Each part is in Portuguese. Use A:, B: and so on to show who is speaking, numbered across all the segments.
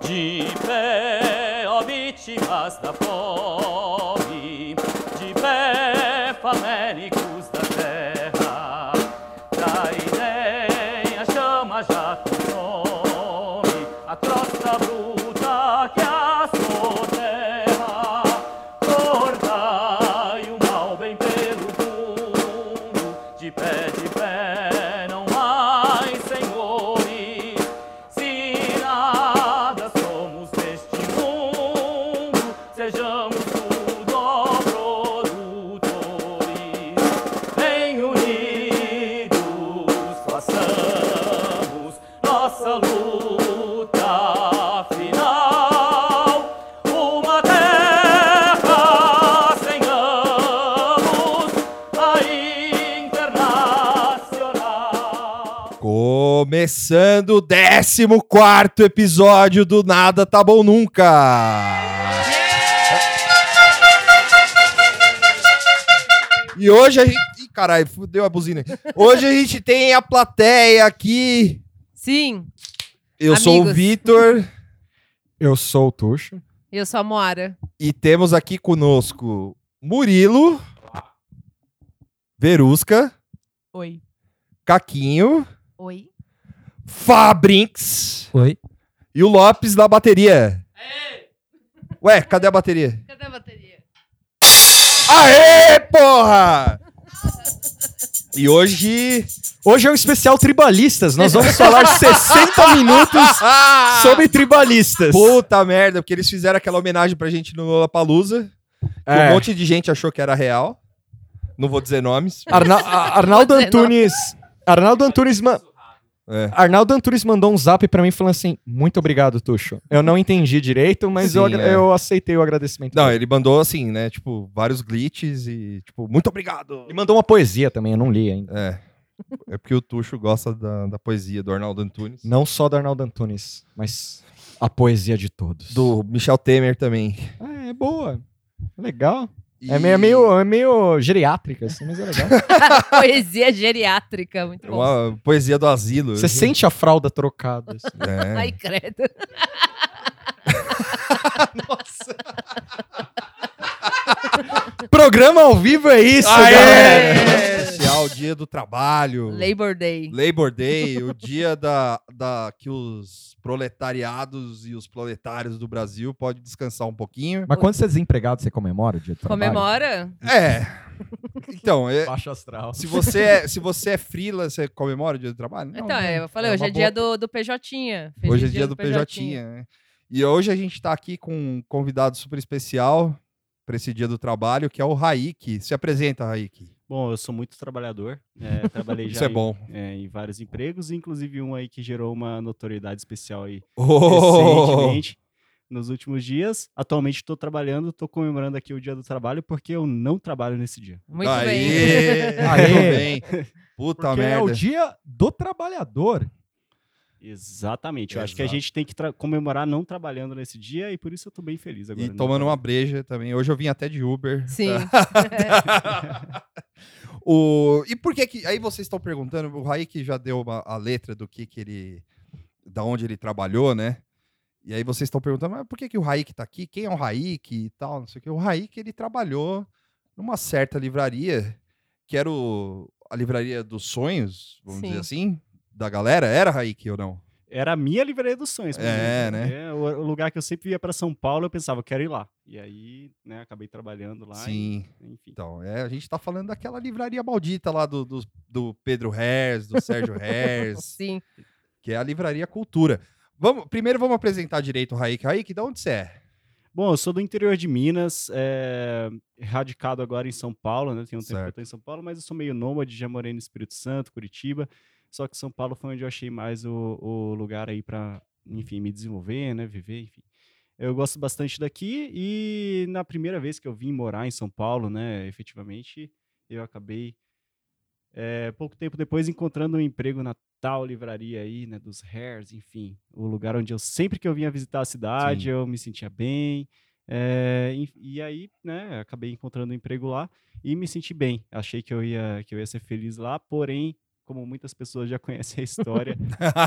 A: De pé, ó vítimas da fome, de pé, famélicos da terra, da ideia a chama já consome, a crosta bruta que assoterra, cortai o mal bem pelo mundo, de pé, de pé, não mais, senhores, se nada somos deste mundo, sejamos tudo produtores. Bem unidos, façamos nossa luta final. Uma terra sem ambos, a internacional.
B: Começando o 14 episódio do Nada Tá Bom Nunca. E hoje a gente. Ih, caralho, fudeu a buzina. Hoje a gente tem a plateia aqui.
C: Sim,
B: Eu sou o
C: Amigos.
B: Vitor
D: Eu sou o Tuxo.
C: eu sou a Moara.
B: e temos aqui conosco Murilo, Verusca,
C: Oi.
B: Caquinho,
C: Oi.
B: Fabrinx
D: Oi.
B: e o Lopes da bateria. Ué, cadê a bateria?
C: Cadê a bateria?
B: Aê, porra! E hoje.
D: Hoje é um especial tribalistas. Nós vamos falar 60 minutos sobre tribalistas.
B: Puta merda, porque eles fizeram aquela homenagem pra gente no Lollapalooza. que
D: É.
B: Um monte de gente achou que era real. Não vou dizer nomes.
D: Arna- a- Arnaldo
C: Vou dizer não.
D: Antunes. Arnaldo Antunes, ma-
B: É.
D: Arnaldo Antunes mandou um zap pra mim falando assim: Muito obrigado, Tuxo. Eu não entendi direito, mas eu,
B: Sim,
D: agra-
B: é.
D: eu aceitei o agradecimento.
B: Não,
D: dele.
B: ele mandou assim, né? Tipo, vários glitches e, tipo, muito obrigado.
D: ele mandou uma poesia também, eu não li ainda.
B: É. É porque o Tuxo gosta da, da poesia do Arnaldo Antunes.
D: Não só do Arnaldo Antunes, mas a poesia de todos.
B: Do Michel Temer também.
D: Ah, é boa. Legal. É
B: E-
D: meio, é meio, é meio geriátrica, assim, mas é legal.
C: Poesia geriátrica, muito bom.
B: Uma poesia do asilo. assim.
D: Você sente a fralda trocada. assim.
B: É.
C: Ai, credo.
D: Programa ao vivo é isso, galera.
B: É, especial Dia do Trabalho.
C: Labor Day.
B: Labor Day, o dia da, da que os proletariados e os proletários do Brasil podem descansar um pouquinho.
D: Mas quando você é desempregado, você comemora o dia do trabalho?
C: Comemora?
B: É. Então, é-
D: Baixo astral.
B: se você é, se você é freela, você comemora o dia do trabalho? Não,
C: então,
B: né?
C: eu falei,
B: É
C: hoje é
B: uma
C: dia do, do PJ.
B: boa- Hoje é dia do PJ. né? E hoje a gente tá aqui com um convidado super especial para esse dia do trabalho, que é o Raik. Se apresenta, Raik.
E: Bom, eu sou muito trabalhador. é, trabalhei já
B: Isso é
E: em-
B: bom.
E: é, em vários empregos, inclusive um aí que gerou uma notoriedade especial aí
B: Oh!
E: recentemente, nos últimos dias. Atualmente estou trabalhando, estou comemorando aqui o Dia do Trabalho, porque eu não trabalho nesse dia.
C: Muito bem.
B: Aê!
D: Aê!
B: Muito bem. Puta
D: Porque é
B: merda.
D: o dia do trabalhador.
E: Exatamente. Eu acho que a
B: Exato.
E: gente tem que tra- comemorar não trabalhando nesse dia e por isso eu tô bem feliz agora. né?
B: E
E: não
D: né?
B: tomando uma
E: trabalho.
B: breja também. Hoje eu vim até de Uber. Tá.
C: Sim.
B: o... E por que que... Aí vocês estão perguntando, o Raik já deu uma- a letra do que que ele... Da onde ele trabalhou, né? E aí vocês estão perguntando, mas por que que o Raik tá aqui? Quem é o Raik e tal, não sei o que. O Raik, ele trabalhou numa certa livraria, que era o... a livraria dos sonhos, vamos
C: Sim.
B: dizer assim, da galera. Era Raik ou não?
E: Era a minha livraria dos sonhos. pra
B: É,
E: mim,
B: né?
E: É o, o lugar que eu sempre ia para São Paulo, eu pensava, eu quero ir lá. E aí, né, acabei trabalhando lá. e-
B: Sim.
E: enfim.
B: Então, é, a gente tá falando daquela livraria maldita lá do, do, do Pedro Hers, do Sérgio Hers,
C: Sim.
B: que é a Livraria Cultura. Vamos, primeiro vamos apresentar direito o Raik. Raik, de onde você é?
E: Bom, eu sou do interior de Minas, é, radicado agora em São Paulo, né? Tem um tempo que eu
B: Certo.
E: tô em São Paulo, mas eu sou meio nômade, já morei no Espírito Santo, Curitiba. Só que São Paulo foi onde eu achei mais o, o lugar aí para, enfim, me desenvolver, né? Viver, enfim. Eu gosto bastante daqui e na primeira vez que eu vim morar em São Paulo, né? Efetivamente, eu acabei é, pouco tempo depois encontrando um emprego na tal livraria aí, né, dos Hairs, enfim, o lugar onde eu sempre que eu vinha visitar a cidade,
B: Sim.
E: eu me sentia bem, é, e, e aí, né, acabei encontrando um emprego lá e me senti bem, achei que eu ia, que eu ia ser feliz lá, porém, como muitas pessoas já conhecem a história,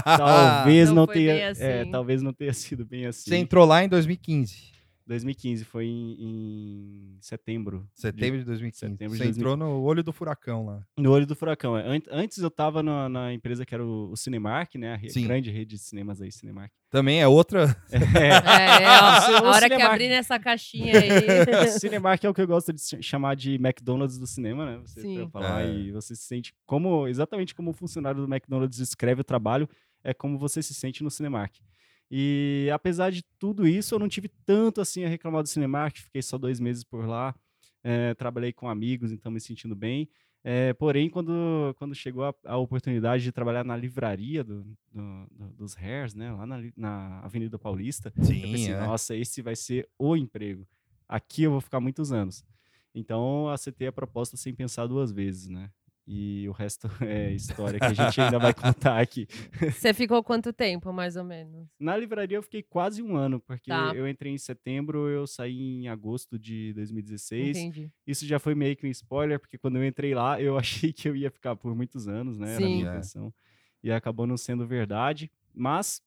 E: talvez
C: Ah. Não
E: não,
C: foi
E: tenha,
C: bem
E: é,
C: assim.
E: talvez não tenha sido bem assim.
B: Você entrou lá em 2015.
E: 2015 foi em, em setembro.
B: Setembro de 2015.
E: Setembro de
B: Você entrou no olho do furacão lá.
E: No olho do furacão. é. Ant- Antes eu estava na, na empresa que era o, o Cinemark, né? A re-
B: Sim.
E: grande rede de cinemas aí, Cinemark.
B: Também é outra.
E: É,
C: É,
E: Se
C: ó,
E: eu
C: a hora que
E: cinemark-
C: abrir nessa caixinha aí.
E: Cinemark é o que eu gosto de ch- chamar de McDonald's do cinema, né? Você
C: Sim.
E: Sim. falar
B: É.
E: e você se sente como exatamente como o funcionário do McDonald's descreve o trabalho, é como você se sente no Cinemark. E apesar de tudo isso, eu não tive tanto assim a reclamar do Cinemark, fiquei só dois meses por lá, eh, trabalhei com amigos, então me sentindo bem. Eh, porém, quando, quando chegou a, a oportunidade de trabalhar na livraria do- do- do- dos Hairs, né, lá na li- na Avenida Paulista, eu pensei,
B: é.
E: nossa, esse vai ser o emprego. Aqui eu vou ficar muitos anos. Então, aceitei a proposta sem pensar duas vezes, né? E o resto é história que a gente ainda vai contar aqui.
C: Você ficou quanto tempo, mais ou menos?
E: Na livraria eu fiquei quase um ano, porque
C: Tá.
E: eu entrei em setembro, eu saí em agosto de 2016.
C: Entendi.
E: Isso já foi meio que um spoiler, porque quando eu entrei lá, eu achei que eu ia ficar por muitos anos, né? Era a
C: Sim.
E: minha
B: É.
E: intenção. E acabou não sendo verdade. Mas,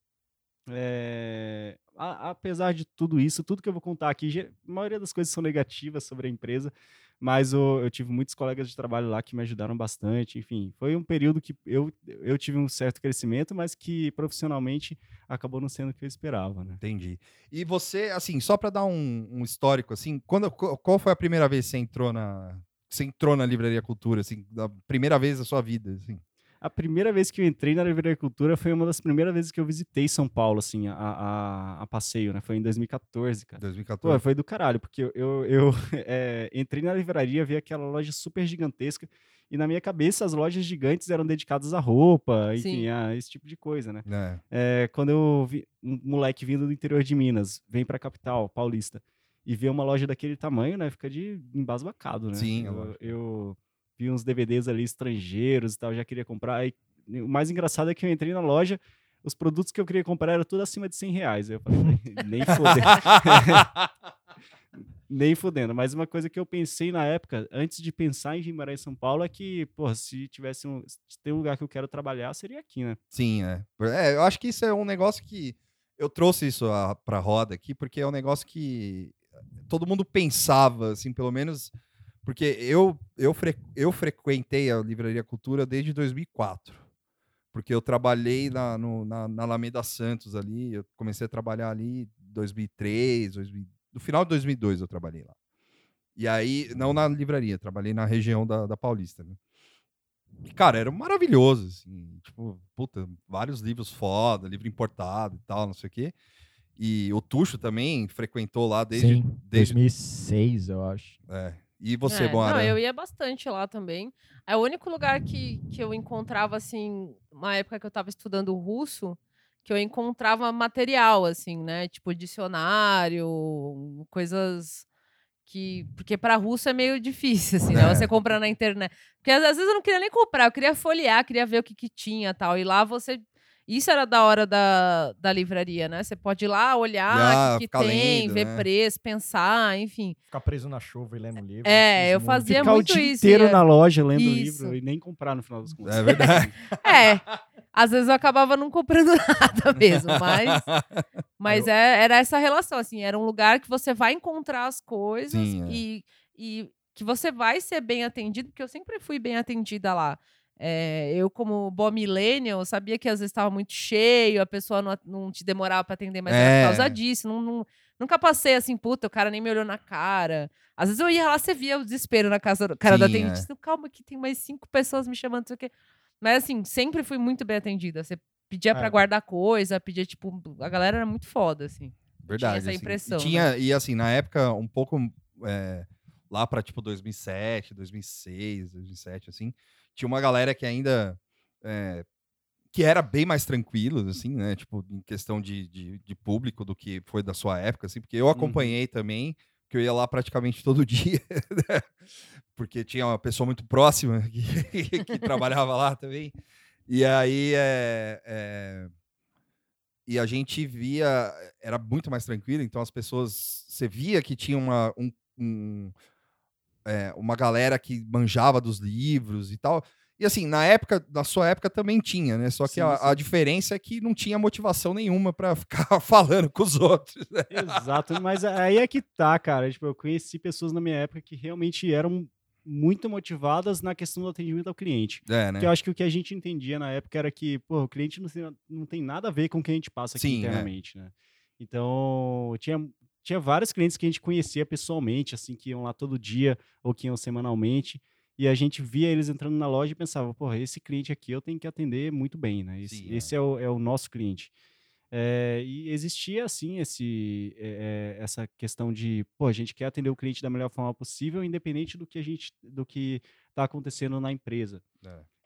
E: eh, a- apesar de tudo isso, tudo que eu vou contar aqui, ge- a maioria das coisas são negativas sobre a empresa, mas o- eu tive muitos colegas de trabalho lá que me ajudaram bastante. Enfim, foi um período que eu, eu tive um certo crescimento, mas que profissionalmente acabou não sendo o que eu esperava, né?
B: Entendi. E você, assim, só pra dar um, um histórico, assim, quando, qu- qual foi a primeira vez que você entrou na. que Você entrou na Livraria Cultura, assim, da primeira vez da sua vida, assim.
E: A primeira vez que eu entrei na Livraria Cultura foi uma das primeiras vezes que eu visitei São Paulo, assim, a, a- a passeio, né? Foi em 2014, cara. Pô,
B: 2014.
E: foi do caralho, porque eu, eu, eu, eh, entrei na livraria, vi aquela loja super gigantesca, e na minha cabeça as lojas gigantes eram dedicadas à roupa, enfim,
C: Sim.
E: a esse tipo de coisa, né?
B: É.
E: É, quando eu vi um moleque vindo do interior de Minas, vem pra capital, paulista, e vê uma loja daquele tamanho, né? Fica de embasbacado, né?
B: Sim, é
E: eu,
B: lógico.
E: eu vi uns DVDs ali estrangeiros e tal, já queria comprar. E o mais engraçado é que eu entrei na loja, os produtos que eu queria comprar eram tudo acima de 100 reais. Aí eu falei, nem fodendo. nem fodendo. Mas uma coisa que eu pensei na época, antes de pensar em vir morar em São Paulo, é que, porra, se tivesse um, se tem um lugar que eu quero trabalhar, seria aqui, né?
B: Sim, é. Por- é. Eu acho que isso é um negócio que. Eu trouxe isso a, pra roda aqui, porque é um negócio que todo mundo pensava, assim, pelo menos. Porque eu, eu, fre, eu frequentei a Livraria Cultura desde 2004. Porque eu trabalhei na, no, na, na Alameda Santos ali, eu comecei a trabalhar ali em 2003, 2000, no final de 2002 eu trabalhei lá. E aí, não na livraria, trabalhei na região da, da Paulista, né? E, cara, era maravilhoso, assim. Tipo, puta, vários livros foda, livro importado e tal, não sei o quê. E o Tuxo também frequentou lá desde.
F: Sim,
B: desde
F: 2006, eu acho.
B: é. E você,
C: É,
B: Boara?
C: Não, eu ia bastante lá também. É o único lugar que, que eu encontrava, assim, uma época que eu tava estudando russo, que eu encontrava material, assim, né? Tipo, dicionário, coisas que... Porque para russo é meio difícil, assim, né?
B: É.
C: Você comprar na internet. Porque às às vezes eu não queria nem comprar, eu queria folhear, queria ver o que, que tinha tal. E lá você... Isso era da hora da, da livraria, né? Você pode ir lá olhar
B: Olhar,
C: o que, que
B: Ah, ficar
C: tem,
B: lendo,
C: ver
B: né?
C: preço, pensar, enfim.
F: Ficar preso na chuva e lendo livro.
C: É,
F: isso
C: eu
F: muito.
C: fazia
E: Ficar o
C: muito
E: dia
C: isso,
E: inteiro
C: ia-
E: na loja lendo
C: Isso.
E: livro e nem comprar no final das contas.
B: É verdade.
C: É. Às vezes eu acabava não comprando nada mesmo, mas, mas é- era essa relação, assim, era um lugar que você vai encontrar as coisas
B: Sim, é.
C: e, e que você vai ser bem atendido, porque eu sempre fui bem atendida lá. É, eu, como boa millennial, sabia que às vezes estava muito cheio, a pessoa não, a- não te demorava para atender, mas era
B: É.
C: por causa disso. Não, não- nunca passei assim, puta, o cara nem me olhou na cara. Às vezes eu ia lá, você via o desespero na casa do cara da
B: Sim, é.
C: atendente. tipo, Calma, que tem mais cinco pessoas me chamando, não sei o quê. Mas assim, sempre fui muito bem atendida. Você pedia pra
F: É.
C: guardar coisa, pedia, tipo, a galera era muito foda, assim.
B: Verdade.
C: essa
B: assim.
C: impressão, né?
B: E, tinha, e assim, na época, um pouco é, lá pra tipo 2007, 2006, 2007, assim, tinha uma galera que ainda. é, que era bem mais tranquilo, assim, né? Tipo, em questão de, de, de público do que foi da sua época, assim, porque eu
C: Uhum.
B: acompanhei também, que eu ia lá praticamente todo dia, né? porque tinha uma pessoa muito próxima que, que trabalhava lá também. E aí, é, é, e a gente via, era muito mais tranquilo, então as pessoas, você via que tinha uma, um- um, é, uma galera que manjava dos livros e tal, E assim, na época, na sua época também tinha, né? Só que
E: Sim,
B: a,
E: sim.
B: a diferença é que não tinha motivação nenhuma pra ficar falando com os outros. né?
E: Exato, mas aí é que tá, cara. Tipo, eu conheci pessoas na minha época que realmente eram muito motivadas na questão do atendimento ao cliente.
B: É,
E: Porque eu
B: né?
E: acho que o que a gente entendia na época era que, pô, o cliente não tem, não tem nada a ver com o que a gente passa aqui
B: Sim, é.
E: internamente, né? Então, tinha, tinha vários clientes que a gente conhecia pessoalmente, assim, que iam lá todo dia ou que iam semanalmente. E a gente via eles entrando na loja e pensava, pô, esse cliente aqui eu tenho que atender muito bem, né? Esse,
B: Sim, é.
E: esse é. o, é o nosso cliente. É, e existia, assim, esse, é, é, essa questão de, pô, a gente quer atender o cliente da melhor forma possível, independente do que a gente, do que tá acontecendo na empresa.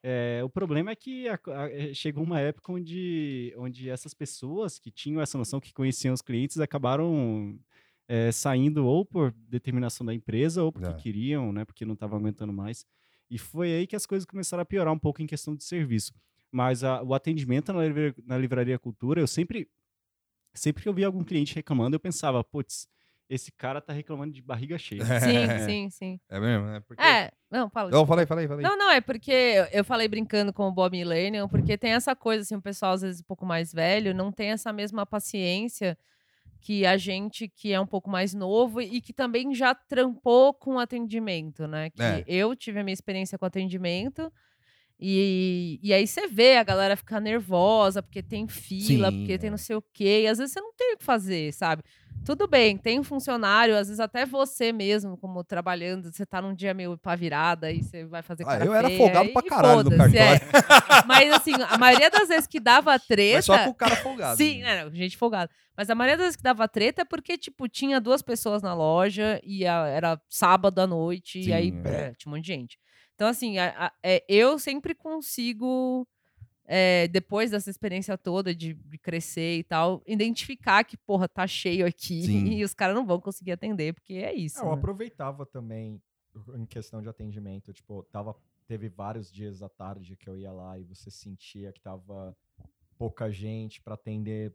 E: É, o problema é que a co- a- eh, chegou uma época onde, onde essas pessoas que tinham essa noção, que conheciam os clientes, acabaram eh, saindo ou por determinação da empresa ou porque
B: É.
E: queriam, né? Porque não estavam aguentando mais. E foi aí que as coisas começaram a piorar um pouco em questão de serviço. Mas a- o atendimento na, livra- na Livraria Cultura, eu sempre, sempre que eu via algum cliente reclamando, eu pensava, putz, esse cara tá reclamando de barriga cheia.
C: Sim, sim, sim.
B: É mesmo, né? Porque...
C: É, não, fala.
B: Não, fala aí, fala aí, fala aí.
C: Não, não, é porque eu- eu falei brincando com o Bob Millennium, porque tem essa coisa, assim, o pessoal às vezes um pouco mais velho não tem essa mesma paciência que a gente que é um pouco mais novo e que também já trampou com atendimento, né? Que
B: É.
C: eu tive a minha experiência com atendimento e, e aí você vê a galera ficar nervosa porque tem fila,
B: Sim,
C: porque
B: é.
C: tem não sei o quê, e às vezes você não tem o que fazer, sabe? Tudo bem, tem um funcionário, às vezes até você mesmo, como trabalhando, você tá num dia meio pra virada e você vai fazer
B: Ah,
C: cara
B: eu era
C: feia,
B: folgado
C: e
B: pra caralho no
C: foda-se, é.
B: cartório.
C: Mas assim, a maioria das vezes que dava treta.
B: Mas só com o cara folgado.
C: é, Sim,
B: né?
C: né, não, gente folgada. Mas a maioria das vezes que dava treta é porque, tipo, tinha duas pessoas na loja e a- era sábado à noite
B: Sim,
C: e aí
B: é.
C: é, tinha um monte de gente. Então, assim, a- a- é, eu sempre consigo, é, depois dessa experiência toda de, de crescer e tal, identificar que, porra, tá cheio aqui
B: Sim.
C: e os caras não vão conseguir atender, porque é isso.
F: Eu
C: né?
F: aproveitava também em questão de atendimento. Tipo, tava, teve vários dias à tarde que eu ia lá e você sentia que tava pouca gente pra atender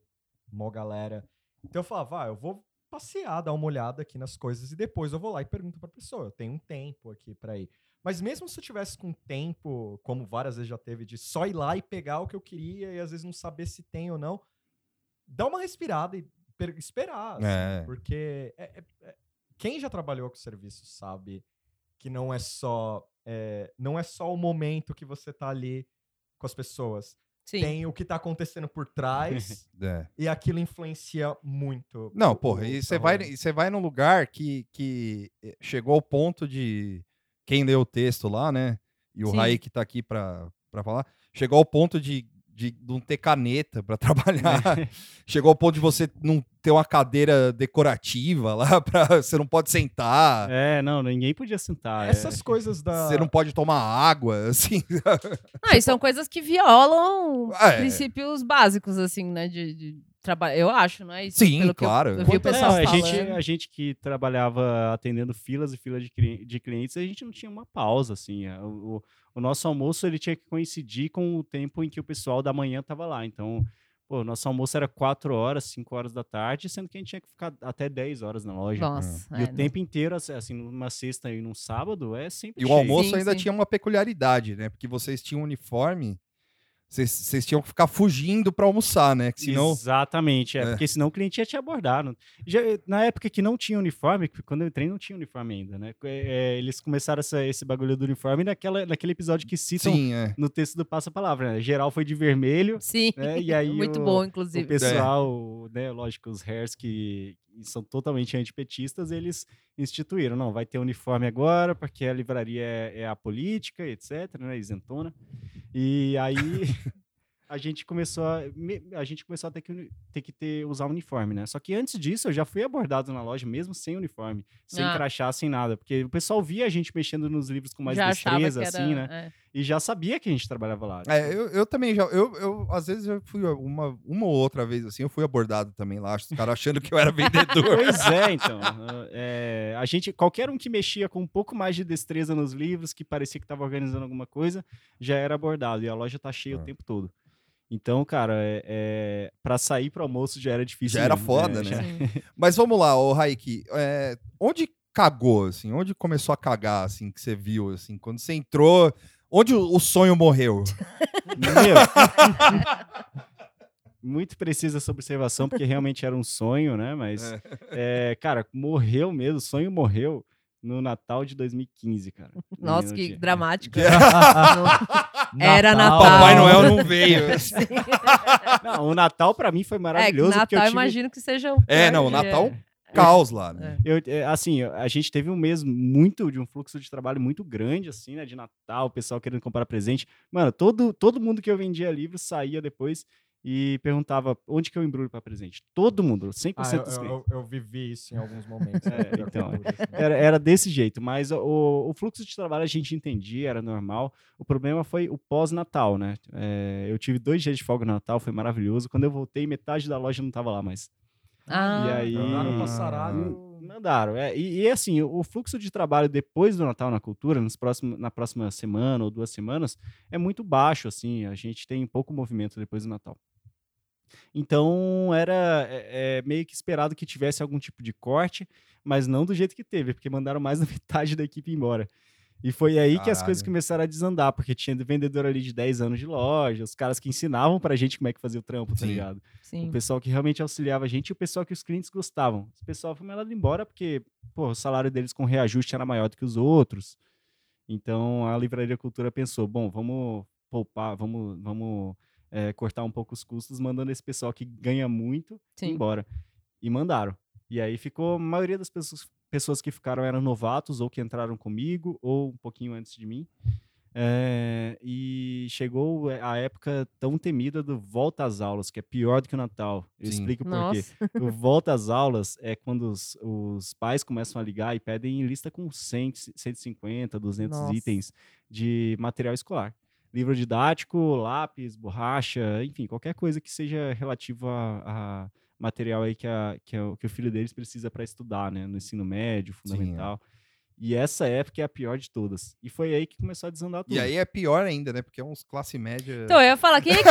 F: mó galera. Então eu falava, ah, eu vou passear, dar uma olhada aqui nas coisas e depois eu vou lá e pergunto pra pessoa. Eu tenho um tempo aqui pra ir. Mas mesmo se eu tivesse com tempo, como várias vezes já teve, de só ir lá e pegar o que eu queria e às vezes não saber se tem ou não, dá uma respirada e per- esperar. assim,
B: É.
F: Porque é- é- é- quem já trabalhou com serviço sabe que não é só é, não é só o momento que você tá ali com as pessoas.
C: Sim.
F: Tem o que tá acontecendo por trás
B: É.
F: e aquilo influencia muito.
B: Não,
F: o-
B: porra,
F: o
B: e
F: que
B: você
F: tá
B: vai,
F: rolando.
B: e você vai num lugar que, que eh, chegou ao ponto de quem leu o texto lá, né? E o
C: Sim.
B: Raí que tá aqui pra, pra falar, chegou ao ponto de, de não ter caneta pra trabalhar. chegou ao ponto de você não ter uma cadeira decorativa lá, pra, você não pode sentar,
E: É, não, ninguém podia sentar. é.
F: Essas coisas da.
B: você não
D: tá.
B: pode tomar água, assim.
C: Ah, e são coisas que violam
B: É.
C: princípios básicos, assim, né? De, de trabalho. Eu acho, não é isso?
B: Sim,
C: Pelo
B: claro.
C: Que eu, eu vi o
F: Quantas-
C: pessoal né?
E: É, a, gente,
B: né?
C: falando.
E: a gente que trabalhava atendendo filas e filas de, cli- de clientes, a gente não tinha uma pausa, assim. a- O, o- o nosso almoço, ele tinha que coincidir com o tempo em que o pessoal da manhã estava lá. Então, pô, nosso almoço era 4 horas, 5 horas da tarde, sendo que a gente tinha que ficar até 10 horas na loja.
C: Nossa,
E: E
C: é,
E: o tempo inteiro, assim, assim, numa sexta e num sábado, é sempre
B: E o
E: cheio.
B: almoço
C: Sim,
B: ainda
C: sim.
B: tinha uma peculiaridade, né? Porque vocês tinham uniforme, vocês, vocês tinham que ficar fugindo pra almoçar, né? Que senão...
E: Exatamente, é,
B: É.
E: porque senão o cliente ia te abordar. não- Já, eh, na época que não tinha uniforme, que quando eu entrei não tinha uniforme ainda, né? Co- eh, eh, eles começaram essa- esse bagulho do uniforme naquela, naquele episódio que citam
B: Sim, é.
E: no texto do Passa-Palavra, né? Geral foi de vermelho,
C: Sim.
E: né? E aí
C: Muito
E: o,
C: bom,
E: o
C: inclusive. é.
E: pessoal, né, lógico, os hairs que são totalmente antipetistas, eles instituíram, não, vai ter uniforme agora, porque a livraria é, é a política, etc, né, isentona. E aí a gente começou a, me- a gente começou a ter que, uni- ter que ter, usar uniforme, né? Só que antes disso eu já fui abordado na loja mesmo sem uniforme, sem
C: Ah.
E: crachá, sem nada, porque o pessoal via a gente mexendo nos livros com mais
C: Já achava que
E: destreza,
C: era.
E: assim, né?
C: é.
E: E já sabia que a gente trabalhava lá. né.
B: É, eu, eu também já. Eu, eu, às vezes eu fui uma, uma ou outra vez assim, eu fui abordado também lá, os caras achando que eu era vendedor.
E: Pois é, então. Ah, é, a gente, qualquer um que mexia com um pouco mais de destreza nos livros, que parecia que estava organizando alguma coisa, já era abordado. E a loja tá cheia
B: Ah.
E: o tempo todo. Então, cara, é, para sair pro almoço já era difícil.
B: Já era
E: mesmo,
B: foda, né?
E: já-
C: Sim.
B: Mas vamos lá, ô Raiki, é, onde cagou, assim? Onde começou a cagar, assim, que você viu, assim? Quando você entrou, Onde o, o sonho morreu?
E: Meu. Muito precisa essa observação, porque realmente era um sonho, né? Mas, é, cara, morreu mesmo, o sonho morreu no Natal de 2015, cara.
C: Nossa,
E: Menino
C: que
E: de-
C: dramático. né? Era
F: Era
C: Natal.
B: é, "Ah, Papai Noel não veio.
E: Não, o Natal pra mim foi
C: É, que
E: maravilhoso. porque eu
C: Natal
E: tive-
C: imagino que seja. um
B: É, não, o Natal caos lá. Né?
E: Eu, é, assim, a gente teve um mês muito de um fluxo de trabalho muito grande, assim, né? De Natal, o pessoal querendo comprar presente. Mano, todo, todo mundo que eu vendia livro saía depois e perguntava onde que eu embrulho pra presente. Todo mundo, 100%
F: Ah, eu,
E: dos
F: eu-
E: clientes.
F: eu- eu vivi isso em alguns momentos. né,
E: É,
F: da
E: então,
F: cultura, assim.
E: Era, era desse jeito, mas o, o fluxo de trabalho a gente entendia, era normal. O problema foi o pós-Natal, né? É, eu tive dois dias de folga no Natal, foi maravilhoso. Quando eu voltei, metade da loja não tava lá mais.
C: Ah,
E: e aí.
F: Mandaram pra
B: Ih.
F: saralho.
E: Mandaram. é, e, e, assim, o fluxo de trabalho depois do Natal na cultura, nos próximo, na próxima semana ou duas semanas, é muito baixo, assim. A gente tem pouco movimento depois do Natal. Então, era é, é, meio que esperado que tivesse algum tipo de corte, mas não do jeito que teve, porque mandaram mais da metade da equipe embora. E foi aí que as
B: Caralho.
E: coisas começaram a desandar, porque tinha vendedor ali de 10 anos de loja, os caras que ensinavam pra gente como é que fazia o trampo, tá
B: Sim.
E: ligado? O
C: sim.
E: pessoal que realmente auxiliava a gente e o pessoal que os clientes gostavam. Esse pessoal foi mandado embora porque pô, o salário deles com reajuste era maior do que os outros. Então a Livraria Cultura pensou: bom, vamos poupar, vamos, vamos eh, cortar um pouco os custos, mandando esse pessoal que ganha muito
C: Sim.
E: embora. E mandaram. E aí ficou, a maioria das pessoas, pessoas que ficaram eram novatos, ou que entraram comigo, ou um pouquinho antes de mim. É, e chegou eh, a época tão temida do volta às aulas, que é pior do que o Natal. Eu
B: Sim.
E: explico por quê.
C: Nossa.
E: O volta às aulas é quando os, os pais começam a ligar e pedem lista com 100, 150, 200
C: Nossa.
E: itens de material escolar. Livro didático, lápis, borracha, enfim, qualquer coisa que seja relativo a, a material aí que, a, que, a- que o filho deles precisa para estudar, né? No ensino médio,
B: Sim, é.
E: fundamental. E essa época é a pior de todas. E foi aí que começou a desandar tudo.
B: E aí é pior ainda, né? Porque é uns classe média.
C: Então, eu ia falar, quem é que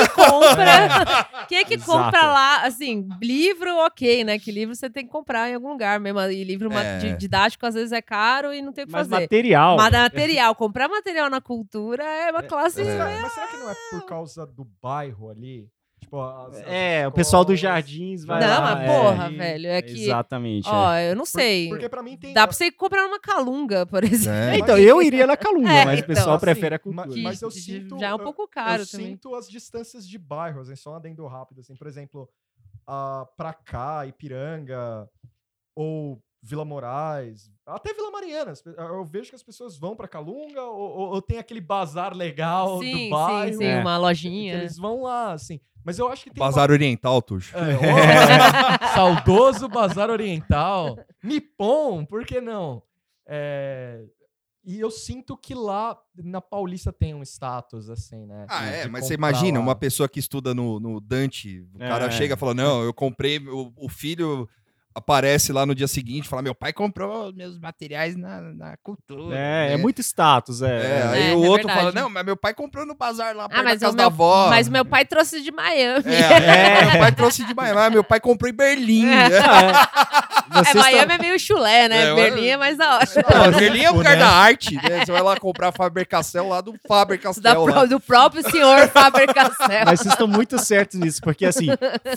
C: compra? quem é que
E: Exato.
C: compra lá, assim, livro, ok, né? Que livro você tem que comprar em algum lugar mesmo. E livro ma-
B: É.
C: de- didático, às vezes, é caro e não tem o que
E: Mas
C: fazer.
E: material.
C: Mas material, comprar material na cultura é uma classe.
B: é.
F: Mas será que não é por causa do bairro ali? Tipo, as- as
E: É, o pessoal dos
F: escolas.
E: jardins vai
C: Não,
E: lá.
C: mas
E: é,
C: porra,
F: e-
C: velho. É que.
E: Exatamente. é.
C: Ó, eu não
F: Por-
C: sei.
F: Porque pra mim tem.
C: Dá pra você comprar uma calunga, por exemplo.
E: É,
B: né?
E: então, eu iria na calunga,
C: É,
E: mas o
C: então,
E: pessoal
F: assim,
E: prefere a
F: ma-
E: cultura.
C: Que
F: Mas eu
C: j-
F: sinto-
C: já é um
F: eu-
C: pouco
F: eu
C: caro também.
F: sinto as distâncias de bairros, assim, só um adendo rápido, assim, por exemplo, ah, pra cá, Ipiranga, ou Vila Moraes, até Vila Mariana, as pe- eu vejo que as pessoas vão pra Calunga, ou, ou- ou tem aquele bazar legal do
C: Sim,
F: bairro,
C: sim, sim,
E: É.
C: uma
F: que
C: lojinha.
F: eles vão lá, assim, mas eu acho que tem uma-
B: Bazar Oriental, Tuxo.
F: É,
C: É,
F: ó, saudoso Bazar Oriental. Nippon, por que não? É, e eu sinto que lá na Paulista tem um status, assim, né?
B: Ah,
F: de-
B: é,
F: de
B: mas você
F: comprar
B: imagina
F: lá.
B: uma pessoa que estuda no, no Dante, o cara
E: É.
B: chega e fala: Não, eu comprei, o, o filho aparece lá no dia seguinte e fala: Meu pai comprou meus materiais na, na cultura.
E: É, é
B: né?
E: muito status,
B: É,
E: é.
B: aí
C: É,
B: o
C: é
B: outro
C: verdade.
B: fala: Não, mas meu pai comprou no bazar lá perto
C: Ah, mas
B: da
C: o
B: casa da
C: meu,
B: avó.
C: mas meu pai trouxe de Miami.
B: É, meu pai trouxe de Miami, meu pai comprou em Berlim. né?
C: É, Miami é meio chulé, né?
B: É,
C: Berlim
B: mas-
C: é mais da hora.
B: Não, Berlim é o
F: Tipo,
B: lugar
F: né?
B: da arte, né? Você vai lá comprar Faber-Castell lá do
C: Da
B: Faber-Castell.
C: pró-
B: lá.
C: do próprio senhor Faber Castell.
E: Mas vocês estão muito certos nisso, porque assim,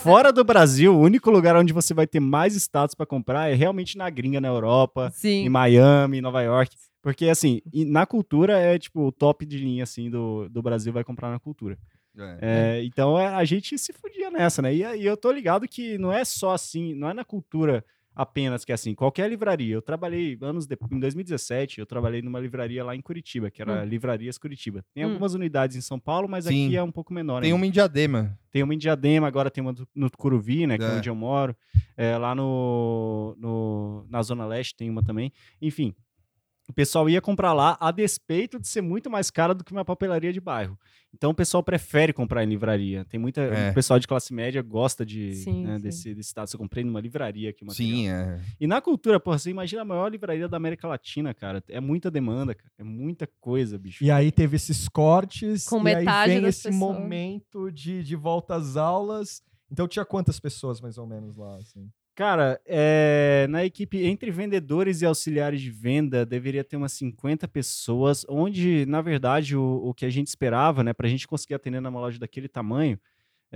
E: fora do Brasil, o único lugar onde você vai ter mais status pra comprar é realmente na gringa, na Europa, em
C: Sim.
E: Miami, em Nova York. Porque assim, e na cultura é tipo o top de linha assim do, do Brasil vai comprar na cultura.
B: É.
E: É, então é, a gente se fudia nessa, né? E, e eu tô ligado que não é só assim, não é na cultura apenas que é assim, qualquer livraria. Eu trabalhei anos depois, em 2017, eu trabalhei numa livraria lá em Curitiba, que era Livrarias Curitiba. Tem
C: Hum.
E: algumas unidades em São Paulo, mas
B: Hum. Sim.
E: aqui é um pouco menor.
B: Tem
E: ainda.
B: uma em Diadema.
E: Tem uma em Diadema, agora tem uma do- no Tucuruvi, né? Que é,
B: É.
E: onde eu moro. É, lá no, no- na Zona Leste tem uma também. Enfim, o pessoal ia comprar lá, a despeito de ser muito mais cara do que uma papelaria de bairro. Então o pessoal prefere comprar em livraria. Tem muita.
B: É.
E: O pessoal de classe média gosta de,
C: Sim,
E: né,
C: sim.
E: desse, desse status. Eu comprei numa livraria aqui, uma
B: Sim, é.
E: e na cultura, porra, você imagina a maior livraria da América Latina, cara. É muita demanda, cara. É muita coisa, bicho.
F: E aí teve esses cortes,
C: Com
F: e
C: metade
F: aí vem
C: das
F: esse
C: pessoas.
F: momento de, de volta às aulas. Então tinha quantas pessoas, mais ou menos, lá? Assim?
E: Cara, é, na equipe entre vendedores e auxiliares de venda deveria ter umas 50 pessoas, onde, na verdade, o, o que a gente esperava, né, para a gente conseguir atender numa loja daquele tamanho,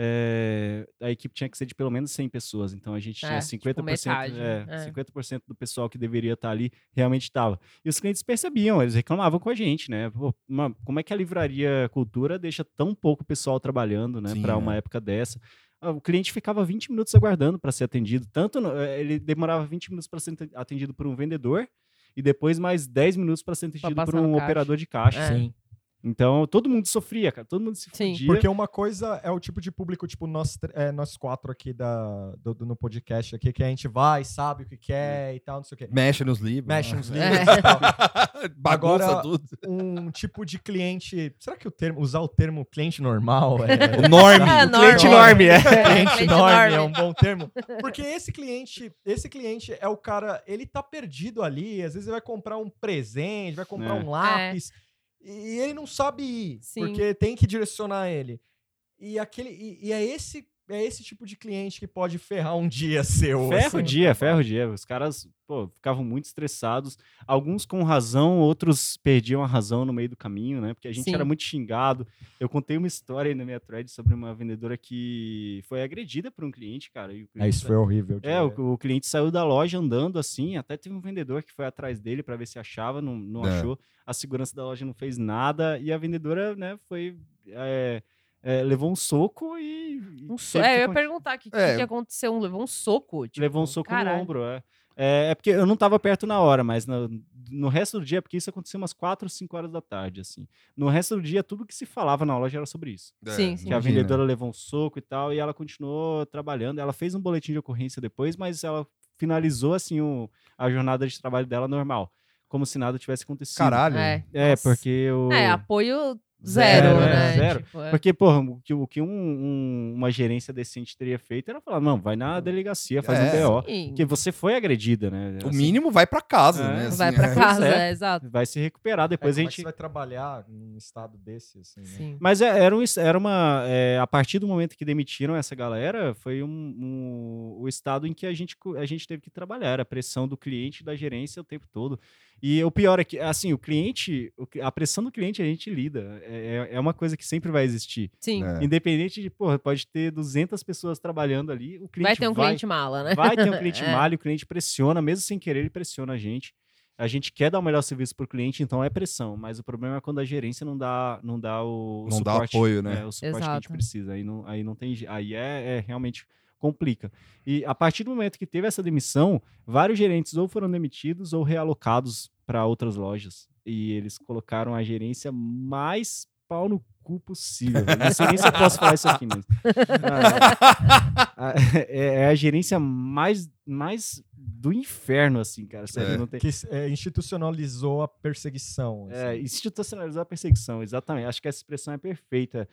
E: é, a equipe tinha que ser de pelo menos 100 pessoas. Então a gente
C: É,
E: tinha
C: tipo
E: 50%,
C: metade,
E: é,
C: é.
E: 50% do pessoal que deveria estar ali realmente estava. E os clientes percebiam, eles reclamavam com a gente, né? Pô, uma- como é que a livraria Cultura deixa tão pouco pessoal trabalhando, né,
B: Sim,
E: para
B: né?
E: uma época dessa? Ah, O cliente ficava 20 minutos aguardando para ser atendido. Tanto no- eh, ele demorava 20 minutos para ser aten- atendido por um vendedor e depois mais 10 minutos para ser atendido por
C: passar no
E: um
C: caixa.
E: operador de caixa.
C: É.
F: Sim.
E: Então, todo mundo sofria, cara. Todo mundo se
C: Sim.
E: fudia.
F: Porque uma coisa é o tipo de público, tipo, nós, tr- é, nós quatro aqui da, do- do- no podcast aqui, que a gente vai, sabe o que quer e tal, não sei o quê.
B: Hum. Mexe nos livros.
F: Mexe nos
B: né?
C: é.
F: livros e tal.
B: Bagunça
F: Agora-
B: tudo.
F: Um tipo de cliente. Será que o termo, usar o termo cliente normal é.
B: O norme.
C: É,
B: o
C: norme.
B: cliente norme, é.
F: cliente
C: Cliente
F: enorme
C: enorme.
F: é um bom termo. Porque esse cliente, esse cliente é o cara, ele tá perdido ali, às vezes ele vai comprar um presente, vai comprar
E: É.
F: um lápis, e ele não sabe ir,
C: Sim.
F: porque tem que direcionar ele. E aquele e, e é esse é esse tipo de cliente que pode ferrar um dia seu.
E: Ferro o
F: assim.
E: dia, ferro o dia. Os caras pô, ficavam muito estressados. Alguns com razão, outros perdiam a razão no meio do caminho, né? Porque a gente
C: Sim.
E: era muito xingado. Eu contei uma história aí na minha thread sobre uma vendedora que foi agredida por um cliente, cara. e o
F: É,
E: cliente
F: isso foi horrível. tipo, de
E: É,
F: ver.
E: o, o cliente saiu da loja andando assim, até teve um vendedor que foi atrás dele para ver se achava, não, não
B: É.
E: achou. A segurança da loja não fez nada e a vendedora, né, foi é, é, levou um soco e e
C: Um so...
E: teve que
C: É, eu ia
E: con-
C: perguntar o que, que
B: É.
C: que aconteceu. Levou um soco? Tipo,
E: levou um soco
C: caralho.
E: no ombro. É. É, é porque eu não tava perto na hora, mas no, no resto do dia, porque isso aconteceu umas 4, 5 horas da tarde, assim. No resto do dia, tudo que se falava na loja era sobre isso.
C: Sim, sim.
E: Que a
B: É. imagina.
E: vendedora levou um soco e tal, e ela continuou trabalhando. Ela fez um boletim de ocorrência depois, mas ela finalizou assim o- a jornada de trabalho dela normal, como se nada tivesse acontecido.
B: Caralho.
C: É,
E: É,
C: nossa.
E: porque o
C: É, apoio zero,
E: Zero, é,
C: né?
E: zero.
C: Tipo, é.
E: porque porra, o que, o que um- um- uma gerência decente teria feito era falar, não, vai na delegacia, faz
B: Uhum. É.
E: um BO,
C: Sim.
E: porque você foi agredida, né?
B: O
E: Assim,
B: mínimo vai pra casa,
E: É.
B: né?
C: Vai
B: assim,
C: pra
B: é.
C: casa,
E: Pois é.
C: é, exato.
E: vai se recuperar
F: É, como é
E: depois
F: que
E: a gente
F: você vai trabalhar num estado desse assim, né?
C: Sim.
E: Mas é- era, um, es- era uma. é, a partir do momento que demitiram essa galera, foi um, um- o estado em que a gente, co- a gente teve que trabalhar. Era a pressão do cliente e da gerência o tempo todo. E o pior é que, assim, o cliente, o cli- a pressão do cliente a gente lida. É, é- é uma coisa que sempre vai existir.
C: Sim.
B: É.
E: Independente de, porra, pode ter 200 pessoas trabalhando ali. O cliente
C: Vai ter um cliente mala, né?
E: Vai ter um cliente
C: É.
E: malho, o cliente pressiona, mesmo sem querer, ele pressiona a gente. A gente quer dar o melhor serviço pro cliente, então é pressão. Mas o problema é quando a gerência não dá, não dá o, o
B: Não dá
E: suporte,
B: apoio, né?
E: é, o suporte que a gente
C: Exato.
E: precisa. Aí não, aí não tem, je- aí é, é realmente complica. E a partir do momento que teve essa demissão, vários gerentes ou foram demitidos ou realocados para outras lojas. E eles colocaram a gerência mais pau no cu possível. velho. Não sei nem se eu posso falar isso aqui, mas Ah, ah, é, é a gerência mais, mais do inferno, assim, cara. Sério,
B: É.
E: não tem.
F: Que é, institucionalizou a perseguição.
E: É,
F: assim.
E: institucionalizar a perseguição, exatamente. Acho que essa expressão é perfeita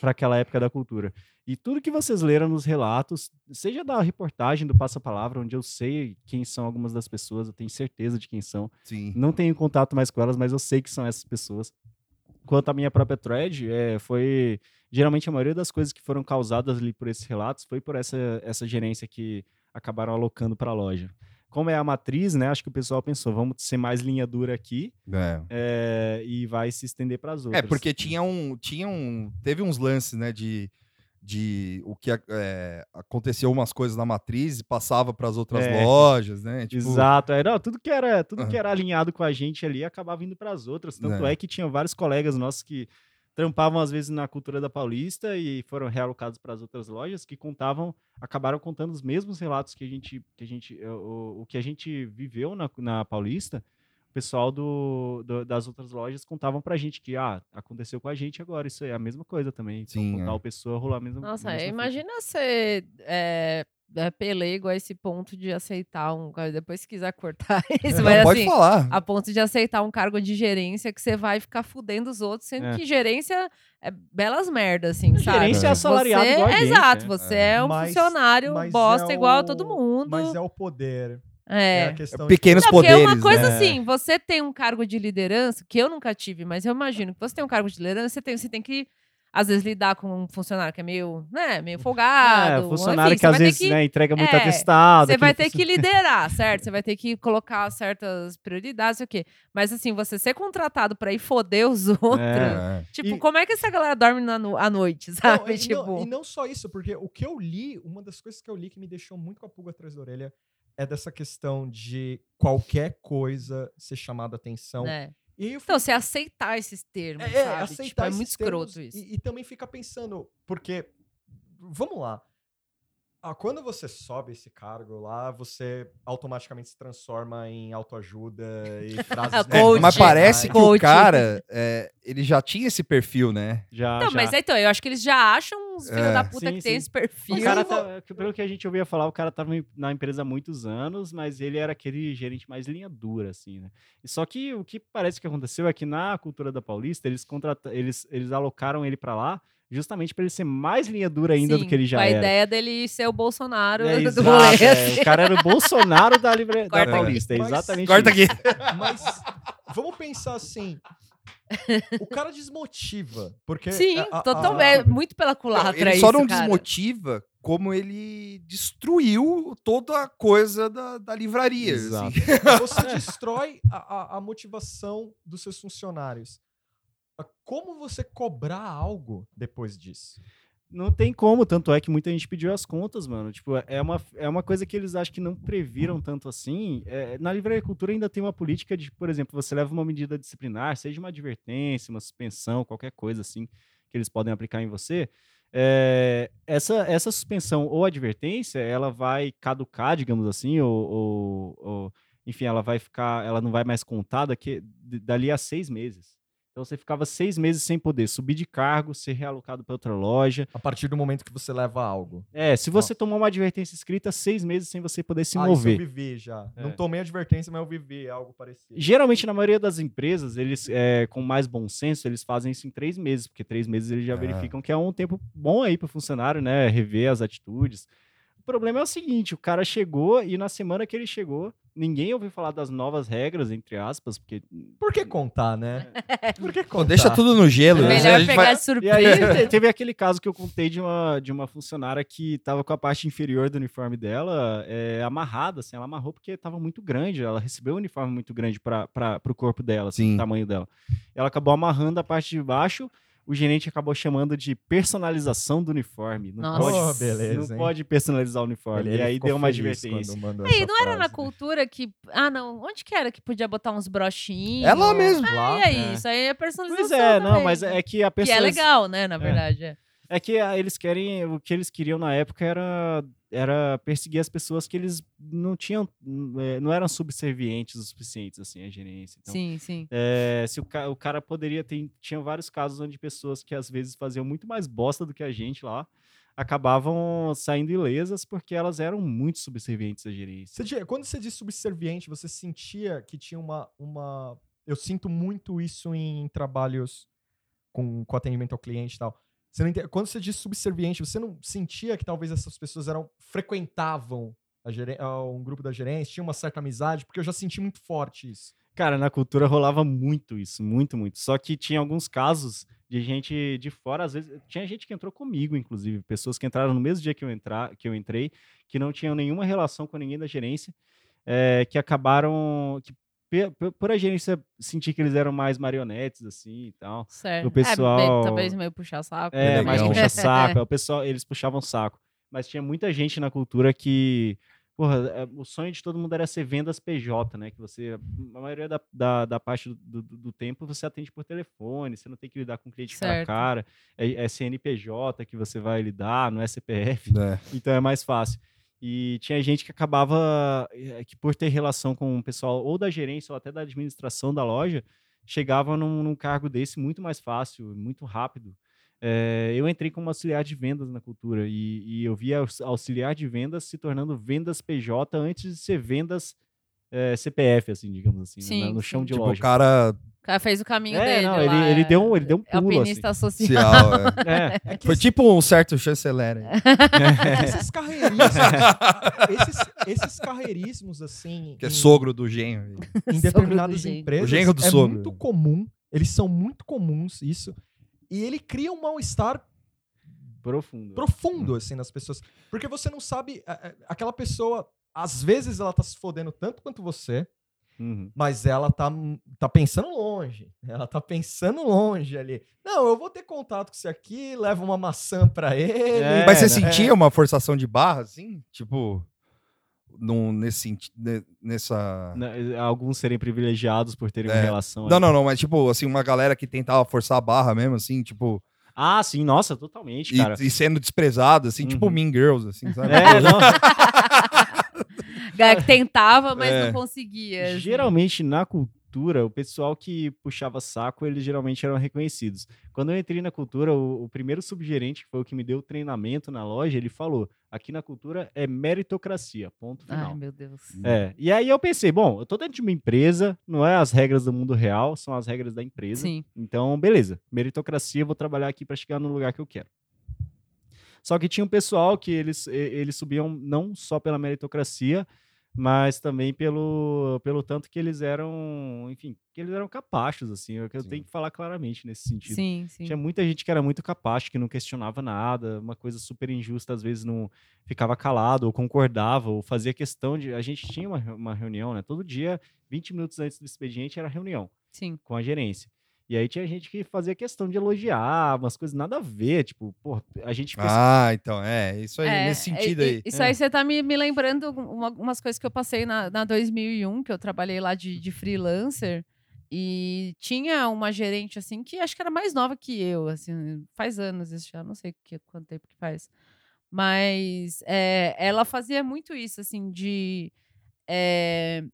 E: para aquela época da cultura. E tudo que vocês leram nos relatos, seja da reportagem do Passa Palavra, onde eu sei quem são algumas das pessoas, eu tenho certeza de quem são,
B: Sim.
E: não tenho contato mais com elas, mas eu sei que são essas pessoas. Quanto à minha própria thread, é, foi. Geralmente a maioria das coisas que foram causadas ali por esses relatos foi por essa, essa gerência que acabaram alocando para a loja. Como é a matriz, né? Acho que o pessoal pensou, vamos ser mais linha dura aqui
B: É.
E: é, e vai se estender para as
B: É,
E: outras.
B: porque tinha um, tinha um. Teve uns lances, né? De, de o que a- é, aconteceu umas coisas na matriz e passava pras outras
E: É.
B: lojas, né? Tipo,
E: Exato, era não, tudo que era tudo
B: Aham.
E: que era alinhado com a gente ali acabava indo para as outras. Tanto
B: É.
E: é. que tinha vários colegas nossos que trampavam às vezes na cultura da Paulista e foram realocados para as outras lojas que contavam, acabaram contando os mesmos relatos que a gente que a gente eh, o, o que a gente viveu na, na Paulista. O pessoal do, do- das outras lojas contavam pra gente que ah, aconteceu com a gente agora, isso aí é a mesma coisa também. Então,
B: Sim,
E: com
B: é.
E: tal pessoa rolar a mesma
C: Nossa, é
E: mesma fita.
C: imagina ser é, é, pelego a esse ponto de aceitar um. Depois, se quiser cortar isso,
B: É, não,
C: mas
B: pode
C: assim.
B: falar. né?
C: A ponto de aceitar um cargo de gerência que você vai ficar fudendo os outros, sendo
E: É.
C: que gerência é belas merdas, assim, sabe?
E: gerência é assalariado
C: você,
E: igual a gente,
C: Exato,
E: né?
C: você é um
F: Mas-
C: funcionário
F: mas
C: bosta
F: é
C: igual a
F: o-
C: todo mundo.
F: Mas é o poder. É,
C: é.
F: a questão de-
B: Pequenos
C: Não, porque
B: poderes.
C: é uma coisa
B: né?
C: assim, você tem um cargo de liderança, que eu nunca tive, mas eu imagino que você tem um cargo de liderança, você tem, você tem que às vezes, lidar com um funcionário que é meio, né, meio folgado.
E: é, funcionário
C: enfim,
E: que
C: Assim, você vai
E: às
C: ter
E: vezes
C: que-
E: né, entrega muito
C: é,
E: atestado.
C: Você vai
E: aquele
C: ter que liderar, certo? Você vai ter que colocar certas prioridades, sei o quê. Mas assim, você ser contratado pra ir foder os outros.
B: É.
C: Tipo,
E: E-
C: como é que essa galera dorme na nu- à noite, sabe?
D: Não, e,
C: tipo,
D: não, e não só isso, porque o que eu li, uma das coisas que eu li que me deixou muito com a pulga atrás da orelha é dessa questão de qualquer coisa ser chamada atenção.
C: né?
D: E aí eu
C: Então, você aceitar esses termos,
D: É, é,
C: sabe? Tipo,
D: aceitar
C: é muito
D: esses termos
C: escroto isso.
D: E, e também fica pensando, porque, vamos lá, ah, quando você sobe esse cargo lá, você automaticamente se transforma em autoajuda e frases
C: É, Coach.
B: mas parece que o
C: Coach.
B: cara, é, ele já tinha esse perfil, né?
E: Já,
C: Então,
E: já.
C: mas então, eu acho que eles já acham uns filhos
B: É.
C: da puta
E: Sim,
C: que tem
E: sim.
C: esse
E: O
C: perfil.
E: cara tá, pelo que a gente ouvia falar, o cara tava em- na empresa há muitos anos, mas ele era aquele gerente mais linha dura, assim, né? E Só que o que parece que aconteceu é que na cultura da Paulista, eles, contrata eles, eles alocaram ele pra lá justamente pra ele ser mais linha dura ainda do
C: Sim,
E: que ele já
C: com a
E: era.
C: ideia dele ser o Bolsonaro
E: É,
C: do
E: exato,
C: rolê. assim.
E: é. O cara era o Bolsonaro da, livre, da
C: Corta
B: aqui.
E: Paulista, é
D: Mas-
E: exatamente
B: Corta
E: isso.
B: aqui.
D: Mas vamos pensar assim. O cara desmotiva. Porque
C: Sim,
D: a- a- a-
C: total, é muito pela culatra
B: ele
C: isso,
B: só não
C: cara.
B: desmotiva como ele destruiu toda a coisa da, da livraria. assim.
E: Exato.
D: Você destrói a, a- a motivação dos seus funcionários. Ah, Como você cobrar algo depois disso?
E: Não tem como, tanto é que muita gente pediu as contas, mano. Tipo, é uma, é uma coisa que eles acham que não previram tanto assim. É, na livraria cultura ainda tem uma política de, por exemplo, você leva uma medida disciplinar, seja uma advertência, uma suspensão, qualquer coisa assim que eles podem aplicar em você. é, essa, essa suspensão ou advertência, ela vai caducar, digamos assim, ou, ou- ou, enfim, ela vai ficar, ela não vai mais contar daqui, d- dali a seis meses. Então você ficava seis meses sem poder subir de cargo, ser realocado para outra loja.
D: A partir do momento que você leva algo.
E: É, se você tomar uma advertência escrita, seis meses sem você poder se
D: Então Ah, isso
E: mover.
D: eu vivi já.
E: É.
D: Não tomei advertência, mas eu vivi algo parecido.
E: Geralmente, na maioria das empresas, eles, é, com mais bom senso, eles fazem isso em três meses, porque três meses eles já
B: Ah.
E: verificam que é um tempo bom aí para o funcionário, né? Rever as atitudes. O problema é o seguinte: o cara chegou e na semana que ele chegou, ninguém ouviu falar das novas regras, entre aspas, porque.
D: Por que contar, né?
C: É.
D: Por que
B: Pô,
D: contar?
B: deixa tudo no gelo. né?
E: É.
C: Melhor
B: A gente
C: pegar
B: vai-
C: de
E: E
C: surpresa.
E: aí te- teve aquele caso que eu contei de uma, de uma funcionária que estava com a parte inferior do uniforme dela é, amarrada, assim, ela amarrou porque estava muito grande, ela recebeu um uniforme muito grande para o corpo dela, assim,
B: Sim.
E: o tamanho dela. Ela acabou amarrando a parte de baixo, o gerente acabou chamando de personalização do uniforme. Não
C: Nossa.
E: pode,
D: Oh, beleza,
E: não
D: hein?
E: pode personalizar o
D: Ele-
E: uniforme.
D: ele
E: e aí
D: ficou
E: deu uma
D: feliz quando
E: advertência.
D: mandou
C: E
D: essa
C: não era na
D: frase.
C: cultura que. Ah, não. Onde que era que podia botar uns brochinhos?
B: Ela mesmo.
C: Ah, e
E: é.
C: aí? Isso aí é personalização.
E: Pois é, não,
C: também.
E: mas é que
C: Que
E: a
C: é
E: personalização.
C: legal, né? Na verdade. é.
E: É que ah, eles querem. O que eles queriam na época era, era perseguir as pessoas que eles não tinham. hum, eh, Não eram subservientes o suficiente, assim, a gerência. Então,
C: Sim, sim.
E: eh, se o, ca- o cara poderia ter. Tinha vários casos onde pessoas que às vezes faziam muito mais bosta do que a gente lá acabavam saindo ilesas porque elas eram muito subservientes à gerência.
D: Você tinha- quando você diz subserviente, você sentia que tinha uma, uma. Eu sinto muito isso em trabalhos com, com atendimento ao cliente e tal. Você não ente- Quando você diz subserviente, você não sentia que talvez essas pessoas eram frequentavam a gere- a um grupo da gerência, tinha uma certa amizade, porque eu já senti muito forte isso.
E: Cara, na cultura rolava muito isso, muito, muito. Só que tinha alguns casos de gente de fora, às vezes. Tinha gente que entrou comigo, inclusive, pessoas que entraram no mesmo dia que eu, entrar, que eu entrei, que não tinham nenhuma relação com ninguém da gerência, eh, que acabaram. Que, pe- pe- por a gerência sentir que eles eram mais marionetes, assim e tal.
C: Certo.
E: O pessoal-
C: É, talvez meio puxar saco.
E: É, mais
B: legal.
E: puxa saco. é, o pessoal, eles puxavam saco. Mas tinha muita gente na cultura que. Porra, é, o sonho de todo mundo era ser vendas PJ, né? Que você. A maioria da, da, da parte do, do, do tempo você atende por telefone, você não tem que lidar com cliente cara a
C: Certo.
E: cara. É, é CNPJ que você vai lidar, não é CPF.
B: Né?
E: Então é mais fácil. E tinha gente que acabava, eh, que por ter relação com o pessoal ou da gerência ou até da administração da loja, chegava num, num cargo desse muito mais fácil, muito rápido. Eh, eu entrei como auxiliar de vendas na cultura e, e eu via aux- auxiliar de vendas se tornando vendas PJ antes de ser vendas eh, CPF, assim, digamos assim, né,
C: Sim,
E: no chão
C: sim.
E: de
B: Tipo, o
E: loja.
B: cara
C: O cara fez o caminho
E: É,
C: dele.
E: não,
C: lá,
E: ele- ele deu um- ele deu um
C: é
E: pulo,
C: alpinista social.
B: social. é.
E: É.
B: Foi tipo um certo chanceler. né? aí.
D: Esses carreirismos, esses, esses carreirismos assim,
B: Que é
D: em-
B: sogro do genro. assim.
D: em
C: Sogro do
D: determinadas
C: genro.
D: empresas
B: O genro do
D: é
B: sogro.
D: muito comum. Eles são muito comuns isso
F: E ele cria um mal-estar
E: Profundo.
F: profundo, assim, nas pessoas. Porque você não sabe. a- a- Aquela pessoa, às vezes, ela tá se fodendo tanto quanto você,
E: Uhum.
F: mas ela tá, tá pensando longe. Ela tá pensando longe ali. Não, eu vou ter contato com isso aqui, leva uma maçã pra ele.
E: É,
B: Mas você
E: né?
B: sentia uma forçação de barra, assim? Tipo, num, nesse sentido, nessa...
E: Na- eh, Alguns serem privilegiados por terem
B: É.
E: uma relação.
B: Não,
E: ali.
B: não, não, mas tipo, assim, uma galera que tentava forçar a barra mesmo, assim, tipo,
E: Ah, sim, nossa, totalmente,
B: e,
E: cara.
B: e sendo desprezada, assim, tipo
E: Uhum.
B: Mean Girls, assim, sabe?
E: É, não,
C: Galera que tentava, mas
B: É.
C: não conseguia. assim.
E: Geralmente na cultura, o pessoal que puxava saco, eles geralmente eram reconhecidos. Quando eu entrei na cultura, o, o primeiro subgerente, que foi o que me deu o treinamento na loja, ele falou: aqui na cultura é meritocracia, ponto
C: Ai,
E: final.
C: meu Deus.
E: é, e aí eu pensei, bom, eu tô dentro de uma empresa, não é as regras do mundo real, são as regras da empresa.
C: Sim.
E: Então, beleza, meritocracia, eu vou trabalhar aqui para chegar no lugar que eu quero. Só que tinha um pessoal que eles, e- eles subiam não só pela meritocracia, mas também pelo, pelo tanto que eles eram, enfim, que eles eram capazes, assim, é o que eu
B: Sim.
E: tenho que falar claramente nesse sentido.
C: Sim, sim.
E: Tinha muita gente que era muito capaz, que não questionava nada, uma coisa super injusta, às vezes não ficava calado, ou concordava, ou fazia questão de. A gente tinha uma, reu- uma reunião, né? Todo dia, 20 minutos antes do expediente, era reunião
C: Sim.
E: com a gerência. E aí tinha gente que fazia questão de elogiar, umas coisas nada a ver, tipo, pô, a gente assim, fez
B: Ah, então, é, isso aí, nesse
C: é,
B: sentido
C: e-
B: aí.
C: Isso aí você tá me, me lembrando uma, umas coisas que eu passei na, na 2001, que eu trabalhei lá de, de freelancer. E tinha uma gerente, assim, que acho que era mais nova que eu, assim, faz anos isso já, não sei que, quanto tempo que faz. Mas é, ela fazia muito isso, assim, de é,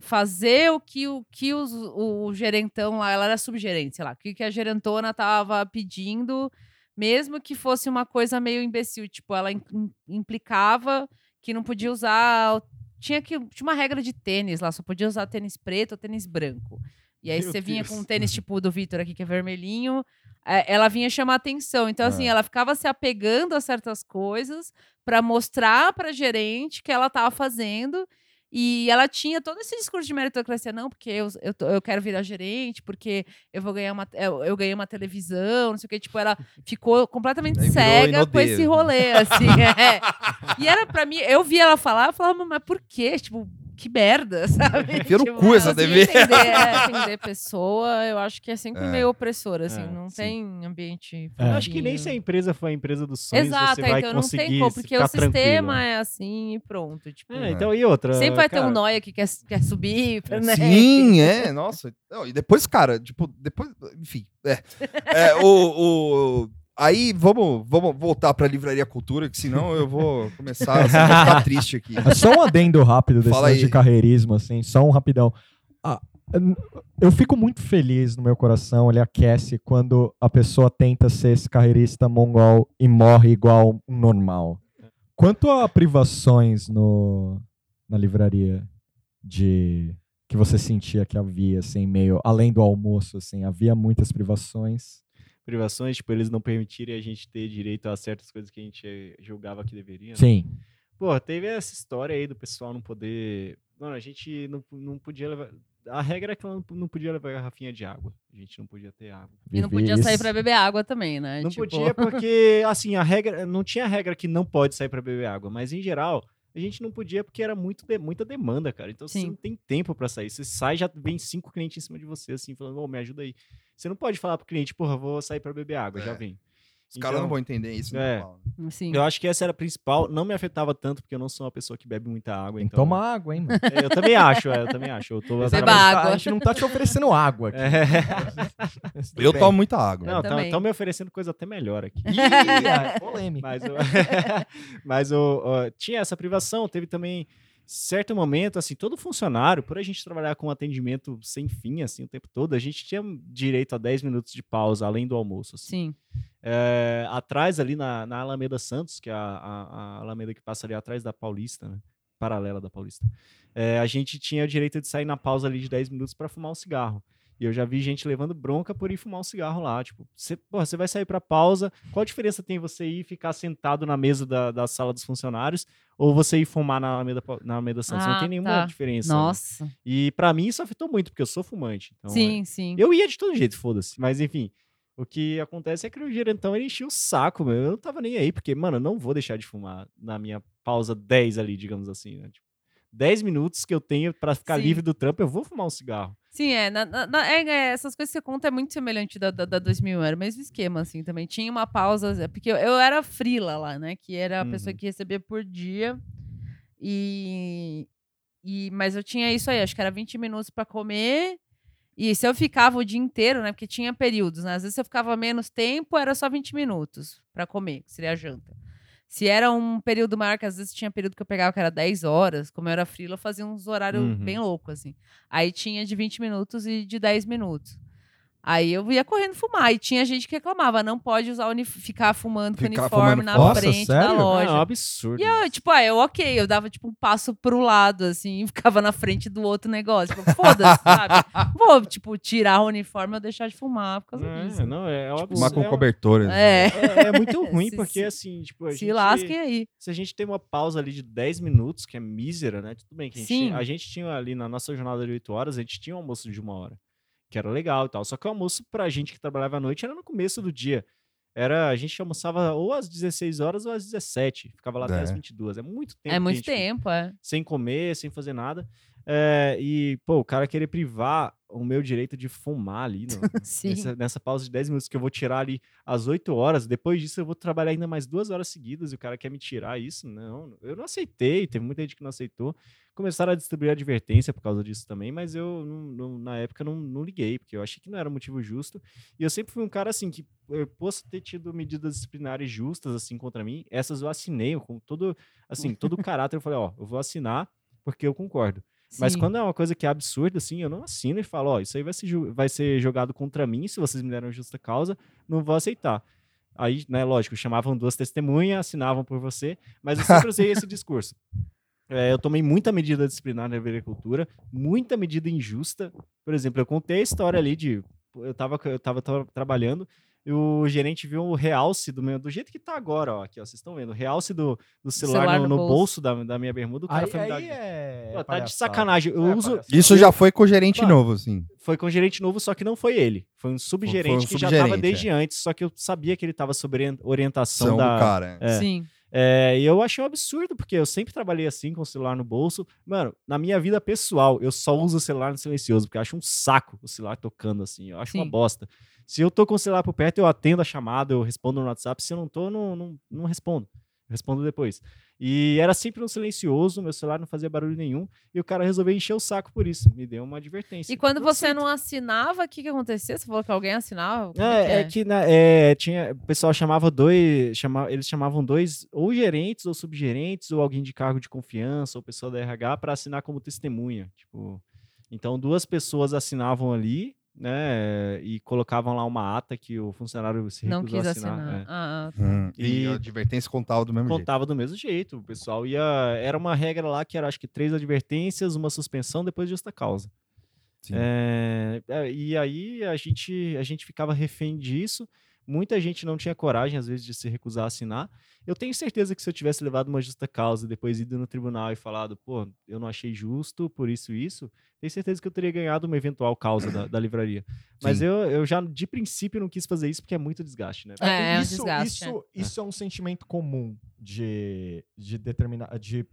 C: fazer o que o, que os- o, o gerentão lá, ela era subgerente, sei lá, o que, que a gerentona tava pedindo, mesmo que fosse uma coisa meio imbecil, tipo, ela im- im- implicava que não podia usar. o- Tinha, que, tinha uma regra de tênis lá, só podia usar tênis preto ou tênis branco. E aí
E: Meu
C: você vinha
E: Deus.
C: com um tênis tipo o do Vitor aqui, que é vermelhinho, é, ela vinha chamar atenção. Então,
E: É.
C: assim, ela ficava se apegando a certas coisas para mostrar para gerente que ela tava fazendo. E ela tinha todo esse discurso de meritocracia, não, porque eu, eu, tô- eu quero virar gerente, porque eu vou ganhar uma, eu, eu ganhei uma televisão, não sei o que. Tipo, ela ficou completamente
B: Aí virou
C: cega com
B: inodeiro.
C: esse rolê, assim. é. E era pra mim, eu via ela falar, eu falava, mas por quê? Tipo, que merda, sabe?
B: Vira o
C: Tipo,
B: cu essa
C: assim,
B: TV.
C: Entender, é, entender pessoa, eu acho que é sempre
B: É.
C: meio opressor, assim,
E: É,
C: não
E: sim. É.
C: tem ambiente.
E: Eu acho que nem
C: fofinho.
E: se a empresa foi a empresa dos sonhos,
C: Exato,
E: você vai
C: então não
E: conseguir
C: tem como, porque o
E: ficar
C: sistema
E: tranquilo.
C: é assim e pronto. Tipo,
E: É, então e outra?
C: sempre vai ter um
E: cara,
C: nóia que quer, quer subir, né?
B: Sim, é, nossa. Não, e depois, cara, tipo, depois, enfim, é. É, o, o- aí vamos, vamos voltar pra Livraria Cultura, que senão eu vou começar a ficar triste aqui.
F: É Só um adendo rápido desse
B: Fala
F: lance de
B: aí.
F: carreirismo, assim, só um rapidão. Ah, n- eu fico muito feliz no meu coração, ele aquece quando a pessoa tenta ser esse carreirista mongol e morre igual um normal. Quanto a privações no, na livraria de que você sentia que havia, assim, meio além do almoço, assim, havia muitas privações.
E: Privações, tipo, eles não permitirem a gente ter direito a certas coisas que a gente eh, julgava que deveria. né?
F: Sim.
E: Pô, teve essa história aí do pessoal não poder. Mano, a gente não, não podia levar. A regra é que não não podia levar garrafinha de água. A gente não podia ter água.
C: E não
F: vivi
C: podia sair
F: isso.
C: pra beber água também, né?
E: Não
C: Tipo,
E: podia porque, assim, a regra. Não tinha regra que não pode sair para beber água, mas em geral. A gente não podia porque era muito de- muita demanda, cara. Então você
C: Sim.
E: não tem tempo para sair. Você sai, já vem cinco clientes em cima de você, assim, falando, ô, me ajuda aí. Você não pode falar pro cliente, porra, vou sair para beber água, já
B: É.
E: vem.
B: Os caras não
E: Então,
B: vão entender isso. né? não
E: é.
B: fala.
C: Assim,
E: Eu acho que essa era a principal. Não me afetava tanto, porque eu não sou uma pessoa que bebe muita água.
F: Tem que
E: Então...
F: tomar água, hein, mano?
E: É, Eu também acho, é, eu também acho. Eu tô
C: Beba
F: A gente tá-
C: água.
F: A gente não tá te oferecendo água aqui.
E: É.
F: Mas tudo
B: Eu
F: bem.
B: tomo muita água.
E: Não,
C: também.
E: estão me oferecendo coisa até melhor aqui. É.
F: Ih, Ah, é polêmica.
E: Mas, eu- mas eu, ó, tinha essa privação, teve também certo momento, assim, todo funcionário, por a gente trabalhar com atendimento sem fim, assim, o tempo todo, a gente tinha direito a 10 minutos de pausa, além do almoço, assim.
C: sim.
E: É, atrás ali na, na Alameda Santos, que é a, a- a Alameda que passa ali atrás da Paulista, né? Paralela da Paulista. É, a gente tinha o direito de sair na pausa ali de 10 minutos para fumar um cigarro. E eu já vi gente levando bronca por ir fumar um cigarro lá. Tipo, você porra, você vai sair pra pausa. Qual a diferença tem você ir ficar sentado na mesa da, da sala dos funcionários ou você ir fumar na Alameda, Pa- na Alameda Santos? Não
C: Ah,
E: tem nenhuma
C: tá.
E: diferença. né?
C: Nossa.
E: E pra mim isso afetou muito, porque eu sou fumante. Então, é-
C: sim, sim.
E: eu ia de todo jeito, foda-se. Mas enfim. O que acontece é que o gerentão ele enchia o saco, meu. Eu não tava nem aí, porque, mano, eu não vou deixar de fumar na minha pausa 10 ali, digamos assim, né? Tipo, 10 minutos que eu tenho pra ficar
C: Sim.
E: livre do trampo, eu vou fumar um cigarro.
C: Sim, é, na- na- na- é, é, Essas coisas que você conta é muito semelhante da, da, da 2000. Era o mesmo esquema, assim, também. Tinha uma pausa, é, porque eu, eu era frila lá, né? Que era a pessoa que recebia por dia. E, e. Mas eu tinha isso aí, acho que era 20 minutos pra comer. E se eu ficava o dia inteiro, né? Porque tinha períodos, né? Às vezes eu ficava menos tempo, era só 20 minutos pra comer, que seria a janta. Se era um período maior, que às vezes tinha período que eu pegava que era 10 horas, como eu era frila, eu fazia uns horários
D: Uhum.
C: bem loucos, assim. Aí tinha de 20 minutos e de 10 minutos. Aí eu ia correndo fumar. E tinha gente que reclamava, não pode usar o uni- ficar fumando com
B: Ficar
C: uniforme
B: fumando
C: na
B: fora?
F: Nossa,
C: frente da
F: sério?
E: É um
C: loja.
E: absurdo.
C: E eu, tipo, ah, eu ok, eu dava tipo um passo pro lado, assim, e ficava na frente do outro negócio. Tipo, Foda-se, sabe? Vou, tipo, tirar o uniforme ou deixar de fumar por causa disso. Tipo,
E: É, não, é, é um
B: Fumar com
E: absurdo. É,
B: cobertores. né?
C: É,
E: é- é muito ruim,
C: Se-
E: porque
C: se-
E: assim, tipo, a
C: se
E: gente...
C: lasquem aí.
E: se a gente tem uma pausa ali de 10 minutos, que é mísera, né? Tudo bem que a gente,
C: Sim.
E: tinha, a gente tinha ali na nossa jornada de 8 horas, a gente tinha um almoço de uma hora, que era legal e tal. Só que o almoço pra gente que trabalhava à noite era no começo do dia. Era, a gente almoçava ou às 16 horas ou às 17. Ficava lá até
B: É.
E: às 22. É muito tempo.
C: É
E: que a
C: muito
E: gente fica
C: tempo, é.
E: sem comer, sem fazer nada. É, e, pô, o cara querer privar o meu direito de fumar ali no-
C: Sim.
E: nessa, nessa pausa de 10 minutos que eu vou tirar ali às 8 horas. Depois disso, eu vou trabalhar ainda mais duas horas seguidas e o cara quer me tirar isso. Não, eu não aceitei. Teve muita gente que não aceitou. Começaram a distribuir advertência por causa disso também, mas eu, não- não- na época, não, não liguei, porque eu achei que não era um motivo justo. E eu sempre fui um cara assim que eu posso ter tido medidas disciplinares justas assim contra mim. Essas eu assinei eu com todo assim, todo o caráter. Eu falei, ó, eu vou assinar porque eu concordo. Mas
C: Sim.
E: quando é uma coisa que é absurda, assim, eu não assino e falo, ó, isso aí vai ser, ju- vai ser jogado contra mim, se vocês me deram justa causa, não vou aceitar. Aí, né, lógico, chamavam duas testemunhas, assinavam por você, mas eu sempre usei esse discurso. É, eu tomei muita medida disciplinar na agricultura, muita medida injusta. Por exemplo, eu contei a história ali de. Eu tava, eu tava, tra- trabalhando e o gerente viu o realce do meu. Do jeito que tá agora, ó. Aqui, ó, vocês estão vendo. O realce do, do celular,
C: celular
E: no,
C: no
E: no
C: bolso.
E: bolso, da, da minha bermuda. O cara
F: Aí,
E: foi me dar-
F: aí é.
E: Pô, tá de
F: palhaçada.
E: sacanagem. Eu
F: É
E: uso-
F: palhaçada.
B: Isso já foi com o gerente
E: Mano,
B: novo, assim.
E: Foi com o gerente novo, só que não foi ele. Foi um subgerente
B: um
E: que já estava
B: subgerente,
E: desde antes, só que eu sabia que ele estava sob orien- orientação
B: São do
E: da.
B: cara.
E: é.
C: Sim.
E: É, e eu achei um absurdo, porque eu sempre trabalhei assim, com o celular no bolso. Mano, na minha vida pessoal, eu só uso o celular no silencioso, porque eu acho um saco o celular tocando assim. Eu acho uma
C: Sim.
E: bosta. Se eu tô com o celular por perto, eu atendo a chamada, eu respondo no WhatsApp. Se eu não tô, eu não, não, não respondo. Eu Respondo depois. E era sempre um silencioso, meu celular não fazia barulho nenhum, e o cara resolveu encher o saco por isso. Me deu uma advertência.
C: E quando
E: Eu
C: você não assinava, o que, que acontecia? Você falou que alguém assinava? Como
E: É, é
C: que
E: que na- é, tinha, o pessoal chamava dois, chama, eles chamavam dois ou gerentes ou subgerentes ou alguém de cargo de confiança ou pessoa da RH para assinar como testemunha, tipo. Então duas pessoas assinavam ali, né, e colocavam lá uma ata que o funcionário se
C: não
E: recusou
C: quis
E: a assinar.
C: assinar.
E: é.
C: Ah,
B: Hum, E,
E: E-
B: a advertência contava do mesmo jeito.
E: Contava do mesmo jeito, o pessoal ia, era uma regra lá que era acho que três advertências, uma suspensão, depois justa causa.
B: Sim.
E: É, é, e aí a gente, a gente ficava refém disso. Muita gente não tinha coragem, às vezes, de se recusar a assinar. Eu tenho certeza que se eu tivesse levado uma justa causa e depois ido no tribunal e falado, pô, eu não achei justo, por isso, isso, tenho certeza que eu teria ganhado uma eventual causa da, da livraria. Mas
B: Sim.
E: eu, eu já, de princípio, não quis fazer isso porque é muito desgaste, né?
C: É, é um
F: isso,
C: desgaste,
F: Isso, isso é um sentimento comum de, de, determina, de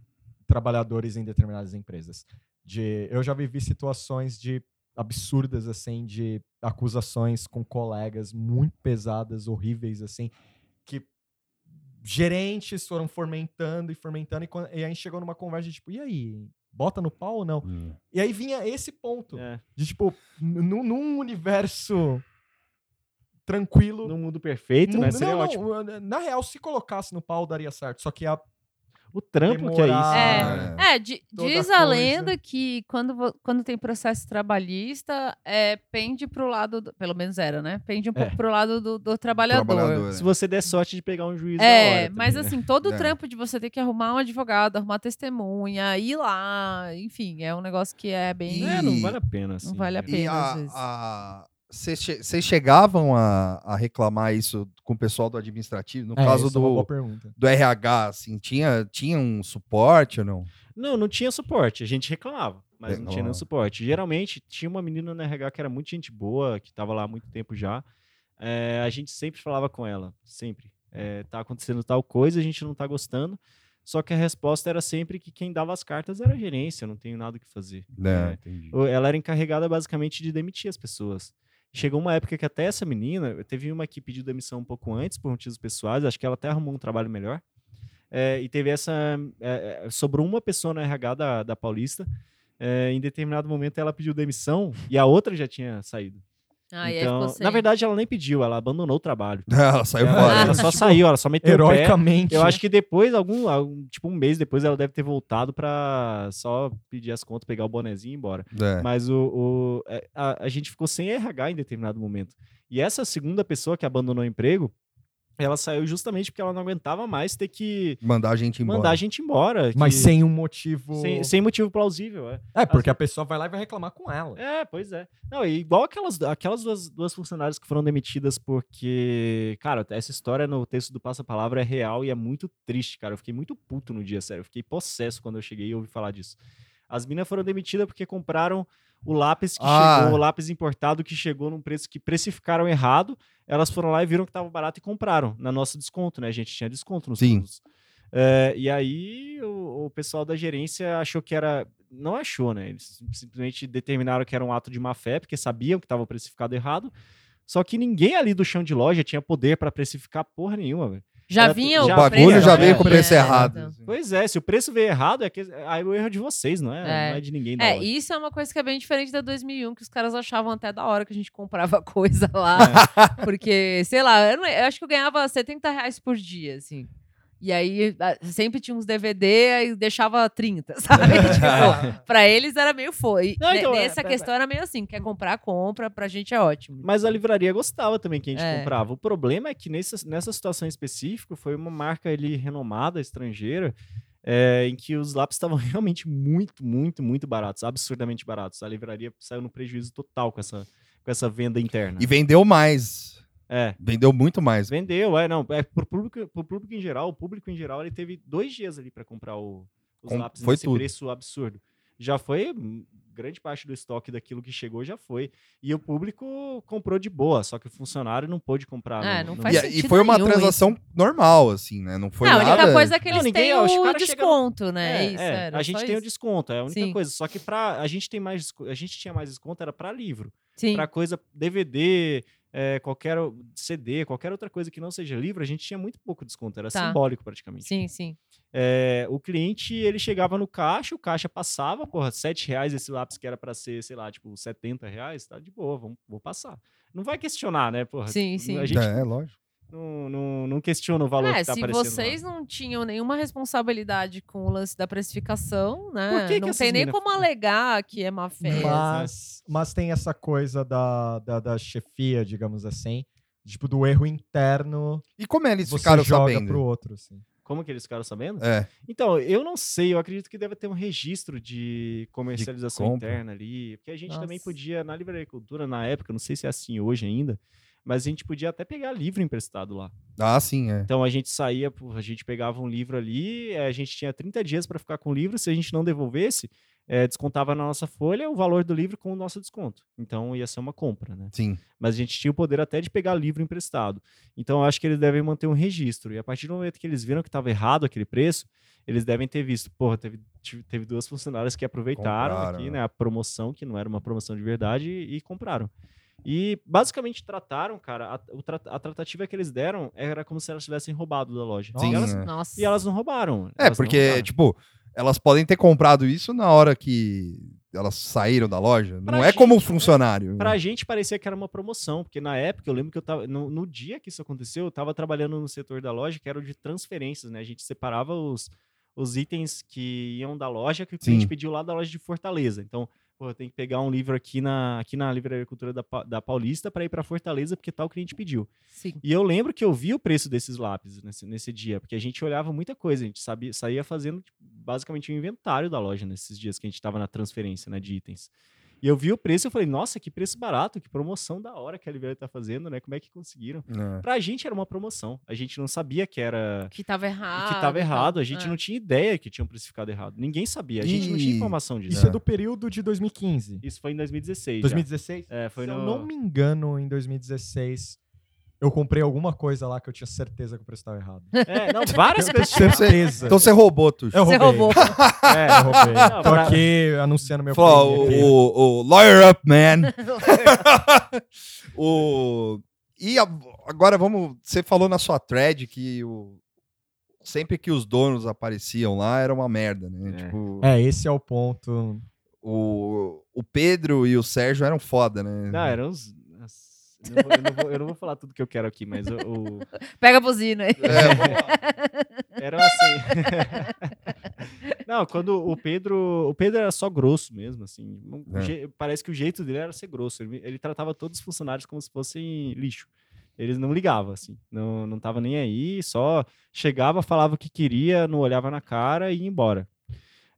F: trabalhadores em determinadas empresas. De, eu já vivi situações de absurdas, assim, de acusações com colegas muito pesadas, horríveis, assim, que gerentes foram fomentando e fomentando, e, quan- e aí chegou numa conversa, tipo, e aí, bota no pau ou não?
B: Hum.
F: E aí vinha esse ponto,
E: É,
F: de tipo, n- num num universo tranquilo,
E: num mundo perfeito,
F: não,
E: né? Seria
F: não,
E: ótimo.
F: não, na real, se colocasse no pau, daria certo. Só que a
E: O trampo que é isso.
C: É.
E: né?
B: É.
C: É, di-
F: Toda
C: diz a
F: coisa.
C: lenda que quando, vo- quando tem processo trabalhista, é, pende pro lado, do- pelo menos era, né? Pende um pouco pro lado do, do trabalhador.
B: É. Trabalhador,
E: Se
B: né?
E: você der sorte de pegar um juiz na hora.
C: É,
E: também,
C: mas
E: né?
C: assim, todo o
B: É.
C: trampo de você ter que arrumar um advogado, arrumar testemunha, ir lá, enfim, é um negócio que é bem.
E: É, não vale a pena. assim,
C: vale a
E: né?
C: pena.
B: E
C: às vezes.
B: a. Vocês che vocês chegavam a, a reclamar isso com o pessoal do administrativo? No
F: É,
B: caso
F: essa é uma boa
B: do,
F: pergunta.
B: do RH, assim, tinha, tinha um suporte ou não?
E: Não, não tinha suporte. A gente reclamava, mas não tinha nenhum
B: Reclamava.
E: suporte. Geralmente, tinha uma menina no RH que era muito gente boa, que estava lá há muito tempo já. é, a gente sempre falava com ela, sempre. É, tá acontecendo tal coisa, a gente não tá gostando. Só que a resposta era sempre que quem dava as cartas era a gerência, eu não tenho nada o que fazer.
B: Né,
E: É.
B: entendi.
E: O- Ela era encarregada basicamente de demitir as pessoas. Chegou uma época que até essa menina, teve uma que pediu demissão um pouco antes por motivos pessoais, acho que ela até arrumou um trabalho melhor. É, e teve essa. é, é, sobrou uma pessoa na RH da, da Paulista. é, em determinado momento ela pediu demissão e a outra já tinha saído.
C: Ah, e aí
E: então,
C: ficou sem. Ah.
E: na verdade, ela nem pediu, ela abandonou o trabalho.
B: Ela saiu
E: Ela,
B: fora.
E: ela só saiu, ela só meteu o pé.
F: Heroicamente.
E: Eu acho que depois, algum, algum- tipo um mês depois, ela deve ter voltado pra só pedir as contas, pegar o bonezinho e ir embora.
F: É.
B: né.
E: Mas o, o- é, a, a gente ficou sem RH em determinado momento. E essa segunda pessoa que abandonou o emprego, ela saiu justamente porque ela não aguentava mais ter que
B: Mandar a gente embora.
E: mandar a gente embora.
F: Mas
E: que-
F: sem um motivo.
E: sem, sem motivo plausível. É,
F: É, porque a pessoa vai lá e vai reclamar com ela.
E: É, pois é. Não, e igual aquelas, aquelas duas, duas funcionárias que foram demitidas porque, cara, essa história no texto do Passa Palavra é real e é muito triste, cara. Eu fiquei muito puto no dia, sério. Eu fiquei possesso quando eu cheguei e ouvi falar disso. As minas foram demitidas porque compraram o lápis que
B: Ah.
E: chegou, o lápis importado que chegou num preço que precificaram errado. Elas foram lá e viram que tava barato e compraram. Na nossa desconto, né? A gente tinha desconto nos
B: Sim.
E: produtos. É, e aí o, o pessoal da gerência achou que era. Não achou, né? Eles simplesmente determinaram que era um ato de má fé, porque sabiam que estava precificado errado. Só que ninguém ali do chão de loja tinha poder para precificar porra nenhuma, velho.
C: já
E: ela-
C: vinha
B: é, O
E: já
C: o
B: bagulho
C: preço,
B: já
E: né?
B: veio com o
E: É,
B: preço
C: é,
B: errado.
C: então.
B: assim.
E: Pois é, se o preço veio errado, é que, aí o erro é de vocês, não é?
C: É.
E: Não é de ninguém, não.
C: É, isso é uma coisa que é bem diferente da 2001, que os caras achavam até da hora que a gente comprava coisa lá.
E: É.
C: Porque, sei lá, eu, não- eu acho que eu ganhava 70 reais por dia, assim. E aí a- sempre tinha uns DVD e deixava 30, sabe?
E: É.
C: tipo, pra eles era meio foi.
E: Não,
C: Ne-
E: então, é,
C: Nessa
E: é, é.
C: questão era meio assim: quer comprar, compra, pra gente é ótimo.
E: Mas a livraria gostava também que a gente
C: É.
E: comprava. O problema é que nessa, nessa situação específica foi uma marca ali renomada, estrangeira, é, em que os lápis estavam realmente muito, muito, muito baratos, absurdamente baratos. A livraria saiu no prejuízo total com essa, com essa venda interna.
B: E vendeu mais.
E: É.
B: Vendeu muito mais.
E: Vendeu, é, não. É, pro, público, pro público em geral, o público em geral, ele teve dois dias ali para comprar o, os
B: Com-
E: lápis
B: foi
E: nesse
B: tudo.
E: preço absurdo. Já foi, hum, grande parte do estoque daquilo que chegou já foi. E o público comprou de boa, só que o funcionário não pôde comprar.
C: É, não faz
B: E,
E: não,
B: e
C: sentido
B: foi uma
C: nenhum
B: transação normal, assim, né? Não foi
C: não,
B: nada.
C: a única coisa é que
E: Não,
C: eles
E: ninguém-
C: têm
E: os
C: o
E: caras chegam-
C: desconto, né?
E: É,
C: isso,
E: é,
C: era
E: a
C: só
E: gente tem o
C: isso.
E: desconto, é a única
C: Sim.
E: coisa. Só que pra, a gente tem mais desco- a gente tinha mais desconto era para livro,
C: Sim.
E: para coisa DVD, é, qualquer o- CD, qualquer outra coisa que não seja livro, a gente tinha muito pouco desconto, era
C: Tá.
E: simbólico praticamente.
C: Sim, sim.
E: É, o cliente, ele chegava no caixa, o caixa passava, porra, R$ 7 reais esse lápis que era pra ser, sei lá, tipo, R$ 70 reais, tá de boa, vamos, vou passar. Não vai questionar, né, porra?
C: Sim, sim.
E: A gente
B: É, lógico.
E: não, não, não questiona o valor
C: É,
E: que tá
C: se
E: aparecendo lá.
C: vocês não tinham nenhuma responsabilidade com o lance da precificação, né?
E: Por que que
C: não
E: essas
C: tem nem
E: mina-
C: como alegar que é má fé.
F: Mas, mas tem essa coisa da, da, da chefia, digamos assim. Tipo, do erro interno,
B: E como eles
F: você
B: ficaram
F: joga
B: sabendo?
F: pro outro, assim.
E: Como que eles ficaram sabendo?
B: É.
E: Então, eu não sei, eu acredito que deve ter um registro de comercialização
B: compra.
E: interna ali, porque a gente também
C: Nossa.
E: podia, na Livraria Cultura, na época, não sei se é assim hoje ainda, mas a gente podia até pegar livro emprestado lá.
B: Ah, sim, é.
E: Então a gente saía, pô, a gente pegava um livro ali, eh, a gente tinha 30 dias para ficar com o livro, se a gente não devolvesse, eh, descontava na nossa folha o valor do livro com o nosso desconto. Então ia ser uma compra, né?
B: Sim.
E: Mas a gente tinha o poder até de pegar livro emprestado. Então eu acho que eles devem manter um registro. E a partir do momento que eles viram que estava errado aquele preço, eles devem ter visto, porra, teve, tive- teve duas funcionárias que aproveitaram
B: Compraram,
E: aqui,
B: né?
E: né, a promoção, que não era uma promoção de verdade, e, e compraram. E basicamente trataram, cara, a, o tra- a tratativa que eles deram era como se elas tivessem roubado da loja.
B: Sim,
E: e, elas,
B: é.
C: Nossa.
E: e elas não roubaram.
B: É,
E: elas não
B: porque,
E: roubaram.
B: tipo, elas podem ter comprado isso na hora que elas saíram da loja.
E: Pra
B: não é como um
E: gente, né?
B: funcionário.
E: Pra gente parecia que era uma promoção, porque na época eu lembro que eu tava. No, no dia que isso aconteceu, eu tava trabalhando no setor da loja que era o de transferências, né? A gente separava os, os itens que iam da loja que o cliente
B: Sim.
E: pediu lá da loja de Fortaleza. Então, pô, eu tenho que pegar um livro aqui na, aqui na Livraria Cultura da, Pa- da Paulista para ir para Fortaleza, porque tal cliente pediu.
C: Sim.
E: E eu lembro que eu vi o preço desses lápis nesse, nesse dia, porque a gente olhava muita coisa, a gente sabia, saía fazendo tipo, basicamente o inventário da loja nesses dias que a gente estava na transferência né, de itens. E eu vi o preço e eu falei, nossa, que preço barato, que promoção da hora que a Livraria tá fazendo, né? Como é que conseguiram?
B: É.
E: Pra gente era uma promoção, a gente não sabia que era.
C: Que tava errado.
E: Que estava
C: e tal.
E: errado, a gente
C: É.
E: não tinha ideia que tinham precificado errado. Ninguém sabia, a gente não tinha
B: E-
E: informação disso.
F: Isso é do período de 2015.
E: Isso foi em 2016. já.
F: 2016?
E: É, foi
F: Se
E: no-
F: eu não me engano, em 2016, Eu comprei alguma coisa lá que eu tinha certeza que o preço estava errado.
E: É, não, várias
B: Então
E: pessoas.
B: você- Então você roubou, Tuxo.
F: Eu
C: Você roubou.
E: É,
F: Eu roubei.
E: Não,
F: Tô
E: pra-
F: aqui anunciando meu
B: Falou, ó,
F: crime aqui.
B: o, o, o lawyer up, man. o, e a- agora vamos. Você falou na sua thread que o, sempre que os donos apareciam lá era uma merda, né?
E: É.
B: Tipo,
F: É, esse é o ponto.
B: o, o Pedro e o Sérgio eram foda, né?
E: Não, eram uns. nossa, eu não vou- Eu não, vou, eu não vou falar tudo que eu quero aqui, mas o, o-
C: Pega a buzina. aí.
B: É, vamos lá.
E: era assim. não, quando o Pedro. O Pedro era só grosso mesmo, assim. Não- o
B: É.
E: je- parece que o jeito dele era ser grosso. Ele, ele tratava todos os funcionários como se fossem lixo. Eles não ligavam, assim. Não, não tava nem aí, só chegava, falava o que queria, não olhava na cara e ia embora.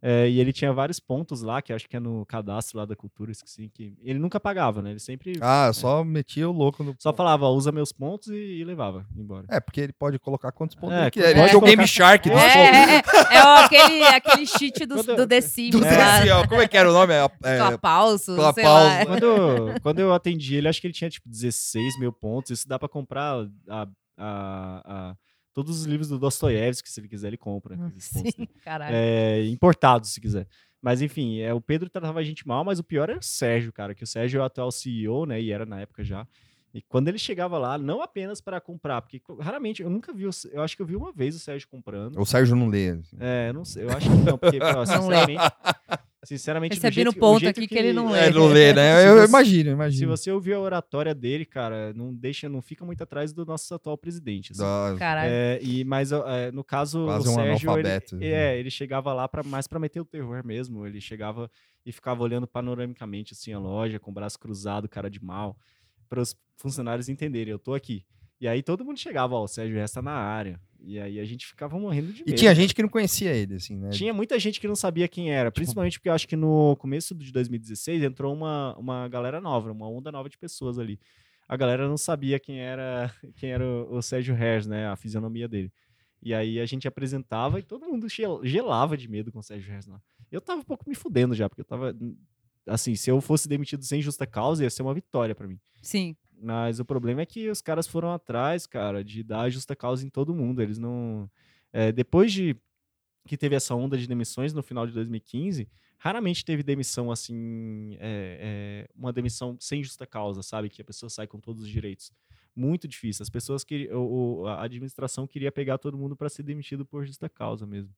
E: É, e ele tinha vários pontos lá, que acho que é no cadastro lá da cultura, esqueci, que ele nunca pagava, né? Ele sempre
B: Ah, só metia o louco no.
E: Só falava, ó, usa meus pontos e, e levava embora.
B: É, porque ele pode colocar quantos pontos
E: É,
B: ele quiser. Ele
E: pode
B: é o
E: colocar-
B: Game Shark
E: É,
B: do
C: É, é, é, é o- aquele, aquele cheat do,
E: Quando-
C: do The Sims
B: Do
C: lá.
B: DCL. Como é que era o nome? É, é,
C: Clapauso,
B: Clapauso.
C: sei lá.
E: Quando, eu- quando eu atendi ele, acho que ele tinha tipo 16 mil pontos. Isso dá pra comprar a, a- a- todos os livros do Dostoiévski, se ele quiser, ele compra. com esses pontos
C: Hum, Sim,
E: dele.
C: caralho.
E: É, importados, se quiser. Mas enfim, é, o Pedro tratava a gente mal, mas o pior era o Sérgio, cara, que o Sérgio é o atual CEO, né? E era na época já. E quando ele chegava lá, não apenas para comprar, porque raramente, eu nunca vi, o S- eu acho que eu vi uma vez o Sérgio comprando.
B: O Sérgio não lê. assim.
E: É, eu não sei, eu acho que não, porque, ó, sinceramente, sinceramente, do
C: Recebi
E: jeito
C: no
E: que- o
C: ponto
E: jeito
C: aqui que ele não lê.
B: É, não lê, né?
E: Se
B: Eu, eu
E: você-
B: imagino, eu
E: Se
B: imagino.
E: você ouvir a oratória dele, cara, não deixa, não fica muito atrás do nosso atual presidente. assim.
B: Nossa.
C: Caralho.
E: É, e mas ó, é, no caso
B: Quase
E: o
B: um
E: Sérgio,
B: analfabeto, né?
E: ele, é, ele chegava lá para mais para meter o terror mesmo. Ele chegava e ficava olhando panoramicamente assim a loja com o braço cruzado, cara de mal, para os funcionários entenderem, eu tô aqui. E aí todo mundo chegava, ó, o Sérgio Resta na área. E aí a gente ficava morrendo de medo.
B: E tinha gente que não conhecia ele, assim, né?
E: é Tinha muita gente que não sabia quem era, principalmente porque eu acho que no começo de 2016 entrou uma, uma galera nova, uma onda nova de pessoas ali. A galera não sabia quem era quem era o, o Sérgio Harris, né? A fisionomia dele. E aí a gente apresentava e todo mundo gel- gelava de medo com o Sérgio Harris lá. Eu tava um pouco me fudendo já, porque eu tava. Assim, se eu fosse demitido sem justa causa, ia ser uma vitória pra mim.
C: Sim.
E: Mas o problema é que os caras foram atrás, cara, de dar a justa causa em todo mundo. Eles não. é, depois de que teve essa onda de demissões no final de 2015, raramente teve demissão assim. é, é, uma demissão sem justa causa, sabe? Que a pessoa sai com todos os direitos. Muito difícil. As pessoas que. o- o- a administração queria pegar todo mundo para ser demitido por justa causa mesmo.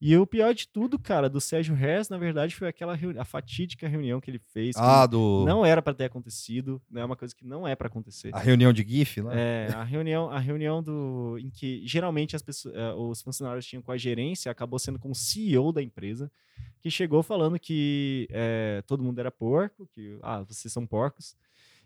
E: E o pior de tudo, cara, do Sérgio Rez, na verdade, foi aquela reuni- a fatídica reunião que ele fez. que
B: Ah, do.
E: não era para ter acontecido, né? É uma coisa que não é para acontecer.
B: A reunião de GIF lá?
E: É, a reunião, a reunião do em que geralmente as pessoas, eh, os funcionários tinham com a gerência acabou sendo com o CEO da empresa, que chegou falando que eh, todo mundo era porco, que ah, vocês são porcos.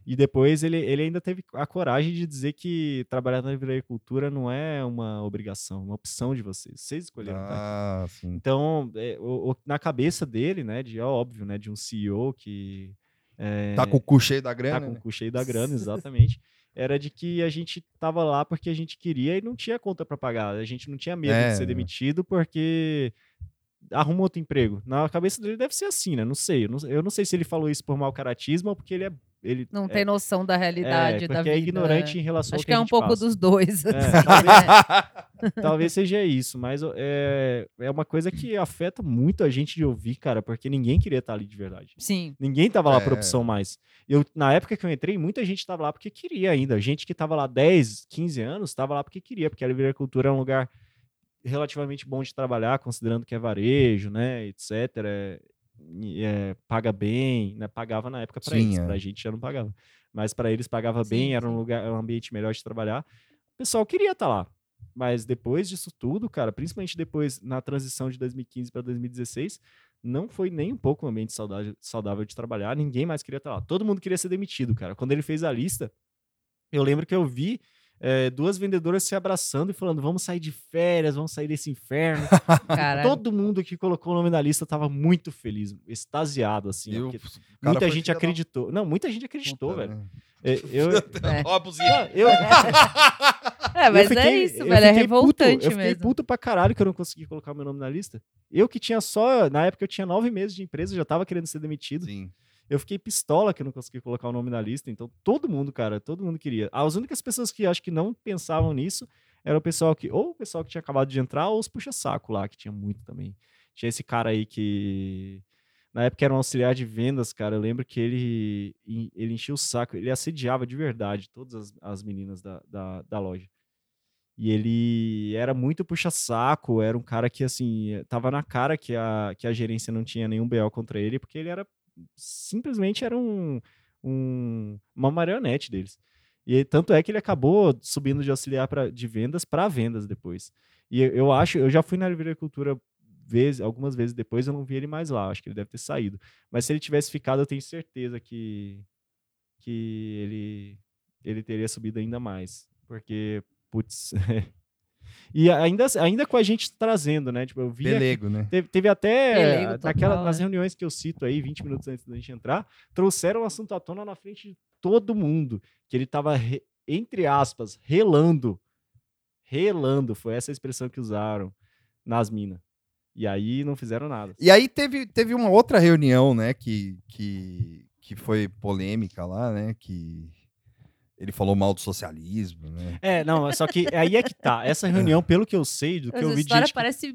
E: E depois ele, ele ainda teve a coragem de dizer que trabalhar na agricultura não é uma obrigação, é uma opção de vocês. Vocês escolheram. tá?
B: Ah, sim.
E: Então, eh, o- o- na cabeça dele, né, de é óbvio, né, de um CEO que eh,
B: Tá com o cu cheio da
E: tá
B: grana.
E: com
B: né?
E: o cu cheio da grana, exatamente. Era de que a gente tava lá porque a gente queria e não tinha conta para pagar. A gente não tinha medo
B: É.
E: de ser demitido porque arruma outro emprego. Na cabeça dele deve ser assim, né? Não sei. Eu não, eu não sei se ele falou isso por mau caratismo ou porque ele é. Ele
C: Não
E: é-
C: tem noção da realidade
E: é,
C: da vida.
E: porque é
C: né?
E: ignorante em relação ao
C: Acho
E: que,
C: que é
E: a
C: um
E: gente
C: pouco É.
E: passa.
C: dos dois. assim, né.
E: É, talvez, talvez seja isso, mas ó, é, é uma coisa que afeta muito a gente de ouvir, cara, porque ninguém queria estar ali de verdade.
C: Sim.
E: Ninguém tava lá por
B: É.
E: opção mais. Eu, na época que eu entrei, muita gente tava lá porque queria ainda. Gente que tava lá 10, 15 anos, tava lá porque queria, porque a agricultura é um lugar relativamente bom de trabalhar, considerando que é varejo, né, etc. É, e, é, paga bem, né, pagava na época para
B: Sim,
E: eles,
B: é.
E: pra gente já não pagava. Mas para eles pagava
C: Sim,
E: bem, era um
C: sim.
E: lugar, era um ambiente melhor de trabalhar. O pessoal queria estar lá. Mas depois disso tudo, cara, principalmente depois na transição de 2015 para 2016, não foi nem um pouco um ambiente saudável, saudável de trabalhar, ninguém mais queria estar lá. Todo mundo queria ser demitido, cara. Quando ele fez a lista, eu lembro que eu vi eh, duas vendedoras se abraçando e falando: vamos sair de férias, vamos sair desse inferno.
C: Caralho.
E: Todo mundo que colocou o nome na lista tava muito feliz, extasiado, assim.
B: E
E: ó,
B: o
E: porque
B: cara
E: muita
B: foi
E: gente
B: filha da
E: acreditou. Não, muita gente acreditou,
B: puta,
E: velho.
B: né?
E: Eh, Eu,
C: É.
B: Ó, a buzina.
E: não, eu,
C: É,
E: eu
C: mas é
E: fiquei-
C: isso,
E: eu
C: velho. É
E: fiquei puto,
C: revoltante
E: Eu fiquei
C: mesmo.
E: puto pra caralho que eu não consegui colocar meu nome na lista. Eu que tinha só, na época eu tinha nove meses de empresa, eu já tava querendo ser demitido.
B: Sim.
E: Eu fiquei pistola que eu não consegui colocar o nome na lista, então todo mundo, cara, todo mundo queria. Ah, As únicas pessoas que acho que não pensavam nisso era o pessoal que, ou o pessoal que tinha acabado de entrar, ou os puxa-saco lá, que tinha muito também. Tinha esse cara aí que. Na época era um auxiliar de vendas, cara. Eu lembro que ele, e- ele enchia o saco, ele assediava de verdade todas as, as meninas da, da, da loja. E ele era muito puxa-saco, era um cara que, assim, eh, tava na cara que a, que a gerência não tinha nenhum BO contra ele, porque ele era simplesmente era um, um- uma marionete deles. E aí, tanto é que ele acabou subindo de auxiliar pra, de vendas para vendas depois. E eu, eu acho, eu já fui na Livraria Cultura vezes, algumas vezes depois, eu não vi ele mais lá, acho que ele deve ter saído. Mas se ele tivesse ficado, eu tenho certeza que que ele ele teria subido ainda mais, porque putz. e ainda ainda com a gente trazendo, né? Tipo, eu vi aqui-
B: Pelego, né?
E: Teve, teve até
C: Pelego
E: naquela,
C: total,
E: nas
C: né?
E: reuniões que eu cito aí, 20 minutos antes da gente entrar, trouxeram o assunto à tona na frente de todo mundo. Que ele tava, re- entre aspas, relando. Relando, foi essa a expressão que usaram nas minas. E aí não fizeram nada.
B: E aí teve, teve uma outra reunião, né, que, que, que foi polêmica lá, né, que ele falou mal do socialismo, né?
E: É, não, só que aí é que tá. Essa reunião, pelo que eu sei, do que
C: Essa
E: eu vi de
C: história
E: gente que
C: parece.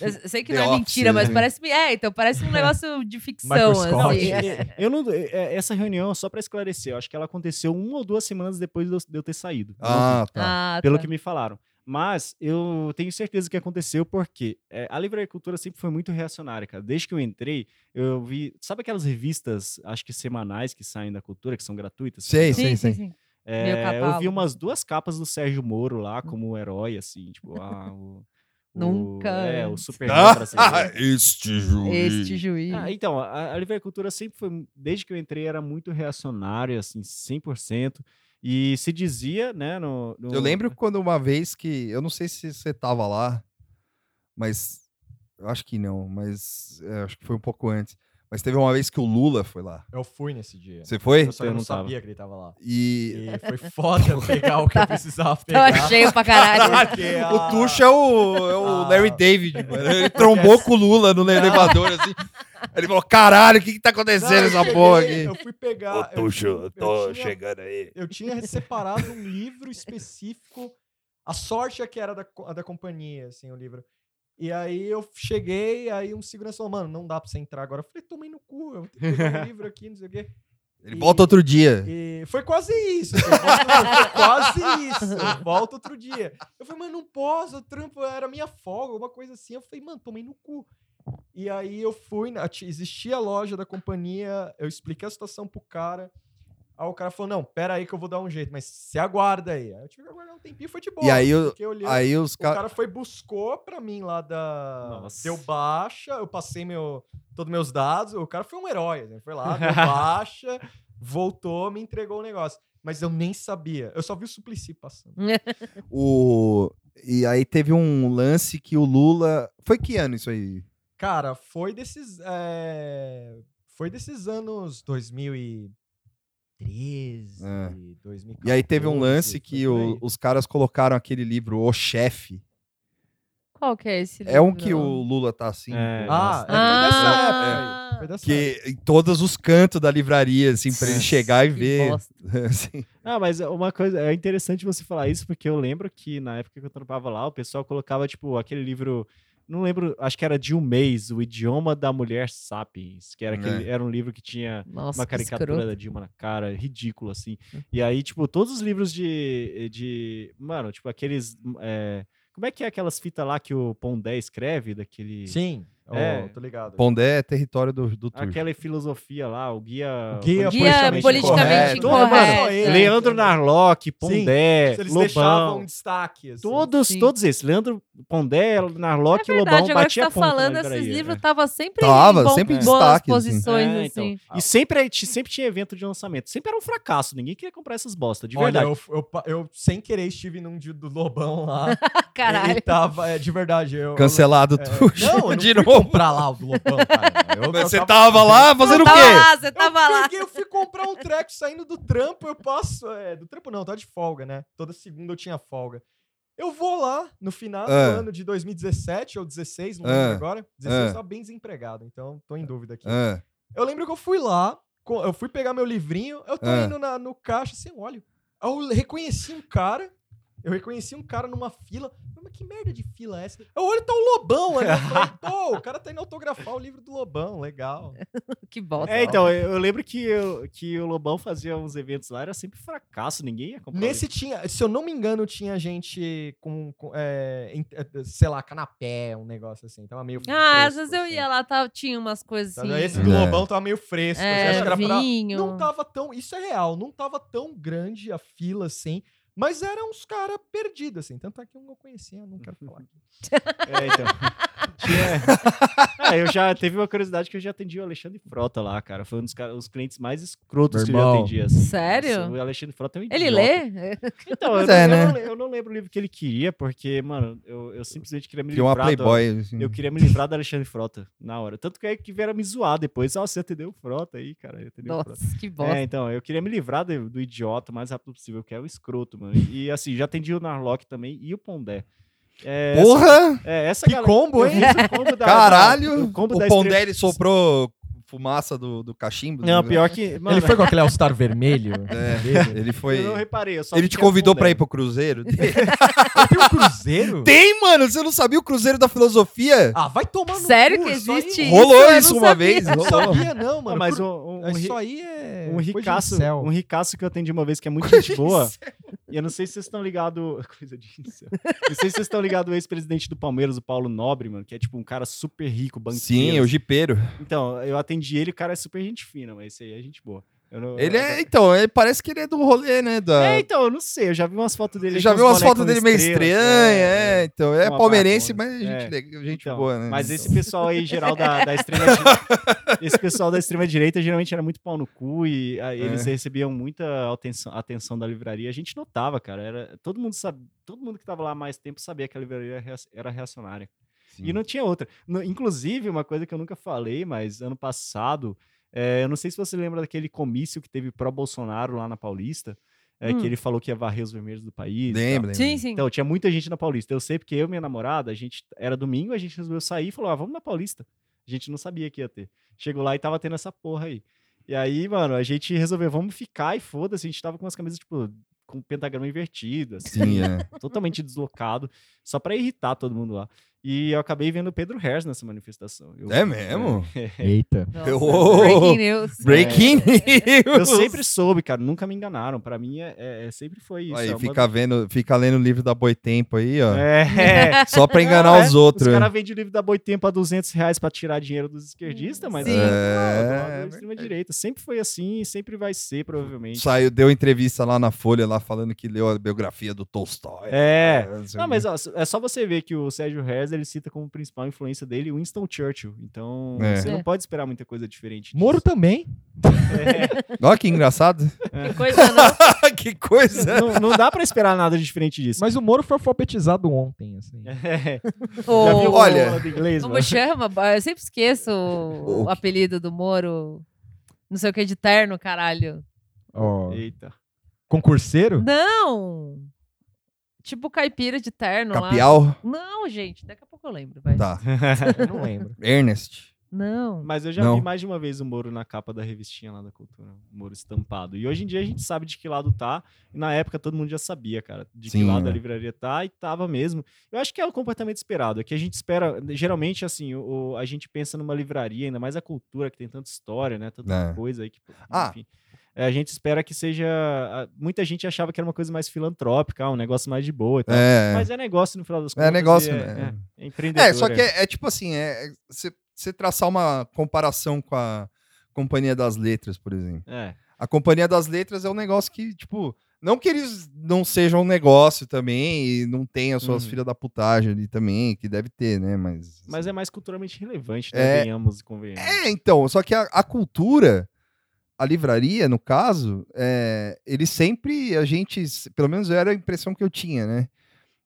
C: Eu sei que
B: The
C: não é
B: Office,
C: mentira, mas
B: né?
C: parece. É, então parece um negócio de ficção,
D: Michael Scott.
C: assim.
E: Não, e- e- eu não, é- é- essa reunião, só pra esclarecer, eu acho que ela aconteceu uma ou duas semanas depois de eu- de eu ter saído. Eu não vi.
B: Ah, tá.
C: Ah,
E: pelo
C: tá.
E: que me falaram. Mas eu tenho certeza que aconteceu porque eh, a Livraria Cultura sempre foi muito reacionária, cara. Desde que eu entrei, eu vi. Sabe aquelas revistas, acho que semanais, que saem da cultura, que são gratuitas?
B: Sei,
E: Então,
B: sei,
C: Sim,
B: sei.
C: sim, sim.
E: eh,
C: Meio
E: eu vi
C: catálogo. Hum.
E: umas duas capas do Sérgio Moro lá como herói, assim, tipo, ah, o. o-
C: Nunca
E: É, o
C: antes.
E: super
B: Ah!
E: brasileiro.
B: este juiz.
C: Este juiz.
E: Ah, então, a, a Livraria Cultura sempre foi, mu- desde que eu entrei, era muito reacionária, assim, 100%. E se dizia, né, no... no-
B: Eu lembro quando uma vez que. Eu não sei se você tava lá, mas. Eu acho que não, mas. é, acho que foi um pouco antes. Mas teve uma vez que o Lula foi lá.
D: Eu fui nesse dia.
B: Você foi?
D: Eu só que eu não
E: não tava.
D: sabia que ele tava lá.
B: E.
D: E foi foda pegar o que eu precisava
C: Eu
D: pegar.
C: achei pra caralho.
D: porque a-
B: O Tuxa é o, é o
D: Ah.
B: Larry David, mano. Ele trombou com o Lula no elevador, assim. Ele falou: caralho, o que que tá
D: Não,
B: acontecendo
D: eu
B: nessa
D: cheguei,
B: porra aqui?
D: Eu fui pegar. eu tinha- eu tinha-
B: aí.
D: Eu tinha separado um livro específico. A sorte é que era da, co- a da companhia, assim, o livro. E aí eu cheguei, aí um segurança falou, mano, não dá pra você entrar agora. Eu falei, tomei no cu, eu tenho que pegar um livro aqui, não sei o quê.
B: Ele volta outro dia.
D: E foi quase isso. assim, eu volto- foi quase isso. Eu volto outro dia. Eu falei, mano, não posso, eu trampo, era minha folga, alguma coisa assim. Eu falei, mano, tomei no cu. E aí eu fui, na- ti- existia a loja da companhia, eu expliquei a situação pro cara. Aí o cara falou, não, pera aí que eu vou dar um jeito, mas se aguarda aí. Aí eu tive que aguardar um tempinho, foi de boa.
B: aí eu-
D: fiquei olhando.
B: Aí os
D: O
B: caras.
D: cara foi, buscou pra mim lá da.
E: Nossa.
D: Deu baixa, eu passei meu, todos meus dados. O cara foi um herói, né? Foi lá, deu baixa, voltou, me entregou o negócio. Mas eu nem sabia. Eu só vi o Suplicy passando.
B: O... E aí teve um lance que o Lula. Foi que ano isso aí?
D: Cara, foi desses. é, Foi desses anos 2013,
B: É.
D: 2014.
B: E aí teve um lance
D: foi
B: que
D: por
B: o-
D: aí.
B: os caras colocaram aquele livro, O Chefe.
C: Qual que é esse livro?
B: É um que o Lula tá assim.
E: É,
D: Ah,
E: nossa.
D: é, foi dessa
C: Ah.
D: época aí, foi dessa época.
B: é. Que em todos os cantos da livraria, assim, pra ele
C: Nossa,
B: chegar e
C: que
B: ver.
C: bosta.
B: assim.
E: Ah, mas é uma coisa, é interessante você falar isso, porque eu lembro que na época que eu trampava lá, o pessoal colocava, tipo, aquele livro, não lembro, acho que era de um mês, O Idioma da Mulher Sapiens, que era, aquele, era um livro que tinha
C: Nossa,
E: uma
C: que
E: caricatura
C: escroto. Hum.
E: da Dilma na cara, ridículo, assim. E aí, tipo, todos os livros de. de mano, tipo, aqueles. é, como é que é aquelas fitas lá que o Pondé escreve, daquele.
D: Sim,
E: É.
D: oh, tô ligado.
B: Pondé é território do, do Turco.
E: Aquela filosofia lá, o guia.
D: O
C: Guia
D: guia politicamente
C: politicamente
B: incorreto.
E: Todo- mano,
C: incorreto.
D: ele-
E: Leandro Narlock, Pondé,
D: Eles deixavam
E: Lobão.
D: um destaque. assim.
E: Todos,
C: Sim.
E: todos esses. Leandro Pondé,
C: É
E: Narlock e Lobão
C: verdade, agora que você
E: batia
C: tá
E: ponto na
C: falando, esses
E: livraria,
C: livros
E: né?
C: tava sempre
B: Tava,
C: em bom-
B: sempre em
C: boas
B: destaque, assim.
C: posições,
E: É, então.
C: assim.
E: E sempre, sempre tinha evento de lançamento. Sempre era um fracasso. Ninguém queria comprar essas bostas, de
D: Olha,
E: verdade.
D: eu, eu, pa- eu sem querer estive num dia do Lobão lá. Ele
C: Caralho.
D: tava, é, de verdade. Eu,
B: Cancelado
D: eu, é,
B: Tuxo.
D: Não, eu
B: de
D: não fui
B: novo.
D: comprar lá o do Lobão, cara. Eu-
B: Mas
D: eu
B: você tá tava lá fazendo o quê?
C: lá, você tava
D: eu
C: lá.
D: peguei, eu fui comprar um treco saindo do trampo, eu passo. é, do trampo não, tá de folga, né? Toda segunda eu tinha folga. Eu vou lá no final do
B: Ah.
D: ano de 2017 ou 16, não
B: Ah.
D: lembro agora. 16
B: Ah.
D: eu tava bem desempregado, então tô em dúvida aqui.
B: Ah,
D: Eu lembro que eu fui lá,
F: co- eu fui pegar meu livrinho, eu tô
B: Ah.
F: indo na- no caixa, assim, eu olho. Eu reconheci um cara, eu reconheci um cara numa fila. Eu, Mas que merda de fila é essa? Eu olho, tá o Lobão ali. Eu falei, pô, o cara tá indo autografar o livro do Lobão, legal.
C: Que bosta.
E: É, então, eu eu lembro que, eu- que o Lobão fazia uns eventos lá, era sempre fracasso, ninguém ia comprar.
F: Nesse tinha, se eu não me engano, tinha gente com, com, é, em- eh, sei lá, canapé, um negócio assim. Tava meio
C: Ah, às
F: fresco,
C: vezes eu
F: assim.
C: ia lá, tá, tinha umas coisas assim.
F: Sabe, Esse do
B: É.
F: Lobão tava meio fresco. assim, acho que
C: é,
F: era pra-
C: vinho.
F: Não
D: tá
F: tava tão. Isso é real, não tava tão grande a fila assim. Mas eram uns caras perdidos, assim. Tanto é que eu não conhecia, eu não quero falar.
E: É, então. Tinha- Ah, eu já teve uma curiosidade que eu já atendi o Alexandre Frota lá, cara. Foi um dos cara- os clientes mais
F: Meu
E: escrotos que eu já
F: irmão.
E: atendi. assim.
C: Sério?
E: Nossa, O Alexandre Frota é um
C: Ele
E: idiota.
C: lê?
E: Então, eu,
B: Mas é,
E: não, eu,
B: né?
E: não, eu não lembro o livro que ele queria, porque, mano, eu, eu simplesmente queria me
B: Tinha uma
E: livrar. do-
B: Playboy. assim.
E: eu queria me livrar do Alexandre Frota na hora. Tanto que aí que vieram me zoar depois. Ah, você atendeu o Frota aí, cara. ele Atendeu o Frota.
C: Nossa, que bosta.
E: É, então, eu queria me livrar do, do idiota o mais rápido possível, que é o escroto, mano. E assim, já atendi o Narlock também e o Pondé. É,
B: Porra!
E: essa- é, essa
F: Que
E: galera-
F: combo,
E: eu
F: hein?
E: vi esse combo da-
B: Caralho!
E: O combo da
B: o Pondé
E: estrela-
B: ele soprou fumaça do, do cachimbo.
E: Não,
B: né?
E: pior que. Mano,
F: Ele foi com aquele All Star vermelho.
B: É, ele foi.
E: Eu não reparei. Eu só
B: Ele
E: vi
B: te
E: que era o
B: convidou
E: Pondé. É
B: pra ir pro Cruzeiro?
F: Tem um Cruzeiro?
B: Tem, mano! Você não sabia o Cruzeiro da Filosofia?
F: Ah, vai tomar
D: então,
F: no
C: Sério
F: cu,
C: que
F: isso aí-
C: existe isso?
B: rolou
C: Eu não
B: isso uma
C: sabia.
B: vez,
F: Não
B: rolou.
F: sabia, não, mano.
E: Ah, mas
F: Cru-
E: um, um, um,
F: Isso
E: ri-
F: aí é.
E: um
F: coisa de
E: ricaço,
F: incel.
E: um ricaço que eu atendi uma vez que é muito gente boa. E eu não sei se vocês estão ligados. Coisa de incel. Não sei se vocês estão ligados ao ex-presidente do Palmeiras, o Paulo Nobre, mano, que é tipo um cara super rico, banqueiro.
B: Sim, o Jipeiro.
E: Então, eu atendi ele, o cara é super gente fina, mas esse aí é gente boa. Eu não-
B: Ele
E: eu-
B: é. Então, ele parece que ele é do rolê, né?
E: É,
B: Da...
E: então, eu não sei, eu já vi umas fotos dele.
B: já
E: com
B: viu
E: os
B: umas
E: bonecos
B: fotos dele meio estranhas,
E: estrelas,
B: é, então. É
E: Uma
B: palmeirense,
E: barba,
B: mas
E: né?
B: gente,
E: É.
B: legal, gente
E: Então,
B: boa, né?
E: Mas
B: Então.
E: esse pessoal aí, geral, da, da extrema direita. Esse pessoal da extrema direita geralmente era muito pau no cu e ah, eles recebiam muita atenção, atenção da livraria. A gente notava, cara. Era, todo, mundo sabe, todo mundo que tava lá há mais tempo sabia que a livraria era reac- era reacionária. E não tinha outra. No- inclusive, uma coisa que eu nunca falei, mas ano passado, eh, eu não sei se você lembra daquele comício que teve pró-Bolsonaro lá na Paulista, eh,
C: Hum.
E: que ele falou que ia varrer os vermelhos do país. e tal.
B: Lembra?
C: Sim,
B: lembra.
C: sim.
E: Então, tinha muita gente na Paulista. Eu sei porque eu e minha namorada, a gente era domingo, a gente resolveu sair e falou: ah, vamos na Paulista. A gente não sabia que ia ter. Chegou lá e tava tendo essa porra aí. E aí, mano, a gente resolveu, vamos ficar e foda-se. A gente tava com umas camisas, tipo, com o pentagrama invertido, assim
B: Sim, é.
E: totalmente deslocado, só pra irritar todo mundo lá. E eu acabei vendo o Pedro Harris nessa manifestação. Eu,
B: É mesmo?
F: Eita.
C: Nossa,
B: Eu-
C: breaking news.
B: Breaking news!
E: né? É. Eu sempre soube, cara, nunca me enganaram. Pra mim, é, é- é- sempre foi isso. é
B: Aí
E: uma-
B: fica, vendo, fica lendo o livro da Boitempo aí, ó.
E: É.
B: Só pra enganar
E: Não, é.
B: os outros.
E: Os caras vendem o livro da Boitempo a 200 reais pra tirar dinheiro dos esquerdistas, mas...
C: Sim.
E: não,
B: É,
E: não, extrema direita. Sempre foi assim e sempre vai ser, provavelmente.
B: Saiu, deu entrevista lá na Folha, lá falando que leu a biografia do Tolstói.
E: É.
B: não sei
E: Não,
B: o
E: mas ó, é só você ver que o Sérgio Harris, ele cita como principal influência dele Winston Churchill. Então,
B: É.
E: você
C: É.
E: não pode esperar muita coisa diferente. disso.
F: Moro também.
E: É.
B: quê. Olha que engraçado. Ah,
C: Que coisa, né? não.
B: que coisa.
E: não, não dá pra esperar nada de diferente disso.
F: Mas o Moro foi alfabetizado ontem, assim.
E: É. Já viu
C: O-
E: como
B: Olha,
E: fala do inglês, né?
C: Como
E: mano?
C: chama? Eu sempre esqueço o, o apelido do Moro. Não sei o que de terno, caralho.
F: Ó,
E: Eita.
F: concurseiro?
C: Não! Tipo caipira de terno lá.
B: Capial.
C: Não, gente, daqui a pouco eu lembro. Vai.
B: Tá.
F: Eu não lembro.
B: Ernest.
C: Não.
E: Mas eu já
B: Não.
E: vi mais de uma vez o Moro na capa da revistinha lá da Cultura, o Moro estampado. E hoje em dia a gente sabe de que lado tá. E na época todo mundo já sabia, cara, de que
B: Sim,
E: lado
B: né?
E: a livraria tá e tava mesmo. Eu acho que é o comportamento esperado. É que a gente espera, geralmente assim, o, o- a gente pensa numa livraria, ainda mais a cultura que tem tanta história, né? Tanta
B: É.
E: coisa aí que, pô,
B: Ah.
E: enfim. É, A gente espera que seja. a- Muita gente achava que era uma coisa mais filantrópica, ah, um negócio mais de boa e tal.
B: É.
E: Mas é negócio no final das contas.
B: É
E: e
B: negócio,
E: é,
B: né?
E: É, é empreendedor.
B: É, só que é, é tipo assim, é você traçar uma comparação com a Companhia das Letras, por exemplo.
E: É.
B: A Companhia das Letras é um negócio que, tipo, não que eles não sejam um negócio também e não tenham suas
E: Uhum.
B: filhas da putagem ali também, que deve ter, né? Mas.
E: Mas é mais culturalmente relevante,
B: É.
E: né? Venhamos e convenhamos.
B: É, então, só que a, a cultura, a livraria, no caso, é, ele sempre, a gente, pelo menos era a impressão que eu tinha, né?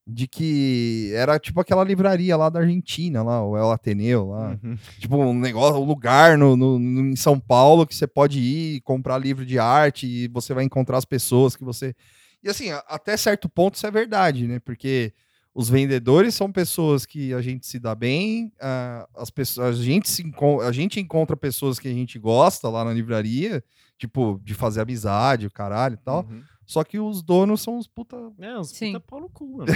B: De que era tipo aquela livraria lá da Argentina, lá, o El Ateneu, lá.
E: Uhum.
B: Tipo, um negócio, um lugar no, no- no- em São Paulo que você pode ir e comprar livro de arte e você vai encontrar as pessoas que você. E assim, a- até certo ponto isso é verdade, né? Porque Os vendedores são pessoas que a gente se dá bem, ah, as pessoas, a, gente se encon- a gente encontra pessoas que a gente gosta lá na livraria, tipo, de fazer amizade, o caralho e tal.
D: Uhum.
B: Só que os donos são os puta
E: É, uns
C: Sim.
E: puta pau no cu, mano.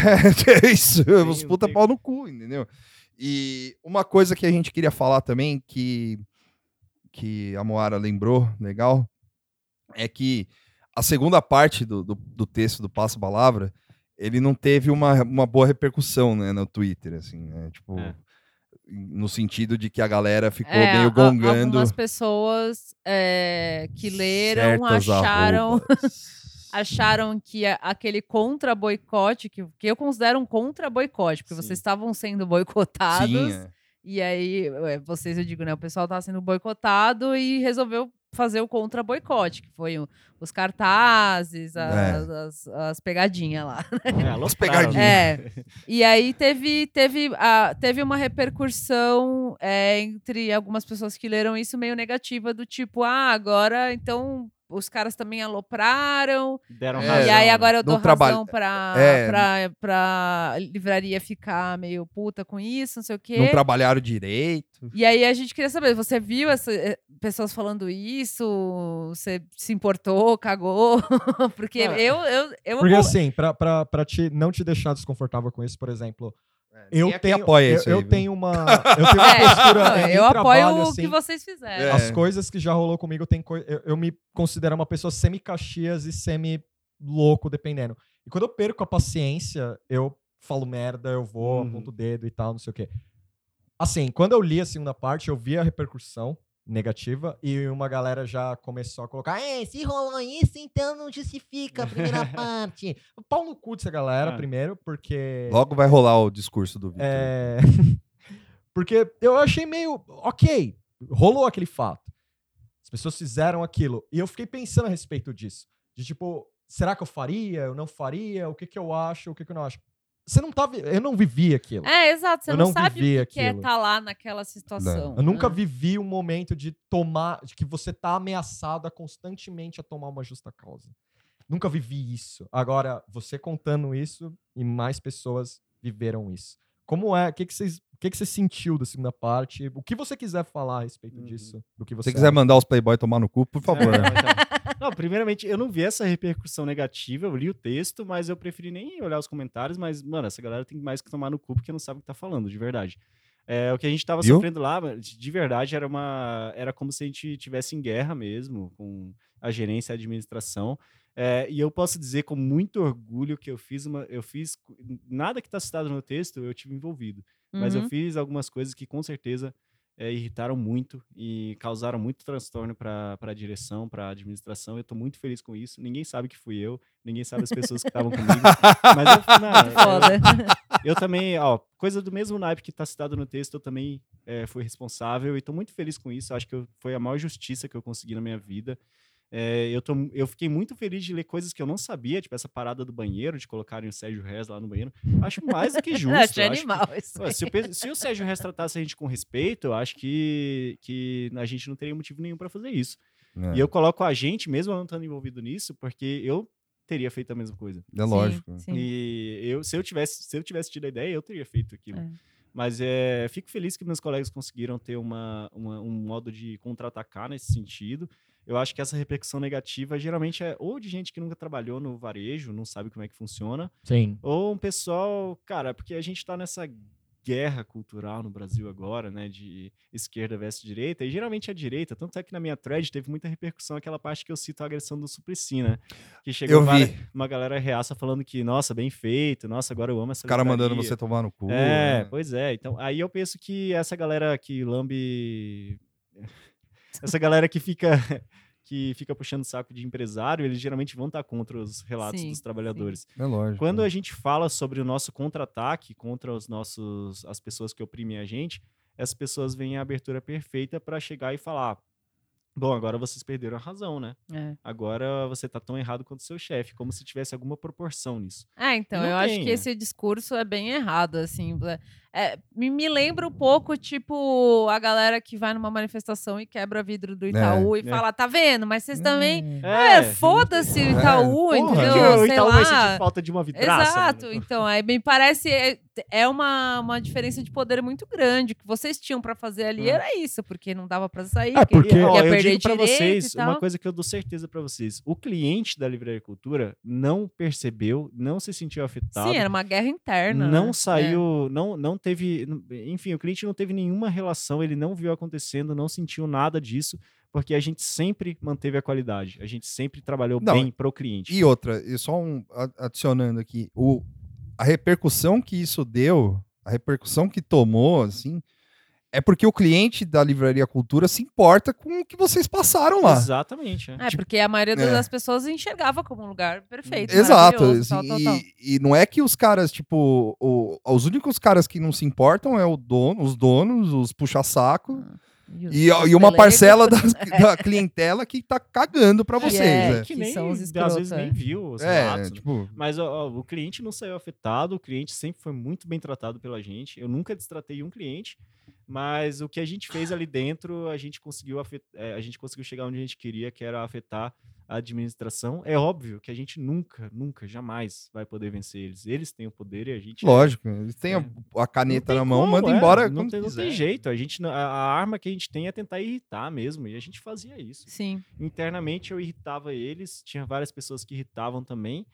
B: é isso, os
E: não
B: puta
E: tem
B: pau no cu, entendeu? E uma coisa que a gente queria falar também, que, que a Moara lembrou, legal, é que a segunda parte do, do, do texto do Passo Palavra, ele não teve uma, uma boa repercussão, né, no Twitter, assim, né? Tipo,
E: É.
B: no sentido de que a galera ficou
C: É, a-
B: meio
C: a-
B: gongando.
C: Algumas pessoas é, que leram
B: certas
C: acharam,
B: arrobas.
C: acharam que a- aquele contra-boicote, que, que eu considero um contra-boicote, porque
D: Sim.
C: vocês estavam sendo boicotados.
B: Sim, é.
C: E aí, é, vocês, eu digo, né? O pessoal tá sendo boicotado e resolveu fazer o contra-boicote, que foi o- os
B: É.
C: cartazes, as, as- as pegadinhas lá.
E: É, alô,
B: As pegadinhas.
C: É. E aí teve, teve, a, teve uma repercussão é, entre algumas pessoas que leram isso meio negativa, do tipo, ah, agora então os caras também alopraram,
E: Deram
B: É,
E: razão. né?
C: e aí agora eu
B: não
C: dou
B: trabalha-
C: razão pra,
B: é.
C: pra, pra livraria ficar meio puta com isso, não sei o quê.
B: Não trabalharam direito.
C: E aí a gente queria saber, você viu essa, eh, pessoas falando isso? Você se importou, cagou? Porque
E: Ah.
C: eu, eu, eu,
D: Porque assim, pra, pra, pra te, não te deixar desconfortável com isso, por exemplo,
C: Tá
D: eu
B: Quem é que
D: tenho,
B: apoia
D: eu,
B: isso aí,
D: eu
B: viu?
D: tenho uma, eu tenho uma
C: É,
D: postura
C: não,
D: em
C: eu apoio
D: trabalho,
C: o
D: assim,
C: que vocês fizeram.
B: É.
D: As coisas que já rolou comigo, tem coi- eu, eu me considero uma pessoa semi-caxias e semi-louco, dependendo. E quando eu perco a paciência, eu falo merda, eu vou,
E: Uhum.
D: aponto o dedo e tal, não sei o quê. Assim, quando eu li a segunda parte, eu vi a repercussão negativa e uma galera já começou a colocar é, se rolou isso, então não justifica a primeira parte. Pau no cu dessa galera,
E: Ah.
D: primeiro, porque...
B: É. Logo vai rolar o discurso do Vitor.
D: É... Porque eu achei meio. Ok, rolou aquele fato. As pessoas fizeram aquilo. E eu fiquei pensando a respeito disso. De tipo, será que eu faria? Eu não faria? O que, que eu acho? O que, que eu não acho? Você não tá. vi- Eu não vivi aquilo.
C: É, exato. Você
D: eu
C: não,
D: não
C: sabe
D: vivi
C: o que que é
D: aquilo.
C: estar lá naquela situação.
D: Eu nunca
C: né?
D: vivi um momento de tomar. de que você tá ameaçada constantemente a tomar uma justa causa. Nunca vivi isso. Agora, você contando isso e mais pessoas viveram isso. Como é? O que, que, vocês, o que, que você sentiu da segunda parte? O que você quiser falar a respeito
E: Uhum.
D: disso? Do que
B: Se você
D: você
B: quiser
D: acha?
B: mandar os Playboy tomar no cu, por favor. né?
E: É, então. Não, primeiramente, eu não vi essa repercussão negativa, eu li o texto, mas eu preferi nem olhar os comentários, mas, mano, essa galera tem mais que tomar no cu porque não sabe o que tá falando, de verdade. É, o que a gente tava
B: Viu?
E: sofrendo lá, mano, de de verdade, era uma. Era como se a gente tivesse em guerra mesmo, com a gerência e a administração. É, e eu posso dizer com muito orgulho que eu fiz uma. Eu fiz. Nada que tá citado no texto, eu tive envolvido mas eu
C: Uhum.
E: fiz algumas coisas que com certeza eh, irritaram muito e causaram muito transtorno para a direção, para a administração. Eu estou muito feliz com isso. Ninguém sabe que fui eu, ninguém sabe as pessoas que estavam comigo. Mas eu, não, eu-
C: Foda.
E: eu também, ó, coisa do mesmo naipe que tá citado no texto, eu também eh, fui responsável e tô muito feliz com isso. Acho que eu- foi a maior justiça que eu consegui na minha vida. Eh, eu, tô, mu- eu fiquei muito feliz de ler coisas que eu não sabia, tipo essa parada do banheiro, de colocarem o Sérgio Rez lá no banheiro. Acho mais do que justo.
C: Não, achei
E: acho que-
C: animal isso.
E: Ué, se, o, pe- se o Sérgio Reis tratasse a gente com respeito, eu acho que, que a gente não teria motivo nenhum para fazer isso.
B: É,
E: E eu coloco a gente, mesmo eu não estando envolvido nisso, porque eu teria feito a mesma coisa.
B: é lógico.
C: Sim, sim.
E: E eu, se, eu tivesse, se eu tivesse tido a ideia, eu teria feito aquilo.
C: É.
E: Mas é, fico feliz que meus colegas conseguiram ter uma, uma- um modo de contra-atacar nesse sentido. Eu acho que essa repercussão negativa geralmente é ou de gente que nunca trabalhou no varejo, não sabe como é que funciona,
D: Sim.
E: ou um pessoal, cara, porque a gente tá nessa guerra cultural no Brasil agora, né, de esquerda versus direita, e geralmente a direita, tanto é que na minha thread teve muita repercussão aquela parte que eu cito a agressão do Suplicy, né, que chegou
B: Eu
E: vari-
B: vi.
E: uma galera reaça falando que, nossa, bem feito, nossa, agora eu amo essa
B: Os caras mandando
E: livraria.
B: você tomar no cu.
E: É,
B: né?
E: pois é, então, aí eu penso que essa galera que lambe... essa galera que fica... que fica puxando saco de empresário, eles geralmente vão estar contra os relatos
C: Sim,
E: dos
C: sim.
E: trabalhadores.
B: É lógico.
E: Quando a gente fala sobre o nosso contra-ataque contra os nossos as pessoas que oprimem a gente, essas pessoas veem a abertura perfeita para chegar e falar: "Bom, agora vocês perderam a razão, né?
C: É.
E: Agora você tá tão errado quanto seu chefe", como se tivesse alguma proporção nisso.
C: É, então,
E: Não
C: eu acho
E: tem,
C: que
E: é.
C: esse discurso é bem errado, assim. é- é, me, me lembra um pouco, tipo, a galera que vai numa manifestação e quebra vidro
E: É,
C: do Itaú e fala, tá vendo? Mas vocês também. É, foda-se o Itaú,
E: Hum, Porra, que
C: entendeu?
E: o
C: Sei
E: Itaú
C: lá.
E: vai sentir falta de uma vidraça. né?
C: Exato,
E: mano.
C: então, aí me parece é, é uma, uma diferença de poder muito grande. O que vocês tinham pra fazer ali
E: É.
C: era isso, porque não dava pra sair.
D: É,
C: que
D: porque-
E: Ó,
C: ia
E: eu
C: perder
E: digo pra
C: direito e
E: vocês
C: tal.
E: uma coisa que eu dou certeza pra vocês. O cliente da Livraria Cultura não percebeu, não se sentiu afetado.
C: Sim, era uma guerra interna.
E: não
C: né?
E: saiu, não, não teve, enfim, o cliente não teve nenhuma relação, ele não viu acontecendo, não sentiu nada disso, porque a gente sempre manteve a qualidade, a gente sempre trabalhou
B: Não,
E: bem pro cliente.
B: E outra, e só um, a- adicionando aqui, o, a repercussão que isso deu, a repercussão que tomou, assim, é porque o cliente da Livraria Cultura se importa com o que vocês passaram lá.
E: Exatamente. é.
C: É, porque a maioria
B: É.
C: das pessoas enxergava como um lugar perfeito.
B: Exato.
C: maravilhoso, tal,
B: assim,
C: tal,
B: e,
C: tal.
B: e não é que os caras, tipo, o- os únicos caras que não se importam é o dono, os donos, os puxa-saco
C: E os-
B: e,
C: os
B: e uma
C: pelegos.
B: parcela das- da clientela que tá cagando pra vocês.
C: é,
B: né?
E: que
C: que
E: nem,
C: são os
E: às
C: escroto,
E: vezes
C: é.
E: nem viu os
B: É,
E: relatos, né?
B: tipo,
E: Mas ó, ó, o cliente não saiu afetado, o cliente sempre foi muito bem tratado pela gente. Eu nunca destratei um cliente, mas o que a gente fez ali dentro, a gente conseguiu afet- eh, a gente conseguiu chegar onde a gente queria, que era afetar a administração. É óbvio que a gente nunca, nunca, jamais vai poder vencer eles. Eles têm o poder e a gente
B: lógico, eles têm a,
E: É.
B: a caneta
E: tem
B: na mão,
E: como,
B: manda
E: é.
B: embora
E: Não
B: quando
E: tem, não tem
B: quiser.
E: jeito. A, gente, não- a, a arma que a gente tem é tentar irritar mesmo. E a gente fazia isso
C: Sim.
E: internamente eu irritava eles, tinha várias pessoas que irritavam também.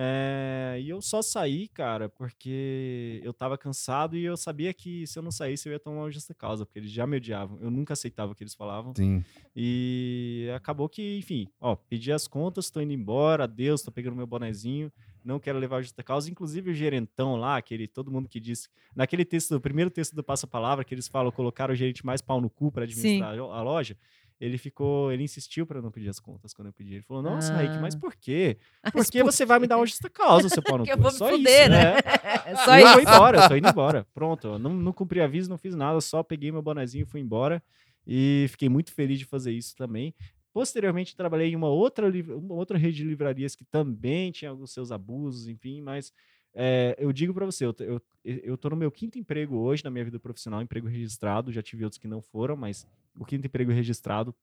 E: eh, e eu só saí, cara, porque eu tava cansado e eu sabia que se eu não saísse eu ia tomar uma justa causa, porque eles já me odiavam. Eu nunca aceitava o que eles falavam.
B: Sim.
E: E acabou que, enfim, ó, pedi as contas, tô indo embora, adeus, tô pegando meu bonezinho, não quero levar justa causa. Inclusive o gerentão lá, aquele, todo mundo que disse, naquele texto, o primeiro texto do Passa Palavra, que eles falam, colocaram o gerente mais pau no cu para administrar a loja, ele ficou, ele insistiu para não pedir as contas quando eu pedi. Ele falou, nossa, Rick, mas
C: Ah.
E: por quê? Por
C: Mas
E: que você vai me dar uma justa causa, seu pau no cu?
C: Porque eu vou
E: É
C: me
E: só isso,
C: fuder, né?
E: é.
C: É
E: E
C: só
E: eu
C: isso.
E: tô indo embora, eu tô indo embora. Pronto, eu não, não cumpri aviso, não fiz nada, só peguei meu bonezinho e fui embora. E fiquei muito feliz de fazer isso também. Posteriormente, trabalhei em uma outra, liv- uma outra rede de livrarias que também tinha alguns seus abusos, enfim, mas é, eu digo pra você, eu, t- eu, eu tô no meu quinto emprego hoje, na minha vida profissional, emprego registrado, já tive outros que não foram, mas o quinto emprego registrado,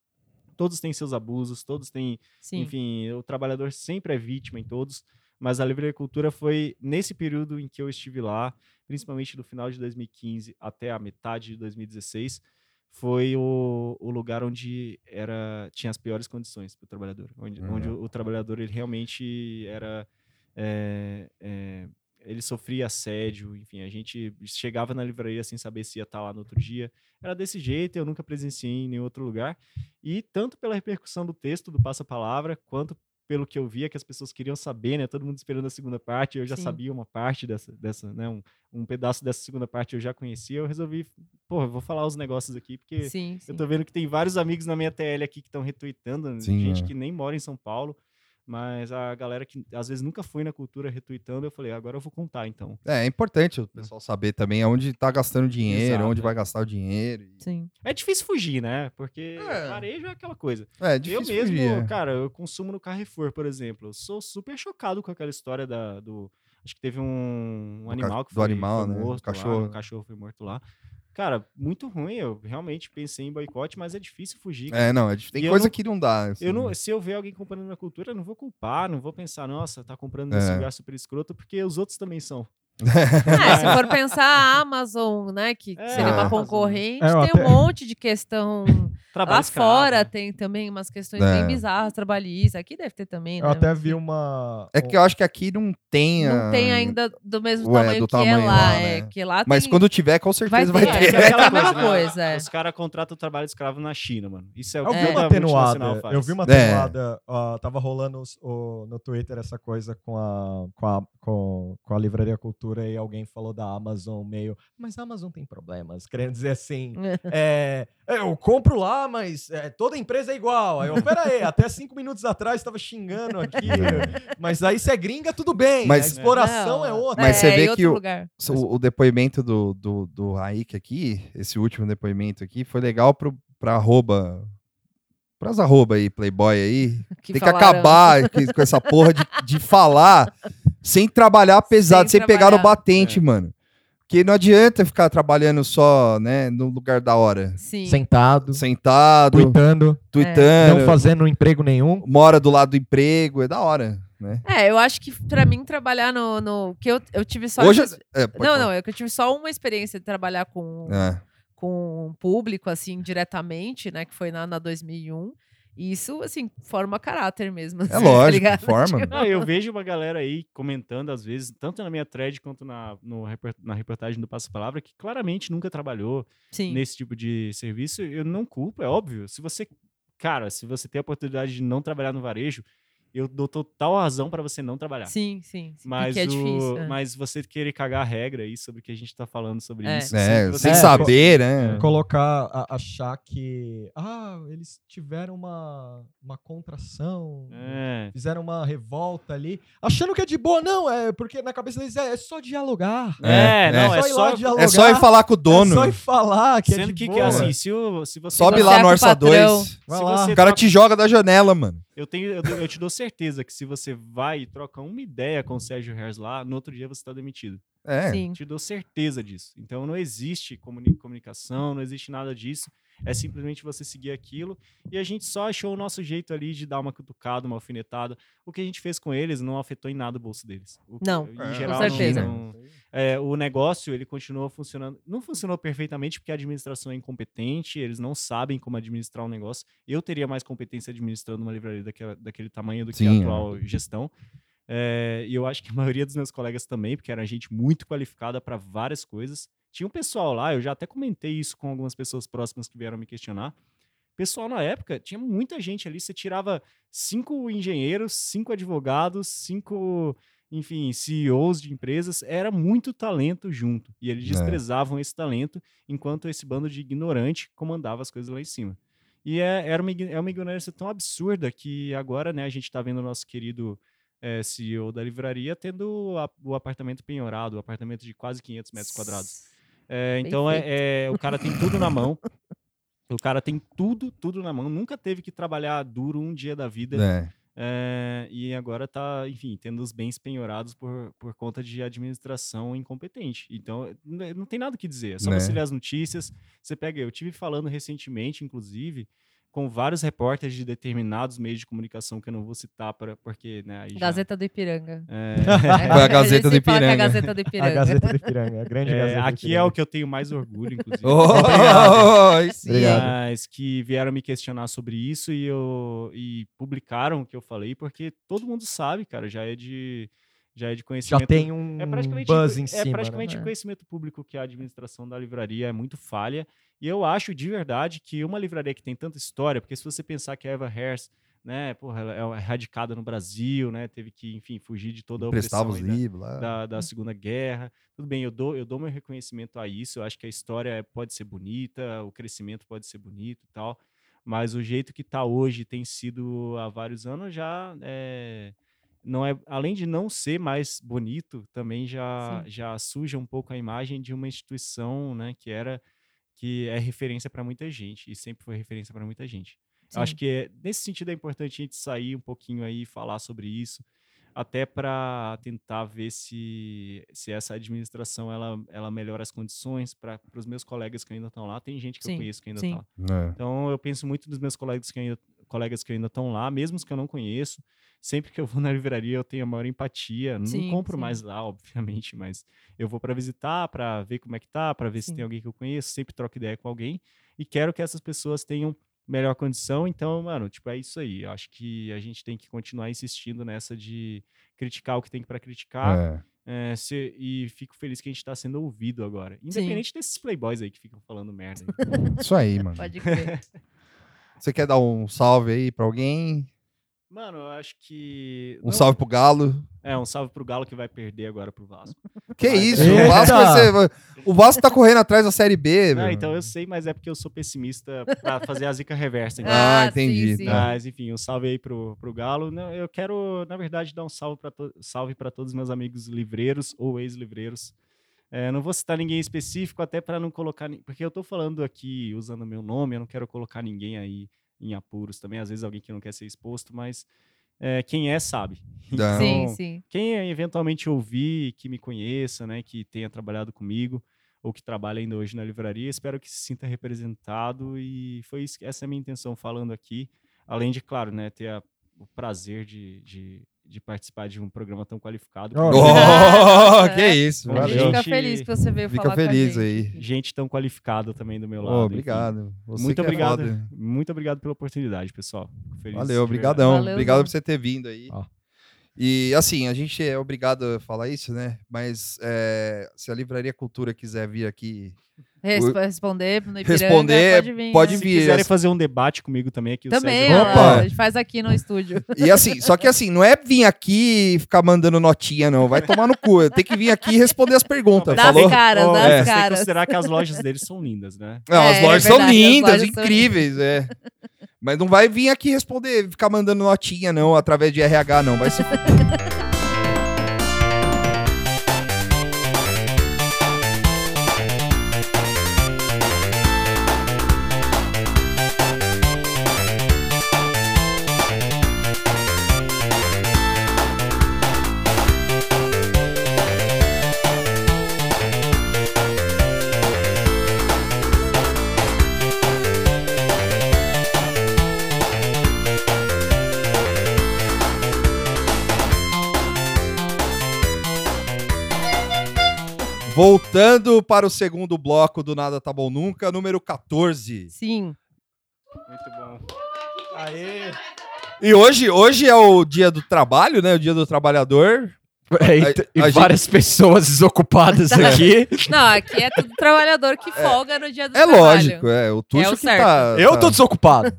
E: todos têm seus abusos, todos têm
C: Sim.
E: enfim, o trabalhador sempre é vítima em todos, mas a Livraria Cultura foi nesse período em que eu estive lá, principalmente do final de 2015 até a metade de 2016, foi o, o lugar onde era tinha as piores condições para o trabalhador, onde,
B: Uhum.
E: onde o, o trabalhador ele realmente era é, é, ele sofria assédio, enfim, a gente chegava na livraria sem saber se ia estar lá no outro dia. Era desse jeito, eu nunca presenciei em nenhum outro lugar. E tanto pela repercussão do texto do Passa Palavra, quanto pelo que eu via que as pessoas queriam saber, né? Todo mundo esperando a segunda parte, eu já
C: Sim.
E: sabia uma parte dessa, dessa né? Um, um pedaço dessa segunda parte eu já conhecia, eu resolvi, porra, eu vou falar os negócios aqui, porque
C: Sim, sim.
E: eu tô vendo que tem vários amigos na minha TL aqui que estão retweetando, né,
B: Sim,
E: gente
B: é.
E: que nem mora em São Paulo, mas a galera que às vezes nunca foi na cultura retweetando, eu falei, agora eu vou contar então.
B: É, é importante o pessoal saber também aonde tá gastando dinheiro,
E: Exato,
B: onde
E: é.
B: vai gastar o dinheiro. e-
C: Sim.
E: É difícil fugir, né? Porque
B: É.
E: varejo é aquela coisa.
B: É, é difícil
E: eu mesmo,
B: fugir, é.
E: cara, eu consumo no Carrefour, por exemplo. Eu sou super chocado com aquela história da, do. Acho que teve um, um
B: ca-
E: animal que
B: do
E: foi,
B: animal,
E: foi
B: né? Do
E: morto. Lá,
B: cachorro.
E: um cachorro foi morto lá. Cara, muito ruim. Eu realmente pensei em boicote, mas é difícil fugir. cara.
B: É, não, é dif-
E: E
B: tem
E: eu
B: coisa
E: não-
B: que não dá. assim.
E: Eu não, se eu ver alguém comprando na cultura, eu não vou culpar, não vou pensar, nossa, tá comprando nesse
B: É.
E: lugar super escroto, porque os outros também são.
C: Ah, se for pensar a Amazon, né, que
E: É,
C: seria
B: a
C: uma
E: Amazon.
C: concorrente,
F: É, eu
C: tem um
F: até-
C: monte de questão.
E: Trabalho
C: Lá
E: escravo. né?
C: fora tem também umas questões
B: É.
C: bem bizarras, trabalhistas. Aqui deve ter também,
F: Eu
C: né?
F: até vi uma.
B: É que eu acho que aqui não tem.
C: Não
B: a-
C: tem ainda do mesmo
B: Ué,
C: tamanho
B: do
C: que é
B: tamanho
C: lá,
B: lá,
C: é.
B: né?
C: Que lá
B: Mas
C: tem...
B: quando tiver, com certeza vai,
C: ter.
E: É,
B: ter.
E: que é aquela
C: É a mesma
E: coisa, né?
C: coisa, é.
E: Os caras contratam trabalho escravo na China, mano. Isso é o
F: Eu
E: que
F: vi
E: toda
F: uma
E: multinacional
F: atenuada.
E: faz.
F: Eu vi uma
B: É.
F: atenuada. ó, tava rolando os- o- no Twitter essa coisa com a, com, a, com, com a Livraria Cultura e alguém falou da Amazon meio. Mas a Amazon tem problemas. Querendo dizer assim. é, "É, eu compro lá, mas é, toda empresa é igual. Aí eu, peraí, até cinco minutos atrás tava xingando aqui. mas aí se é gringa, tudo bem.
B: Mas-
F: a exploração é
C: Não,
F: outra.
B: Mas você
C: é,
B: vê
C: em
B: que
C: outro
B: o-
C: lugar.
B: O, o depoimento do, do, do Raik aqui, esse último depoimento aqui, foi legal pro, pra arroba. Pras arroba aí, Playboy aí. tem que
C: falaram-
B: acabar que- com essa porra de, de falar sem trabalhar pesado, sem, pegar no
C: trabalhar.
B: batente, mano. Porque não adianta ficar trabalhando só, né, no lugar da hora.
E: é.
C: Sim.
F: Sentado,
B: Sentado,
D: É.
F: tweetando,
B: tweetando,
F: não fazendo emprego nenhum.
B: mora do lado do emprego, é da hora, né?
C: É, eu acho que pra mim trabalhar no. no que eu, eu tive só.
B: Hoje.
C: Não,
B: É, pode falar.
C: não, é que eu tive só uma experiência de trabalhar com,
B: É.
C: com o público, assim, diretamente, né? Que foi na, na 2001. E isso, assim, forma caráter mesmo.
B: É
C: assim, tá
B: lógico,
C: ligado?
B: forma.
C: Tipo,
E: Não, eu vejo uma galera aí comentando, às vezes, tanto na minha thread quanto na, no reper- na reportagem do Passo Palavra, que claramente nunca trabalhou
C: Sim.
E: nesse tipo de serviço. Eu não culpo, é óbvio. Se você, cara, se você tem a oportunidade de não trabalhar no varejo, eu dou total razão para você não trabalhar.
C: Sim, sim. sim.
E: é. Mas,
C: Porque é
E: o-
C: difícil. é.
E: mas você querer cagar a regra aí sobre o que a gente tá falando sobre
C: É.
E: isso.
B: É,
E: sem você-
B: sem
F: É,
B: saber,
E: É.
B: né?
F: Colocar, a- achar que. Ah, eles tiveram uma, uma contração.
E: É.
F: Fizeram uma revolta ali. Achando que é de boa, não. É porque na cabeça deles é, é só dialogar.
E: É,
B: É,
E: não, é,
F: ir lá
E: só.
F: dialogar,
B: É só ir falar com o
F: É
B: dono.
F: só ir falar que é de
E: Sendo que, que,
F: boa.
E: assim, se, o, se você.
B: Sobe
E: tá-
B: lá
C: Negociar
B: no
C: com o
B: Orça
C: patrão.
B: 2.
F: Vai
E: se
F: lá.
E: você
B: O cara te joga da janela, mano.
E: Eu, tenho, eu, eu te dou certeza que se você vai e troca uma ideia com o Sérgio Reis lá, no outro dia você está demitido.
B: É.
C: Sim.
E: Te dou certeza disso. Então não existe comuni- comunicação, não existe nada disso. É simplesmente você seguir aquilo. E a gente só achou o nosso jeito ali de dar uma cutucada, uma alfinetada. O que a gente fez com eles não afetou em nada o bolso deles. O que-
C: Não,
E: em
B: com
E: geral,
C: certeza.
E: não- é, o negócio ele continuou funcionando. Não funcionou perfeitamente porque a administração é incompetente, eles não sabem como administrar um negócio. Eu teria mais competência administrando uma livraria daquela- daquele tamanho do que
B: Sim,
E: a atual gestão. É, e eu acho que a maioria dos meus colegas também, porque era gente muito qualificada para várias coisas. Tinha um pessoal lá, eu já até comentei isso com algumas pessoas próximas que vieram me questionar. Pessoal, na época, tinha muita gente ali. Você tirava cinco engenheiros, cinco advogados, cinco enfim, CEOs de empresas, era muito talento junto. E eles
B: É.
E: desprezavam esse talento, enquanto esse bando de ignorante comandava as coisas lá em cima. E é, era uma, ign- é uma ignorância tão absurda que agora né, a gente está vendo o nosso querido eh, CEO da livraria tendo a- o apartamento penhorado, o apartamento de quase 500 metros quadrados. É, então é- é, o cara tem tudo na mão. O cara tem tudo, tudo na mão. Nunca teve que trabalhar duro um dia da vida.
B: É.
E: É, e agora tá, enfim, tendo os bens penhorados por, por conta de administração incompetente. Então, n- não tem nada o que dizer. É só
B: Né.
E: você ler as notícias. Você pega, eu tive falando recentemente, inclusive, com vários repórteres de determinados meios de comunicação que eu não vou citar, pra, porque, né, aí já-
C: Gazeta do Ipiranga.
E: É,
B: Foi a Gazeta do
C: gente fala que é
B: Ipiranga.
C: A Gazeta do
F: A
C: Ipiranga.
F: Gazeta do Ipiranga, a grande
E: é,
F: Gazeta do
E: aqui é
F: Ipiranga.
E: o que eu tenho mais orgulho, inclusive.
B: Oh, aí sim.
F: Obrigado.
E: Mas que vieram me questionar sobre isso e, eu, e publicaram o que eu falei, porque todo mundo sabe, cara, já é de, já é de
F: Já
E: conhecimento.
F: tem um
E: É praticamente,
F: buzz
E: inco-
F: em
E: é
F: cima.
E: praticamente
F: né?
E: conhecimento público que a administração da livraria é muito falha. E eu acho de verdade que uma livraria que tem tanta história, porque se você pensar que a Eva Harris, né, porra, ela é radicada no Brasil, né, teve que, enfim, fugir de toda a
B: Prestava
E: opressão
B: os
E: aí da-
B: livros lá.
E: da, da Segunda Guerra. Tudo bem, eu dou, eu dou meu reconhecimento a isso. Eu acho que a história é- pode ser bonita, o crescimento pode ser bonito e tal. Mas o jeito que está hoje tem sido há vários anos já é, não é além de não ser mais bonito também já já suja um pouco a imagem de uma instituição né que era que é referência para muita gente e sempre foi referência para muita gente eu acho
C: Sim.
E: que é- nesse sentido é importante a gente sair um pouquinho aí e falar sobre isso, até para tentar ver se, se essa administração ela, ela melhora as condições para os meus colegas que ainda estão lá. Tem gente que eu
C: Sim,
E: conheço que ainda
C: sim.
E: está lá.
B: É.
E: Então eu penso muito nos meus colegas que ainda colegas que ainda estão lá, mesmo os que eu não conheço. Sempre que eu vou na livraria eu tenho a maior empatia. Não
C: Sim,
E: compro
C: sim.
E: mais lá, obviamente, mas eu vou para visitar, para ver como é que tá, para ver se
C: Sim.
E: tem alguém que eu conheço. Sempre troco ideia com alguém e quero que essas pessoas tenham melhor condição. Então, mano, tipo é isso aí. Eu acho que a gente tem que continuar insistindo nessa de criticar o que tem para criticar.
B: É.
E: É, se- e fico feliz que a gente está sendo ouvido agora. Independente desses playboys aí que ficam falando merda. aí.
B: Isso aí, mano.
C: Pode crer.
B: Você quer dar um salve aí pra alguém?
E: Mano, eu acho que.
B: Um
E: não-
B: salve pro Galo?
E: É, um salve pro Galo que vai perder agora pro Vasco.
B: Que
E: Mas-
B: isso?
F: Eita!
B: O Vasco, vai ser- o Vasco tá correndo atrás da Série B, velho.
E: Não, então eu sei, mas é porque eu sou pessimista pra fazer a zica reversa. então.
B: Ah,
C: sim,
B: entendi,
C: sim.
B: tá.
E: Mas, enfim, um salve aí pro, pro Galo. Não, Eu quero, na verdade, dar um salve para salve pra todos os meus amigos livreiros ou ex-livreiros. É, não vou citar ninguém específico, até para não colocar. ni- Porque eu tô falando aqui usando meu nome, eu não quero colocar ninguém aí em apuros também. Às vezes alguém que não quer ser exposto, mas é, quem é sabe.
B: Não.
C: Sim, sim.
E: Quem é eventualmente ouvir, que me conheça, né, que tenha trabalhado comigo ou que trabalha ainda hoje na livraria, espero que se sinta representado e foi isso, essa é a minha intenção falando aqui, além de, claro, né, ter a- o prazer de, de, de participar de um programa tão qualificado. com
F: Oh,
B: Oh,
C: Nossa.
B: que isso,
C: A gente
B: valeu.
C: fica
E: Gente,
C: feliz que você veio
B: Fica
C: falar
B: feliz
C: com a gente.
B: aí.
E: Gente tão qualificada também do meu lado.
B: Ô,
E: enfim.
B: obrigado. Você
E: Muito
B: que é
E: obrigado.
B: foda.
E: Muito obrigado pela oportunidade, pessoal. Fico feliz
B: Valeu,
E: de verdade.
B: obrigadão.
C: Valeu,
B: obrigado
C: Zé.
B: por você ter vindo aí.
F: Ó.
B: E assim, a gente é obrigado a falar isso, né? Mas é, se a Livraria Cultura quiser vir aqui,
C: Resp- responder no Ipiranga,
B: Responder, é
C: pode vir.
B: pode
C: né?
E: Se
B: vir,
E: quiserem
B: essa-
E: fazer um debate comigo também aqui, o
C: Também,
E: Sérgio
C: ó,
B: Opa.
C: a gente faz aqui no estúdio.
B: E assim, só que assim, não é vir aqui e ficar mandando notinha, não. Vai tomar no cu. Tem que vir aqui e responder as perguntas,
C: Dá
B: tá, falou?
C: as caras, dá
B: é.
C: as
E: Tem que
C: caras.
E: considerar que as lojas deles são lindas, né?
B: Não,
C: É,
B: as
C: é
B: lojas são
C: verdade, as
B: lindas,
C: lojas são
B: incríveis, é. Mas não vai vir aqui responder, ficar mandando notinha, não, através de RH, não. Vai se Voltando para o segundo bloco do Nada Tá Bom Nunca, número 14.
C: Sim.
E: Muito bom.
F: Aê!
B: E hoje, hoje é o dia do trabalho, né? O dia do trabalhador.
D: E, t- e
B: A- a gente- Tá,
D: várias pessoas desocupadas aqui.
C: Não, aqui é tudo trabalhador que folga no dia do
B: É
C: trabalho.
B: lógico, é. O Tuxo
C: É o
B: que
C: certo.
B: tá.
D: Eu
B: tá-
D: tô desocupado.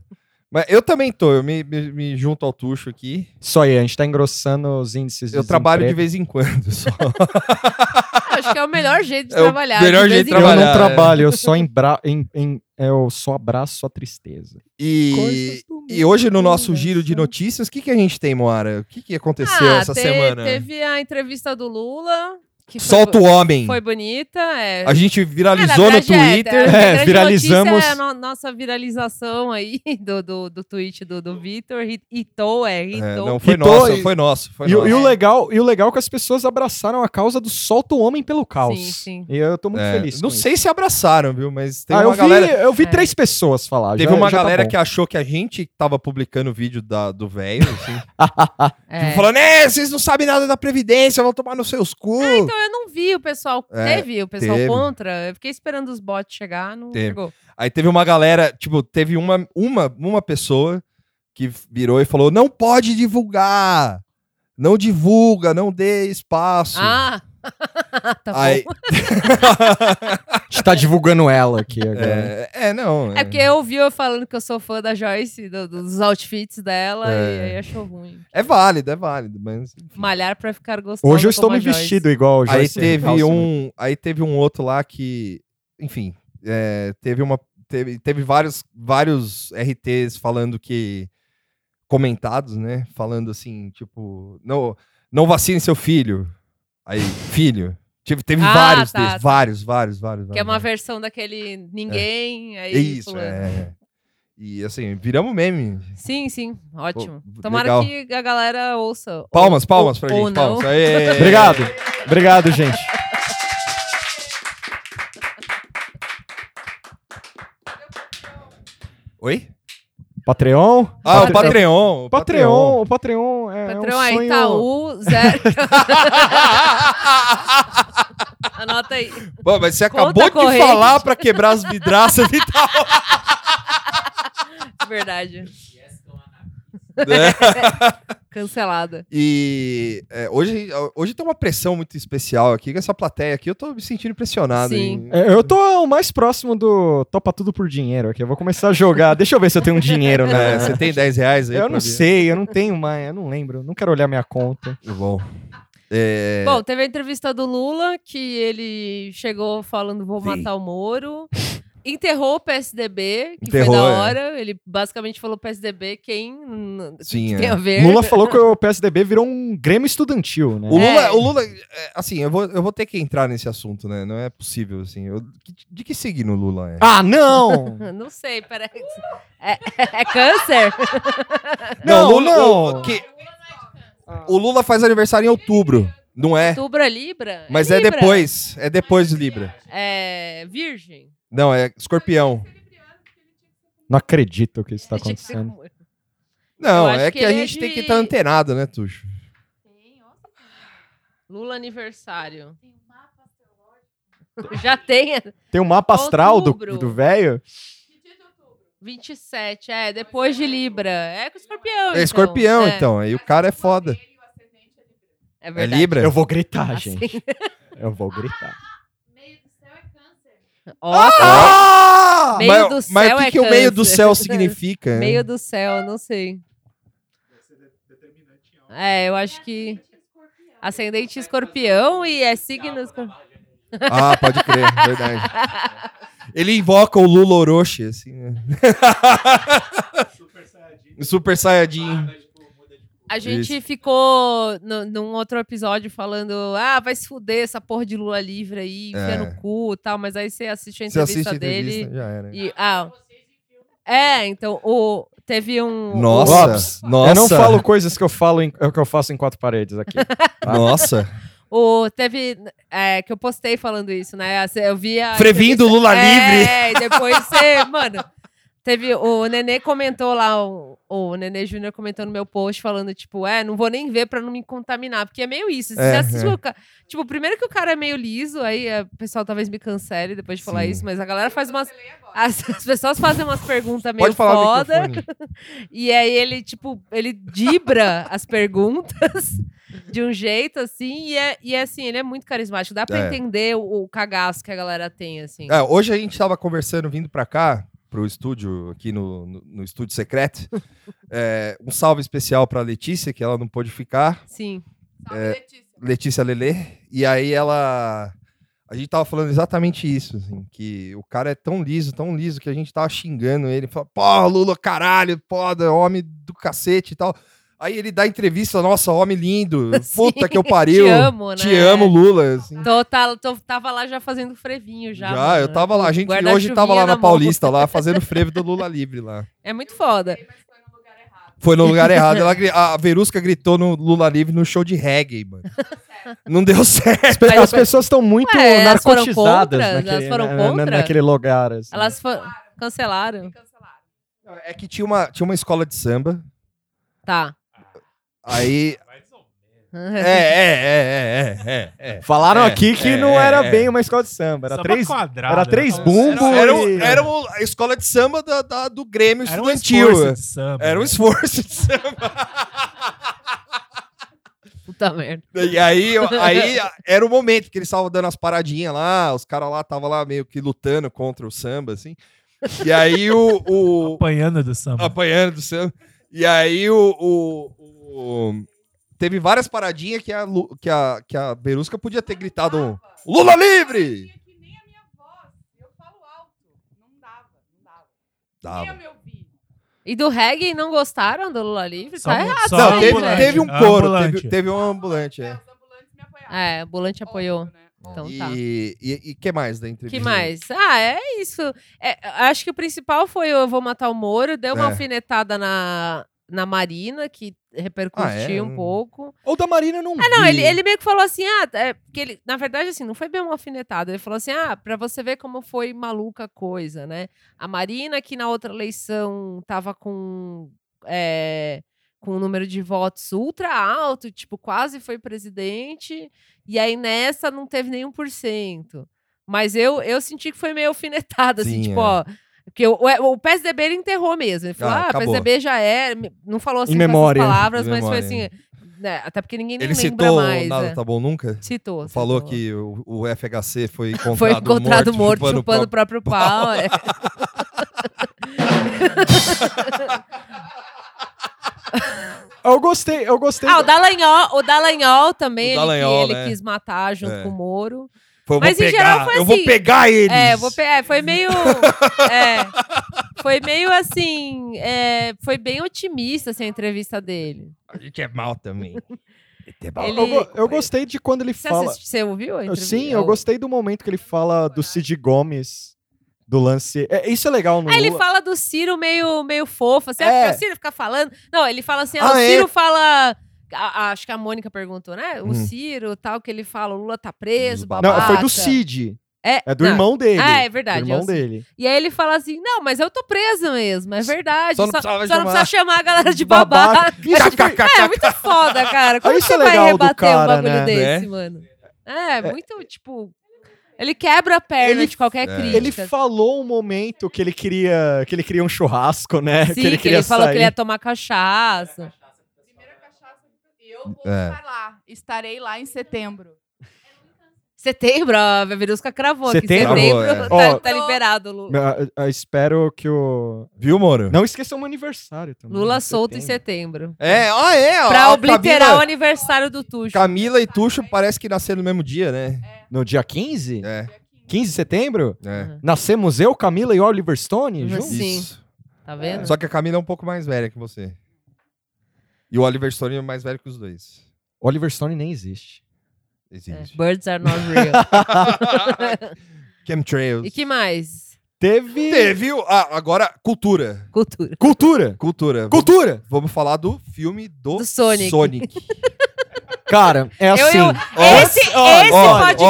B: Mas eu também tô, eu me, me- me junto ao Tuxo aqui.
F: Isso aí, a gente tá engrossando os índices de
B: Eu trabalho de
F: desemprego.
B: vez em quando só.
C: Eu acho que é o melhor jeito de
B: É o
C: trabalhar. é.
B: melhor
C: de vez
B: jeito de
C: em
B: trabalhar.
F: Eu
C: quando.
F: não trabalho, eu só, embra... em, em-
D: é,
F: eu só abraço a tristeza.
B: E, e hoje no nosso
C: né,
B: giro de notícias, o que, que a gente tem, Moara? O que, que aconteceu
C: Ah,
B: essa
C: te-
B: semana? né?
C: Teve a entrevista do Lula. Que foi
B: Solta
C: bo-
B: o homem.
C: Foi bonita, é.
B: A gente viralizou
C: Ah, na
B: no
C: verdade, é,
B: Twitter.
C: a
D: É,
C: grande
D: viralizamos.
C: notícia É a no- nossa viralização aí do, do, do tweet do, do Vitor. Ri- Itou, é, Itou.
B: É, não, foi
D: Hitou
B: nosso,
D: e-
B: foi nosso. Foi
D: E, o-
B: nosso.
D: e o legal, e o legal é que as pessoas abraçaram a causa do solta o homem pelo caos.
C: sim.
F: E eu tô muito
B: É,
F: feliz.
B: não
F: com
B: sei se abraçaram, viu? Mas
D: isso.
B: tem
D: Ah, eu
B: uma
D: vi,
B: galera.
D: eu vi
C: É.
D: três pessoas falar.
B: Teve
D: já-
B: uma
D: já tá
B: galera
D: bom.
B: que achou que a gente tava publicando o vídeo da, do velho, assim,
C: É.
B: falando, é, vocês não sabem nada da Previdência, vão tomar nos seus cu.
C: Então eu não vi o pessoal.
B: É,
C: teve o pessoal
B: teve.
C: contra. Eu fiquei esperando os bots chegar, não
B: Teve.
C: chegou.
B: Aí teve uma galera, tipo, teve uma, uma, uma pessoa que virou e falou: não pode divulgar! Não divulga, não dê espaço.
C: Ah! tá bom.
B: Aí-
D: A gente tá divulgando ela aqui agora.
B: é, é, não.
C: É porque eu ouvi eu falando que eu sou fã da Joyce, do- dos outfits dela, e
B: É.
C: aí achou ruim.
B: É válido, é válido, mas.
C: Malhar pra ficar gostosa.
D: Hoje eu estou
C: como
D: me
C: a Joyce.
D: vestido igual o
B: Aí
D: Joyce
B: teve,
D: Recalcitrante.
B: um, aí teve um outro lá que, enfim, é, teve uma. Teve, teve vários, vários RTs falando que. Comentados, né? Falando assim, tipo, não, não vacine seu filho. Aí, filho. Tive, teve
C: Ah,
B: vários
C: tá,
B: desses,
C: tá.
B: vários, vários, vários.
C: Que é uma né?
B: vários.
C: versão daquele ninguém. Aí
B: É isso,
C: fulano.
B: é. E assim, viramos meme.
C: Sim, sim. Ótimo.
B: Pô,
C: Tomara
B: legal.
C: que a galera ouça. Ou-
B: Palmas, palmas pra
C: ou
B: gente.
C: não.
B: Palmas. Aê!
D: Obrigado. Obrigado, gente.
B: Oi?
D: Patreon?
B: Ah, o
D: Patre-
B: Patreon. o
D: Patreon, o Patreon é
C: Patrão,
D: um
C: é
D: sonho...
C: Itaú, zero. Anota aí.
B: Bom, mas você
C: Conta
B: acabou de
C: corrente.
B: falar pra quebrar as vidraças e tal.
C: Verdade.
B: né?
C: É. Cancelada.
B: E é, hoje, hoje tem uma pressão muito especial aqui, com essa plateia aqui, eu tô me sentindo impressionado.
C: Sim.
B: hein?
D: É, Eu tô o mais próximo do topa tudo por dinheiro aqui. Eu vou começar a jogar. Deixa eu ver se eu tenho um dinheiro,
B: É,
D: né?
B: você tem 10 reais aí?
D: Eu
B: pra
D: não
B: ver?
D: sei, eu não tenho mais, eu não lembro. eu Não quero olhar minha conta.
B: Bom. É,
C: Bom, teve a entrevista do Lula, que ele chegou falando vou
B: Sim.
C: matar o Moro. Enterrou o PSDB, que
B: Enterrou,
C: foi da
B: é.
C: hora. Ele basicamente falou PSDB, quem n-
B: Sim,
C: tem
B: é.
C: a ver.
D: Lula falou que o PSDB virou um Grêmio estudantil, né?
B: O Lula,
C: É.
B: o Lula é, assim, eu vou, eu vou ter que entrar nesse assunto, né? Não é possível, assim. Eu- que- de que signo o Lula é?
D: Ah, não!
C: Não sei, peraí. É, é câncer?
D: Ah, não,
B: Lula,
D: não.
B: o- que- O Lula faz aniversário em outubro, não é?
C: Outubro é Libra?
B: Mas é
C: Libra.
B: depois. É depois de Libra.
C: É Virgem.
B: Não, é escorpião.
F: Não acredito que isso tá
C: Ele tinha que ser
F: acontecendo.
C: com-
B: Não,
C: Eu acho
B: é
C: que
B: que a
C: ele é
B: gente tem que
C: de-
B: estar antenado, né, Tuxo?
C: Lula aniversário. Já tem é,
F: Tem um mapa astral do-
C: Outubro.
F: do velho?
C: 27, é, depois de Libra. É com escorpião, então.
B: É escorpião,
C: É,
B: então. Aí o cara é foda.
C: É,
B: É
C: verdade.
B: Libra?
F: Eu vou gritar,
C: Assim.
F: gente. Eu vou gritar.
C: Ó,
B: Ah!
C: Meio
B: mas,
C: do céu
B: mas o que,
C: é
B: que o meio do
C: câncer.
B: céu significa?
C: meio do céu, não sei. É, eu acho que ascendente escorpião e é signo escorpião.
B: Ah, pode crer, verdade. Ele invoca o Lula Orochi, assim, né? Super
C: Ah,
B: Saiyajin.
C: A gente
B: Isso.
C: ficou no- num outro episódio falando, ah, vai se fuder essa porra de Lula livre aí, enfia
B: É.
C: no cu e tal, mas aí você assiste a
B: Você assiste
C: entrevista
B: a
C: dele
B: entrevista, já era.
C: e ah, é, então o teve um
B: Nossa, nossa.
F: Eu não falo coisas que eu falo em- que eu faço em quatro paredes aqui.
B: Nossa.
C: O, teve. é, que eu postei falando isso, né? Assim, Eu via.
B: Frevinho do Lula tá livre.
C: É, e depois você. mano, teve. O Nenê comentou lá, o, o Nenê Júnior comentou no meu post, falando, tipo, é, não vou nem ver pra não me contaminar, porque é meio isso. Você
B: É,
C: assiste
B: é.
C: o ca- Tipo, primeiro que o cara é meio liso, aí é, o pessoal talvez me cancele depois de falar
B: Sim.
C: isso, mas a galera faz umas. As, as pessoas fazem umas perguntas meio
B: Pode falar no
C: foda.
B: microfone.
C: E aí ele, tipo, ele dibra as perguntas de um jeito, assim, e é, e é assim, ele é muito carismático. Dá pra
B: É.
C: entender o, o cagaço que a galera tem, assim.
B: É, hoje a gente tava conversando, vindo pra cá, pro estúdio, aqui no, no, no estúdio secreto. É, um salve especial pra Letícia, que ela não pôde ficar.
C: Sim.
B: Letícia Lelê, e aí ela. A gente tava falando exatamente isso, assim, que o cara é tão liso, tão liso, que a gente tava xingando ele, falando, porra, Lula, caralho, foda, homem do cacete e tal. Aí ele dá entrevista, nossa, homem lindo,
C: Sim,
B: puta que eu pariu.
C: Te amo, né?
B: Te amo, Lula. assim.
C: Tô, tá- tô- tava lá já fazendo frevinho, já.
B: Já,
C: mano. né?
B: eu tava lá, a gente
C: Guarda-chuvinha
B: hoje tava lá
C: na
B: na,
C: mão.
B: Paulista, lá, fazendo frevo do Lula livre lá.
C: É muito foda.
B: Foi no lugar errado. Ela gri- a Verusca gritou no Lula livre no show de reggae, mano. Não deu certo.
F: As, pe- as pessoas estão muito
C: Ué, elas foram
F: narcotizadas
C: contra,
F: naquele,
C: elas foram
F: na- na-
C: contra.
F: naquele lugar. assim.
C: Elas fo- cancelaram.
B: Não, É que tinha uma, tinha uma escola de samba.
C: Tá.
B: Aí. É, é, é, é, é. é.
F: Falaram
B: É,
F: aqui que
B: é,
F: não
B: é,
F: era
B: é.
F: bem uma escola de samba. Era
G: Samba
F: três,
G: quadrado,
F: era
G: né?
F: três
G: Era-
F: bumbos.
B: Era,
F: e-
B: um- era um- a escola de samba da, da- do Grêmio
G: Era um
B: estudantil.
G: esforço de samba.
B: Era um
G: né?
B: esforço de samba.
C: Puta merda.
B: E aí, eu- aí era o momento que eles estavam dando as paradinhas lá, os caras lá estavam lá meio que lutando contra o samba, assim. E aí o- o,
G: Apanhando do samba.
B: apanhando do samba. E aí o, o- o- Teve várias paradinhas que a, Lu- que a, que a Berusca podia ter gritado um, Lula livre! Dava.
C: E do reggae não gostaram do Lula Livre?
G: Só
C: Tá
G: um-
C: errado.
G: só
B: Não,
G: um
B: né, teve,
G: ambulante.
B: teve um coro,
G: Ambulante.
B: teve, teve um ambulante. É.
C: É, o Bolante apoiou. Então tá.
B: E, e, e que mais da entrevista?
C: que mais? Ah, é isso. É, acho que o principal foi o Eu Vou Matar o Moro, deu uma
B: É.
C: alfinetada na, na Marina, que repercutiu
B: Ah, é?
C: um
B: Hum.
C: pouco.
F: Ou da Marina eu não.
C: Ah, não,
F: vi.
C: ele, ele meio que falou assim, ah, é, porque ele, na verdade, assim, não foi bem uma alfinetada. Ele falou assim, ah, pra você ver como foi maluca a coisa, né? A Marina, que na outra eleição tava com. é, com um número de votos ultra alto, tipo, quase foi presidente, e aí nessa não teve nenhum por cento. Mas eu, eu senti que foi meio alfinetada, assim,
B: Sim,
C: tipo,
B: é.
C: ó. Porque o, é, o o PSDB ele enterrou mesmo. Ele falou,
B: Ah,
C: ah, o
B: acabou.
C: PSDB já era. Não falou assim com essas
F: memória.
C: palavras,
B: Em
C: mas foi
B: memória,
C: assim. né, até porque ninguém nem
B: Ele
C: lembra
B: citou
C: mais.
B: Nada
C: é.
B: Tá Bom Nunca?
C: Citou.
B: Falou
C: citou.
B: que o, o FHC foi encontrado,
C: foi encontrado morto,
B: chupando o
C: chupando o
B: próprio-
C: próprio pau. é.
F: Eu gostei, eu gostei.
C: Ah, o Dallagnol, o Dallagnol também,
B: O
C: ele,
B: Dallagnol,
C: que ele
B: né?
C: quis matar junto
B: É.
C: com o Moro.
B: Foi, eu
C: Mas
B: vou
C: em
B: pegar,
C: geral foi
B: eu vou
C: assim.
B: pegar eles.
C: É, eu vou pe- é, foi meio. é, foi meio assim. é, foi bem otimista assim, a entrevista dele.
B: A gente é mal também. Ele é mal.
C: Ele-
F: Tá, eu, go- eu gostei de quando ele
C: Você,
F: fala.
C: assiste- você ouviu? a
F: Eu-
C: entrevista? né?
F: Sim, eu gostei do momento que ele fala do Cid Gomes, do lance. É, isso é legal no
C: Ah, ele
F: Lula.
C: fala do Ciro meio, meio fofo, assim, ah,
F: É.
C: porque o Ciro fica falando. Não, ele fala assim, ah,
B: Ah,
C: o
B: é?
C: Ciro fala a- a- acho que a Mônica perguntou, né? O
D: Hum.
C: Ciro, tal, que ele fala, o Lula tá preso, babaca.
D: Não, foi do Cid. É do
C: não.
D: irmão dele.
C: Ah, é verdade.
D: Do
C: é
D: irmão
C: o Cid.
D: dele.
C: E aí ele fala assim, não, mas eu tô preso mesmo, é verdade.
B: Só
C: Só,
B: não
C: só,
B: precisava
C: não
B: chamar."
C: precisa chamar a galera de
D: Babaca.
C: babaca.
D: Isso foi-
C: É, é muito foda, cara. Como
D: isso
C: você
D: é
C: vai
D: legal do
C: rebater
D: cara,
C: um bagulho
D: né?
C: desse, mano? É, muito, tipo... Ele quebra a perna
D: Ele-
C: de qualquer
B: é.
C: crítica. assim.
D: Ele falou um momento que ele queria, que ele queria um churrasco, né?
C: Sim,
D: que ele
C: que
D: queria
C: ele falou
D: sair.
C: que ele ia tomar cachaça.
G: Primeira cachaça e eu vou
B: É.
G: estar lá. Estarei lá em setembro.
C: Setembro, a Verusca cravou
D: Setembro,
C: que setembro
B: é.
C: tá,
D: Ó.
C: tá liberado, Lu.
D: Ah, ah, espero que o.
B: Viu, Moro?
D: Não esqueça o meu aniversário também.
C: Lula
D: em
C: solto em
D: setembro.
C: setembro.
B: É, ó, é, ó.
C: Pra
B: a
C: obliterar o
B: Camila,
C: aniversário do Tuxo.
B: Camila e Tuxo parece que nasceram no mesmo dia, né?
D: No dia 15?
B: É,
D: 15 de setembro?
B: é.
D: Nascemos eu, Camila e Oliver Stone
C: Uhum.
D: juntos?
C: Sim.
B: Isso.
C: Tá vendo?
B: Só que a Camila é um pouco mais velha que você. E o Oliver Stone é mais velho que os dois.
D: Oliver Stone nem existe.
C: É.
B: Existe.
C: Birds are not real.
B: Chemtrails.
C: É. e que mais?
D: Teve.
B: Teve o- ah, agora cultura.
C: Cultura.
D: Cultura!
B: Cultura. Vamos,
D: Cultura!
B: vamos falar do filme do,
C: Do Sonic.
D: Cara, é
C: Eu-
D: assim.
C: eu-
B: Ó,
C: esse
D: olha,
C: esse
B: olha,
C: podcast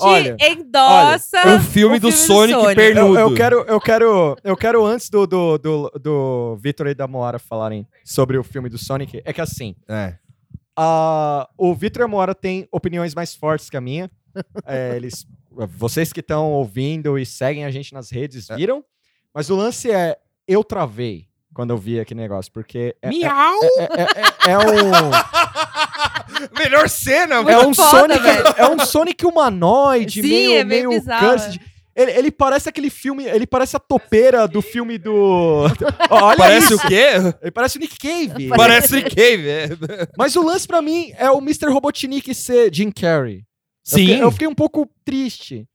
D: olha, olha,
C: endossa
B: o filme do Sonic
D: Eu,
B: pernudo.
D: eu quero, eu quero, eu quero antes do do, do, do Vitor e da Moara falarem sobre o filme do Sonic, é que assim,
B: É.
D: a- o Vitor e a Moara têm opiniões mais fortes que a minha. É, eles, vocês que estão ouvindo e seguem a gente nas redes
C: É.
D: viram, mas o lance é eu travei quando eu vi aquele negócio, porque é, é,
C: Miau!
D: é- é um
B: Melhor cena,
C: Muito
D: é um
C: foda,
D: Sonic,
C: velho.
D: é um Sonic humanoide,
C: Sim,
D: meio
C: é meio bizarro,
D: cursed. Ele, ele parece aquele filme, ele parece a topeira do filme do. Olha
B: Parece
D: isso.
B: o quê?
D: Ele parece o Nick Cave.
B: Parece Nick Cave. é.
D: Mas o lance pra mim é o Mr. Robotnik ser Jim Carrey. Eu
B: Sim.
D: fiquei, eu fiquei um pouco triste.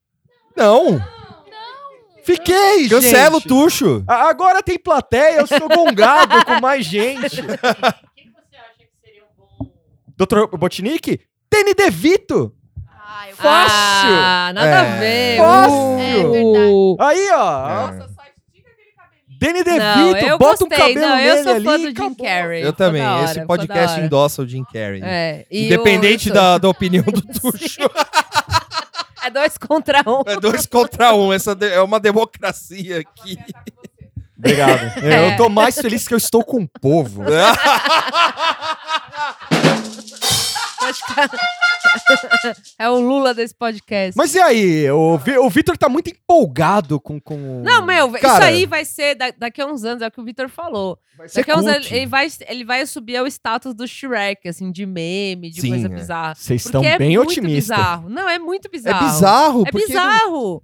B: Não. é
D: Fiquei,
B: Cancela o
D: gente.
B: Tuxo.
D: A- Agora tem plateia, eu sou gongado com mais gente.
G: Quem você acha que seria um bom.
D: Dr. Robotnik? Danny DeVito.
G: Ah, eu
D: Fácil.
C: Ah, nada
D: É.
C: a ver.
D: Fácil.
G: É verdade.
D: Aí,
B: É.
D: ó.
G: Nossa, só estica aquele cabelinho.
D: Danny
C: Não,
D: DeVito,
C: eu
D: bota um
C: gostei.
D: cabelo
C: não, eu
D: nele
C: sou
D: ali.
C: fã do Jim
D: acabou.
B: É.
C: Carrey.
B: Eu
C: Ficou da
B: também.
C: hora,
B: Esse
C: ficou da
B: podcast
C: hora.
B: endossa o Jim Carrey.
C: É, e
B: Independente
C: o-
B: da, da opinião do Tuxo.
C: É dois contra um.
B: É dois contra um. Essa de- é uma democracia aqui.
G: Vou até atar com você.
D: Obrigado.
C: É.
D: Eu tô mais feliz que eu estou com o povo.
C: Pode ficar- é o Lula desse podcast.
D: Mas e aí? O, Vi- o Vitor tá muito empolgado com. com...
C: Não, meu, isso
D: Cara,
C: aí vai ser da- daqui a uns anos, é o que o Vitor falou.
D: vai ser
C: Daqui a uns anos
D: cult.
C: ele vai, ele vai subir ao status do Shrek, assim, de meme, de
B: Sim,
C: coisa
B: é.
C: bizarra.
D: Vocês
C: Porque
D: estão
C: é
D: bem
C: muito
D: otimistas.
C: bizarro. Não, é muito
B: É
C: bizarro.
B: bizarro.
C: É
B: porque não-
C: bizarro.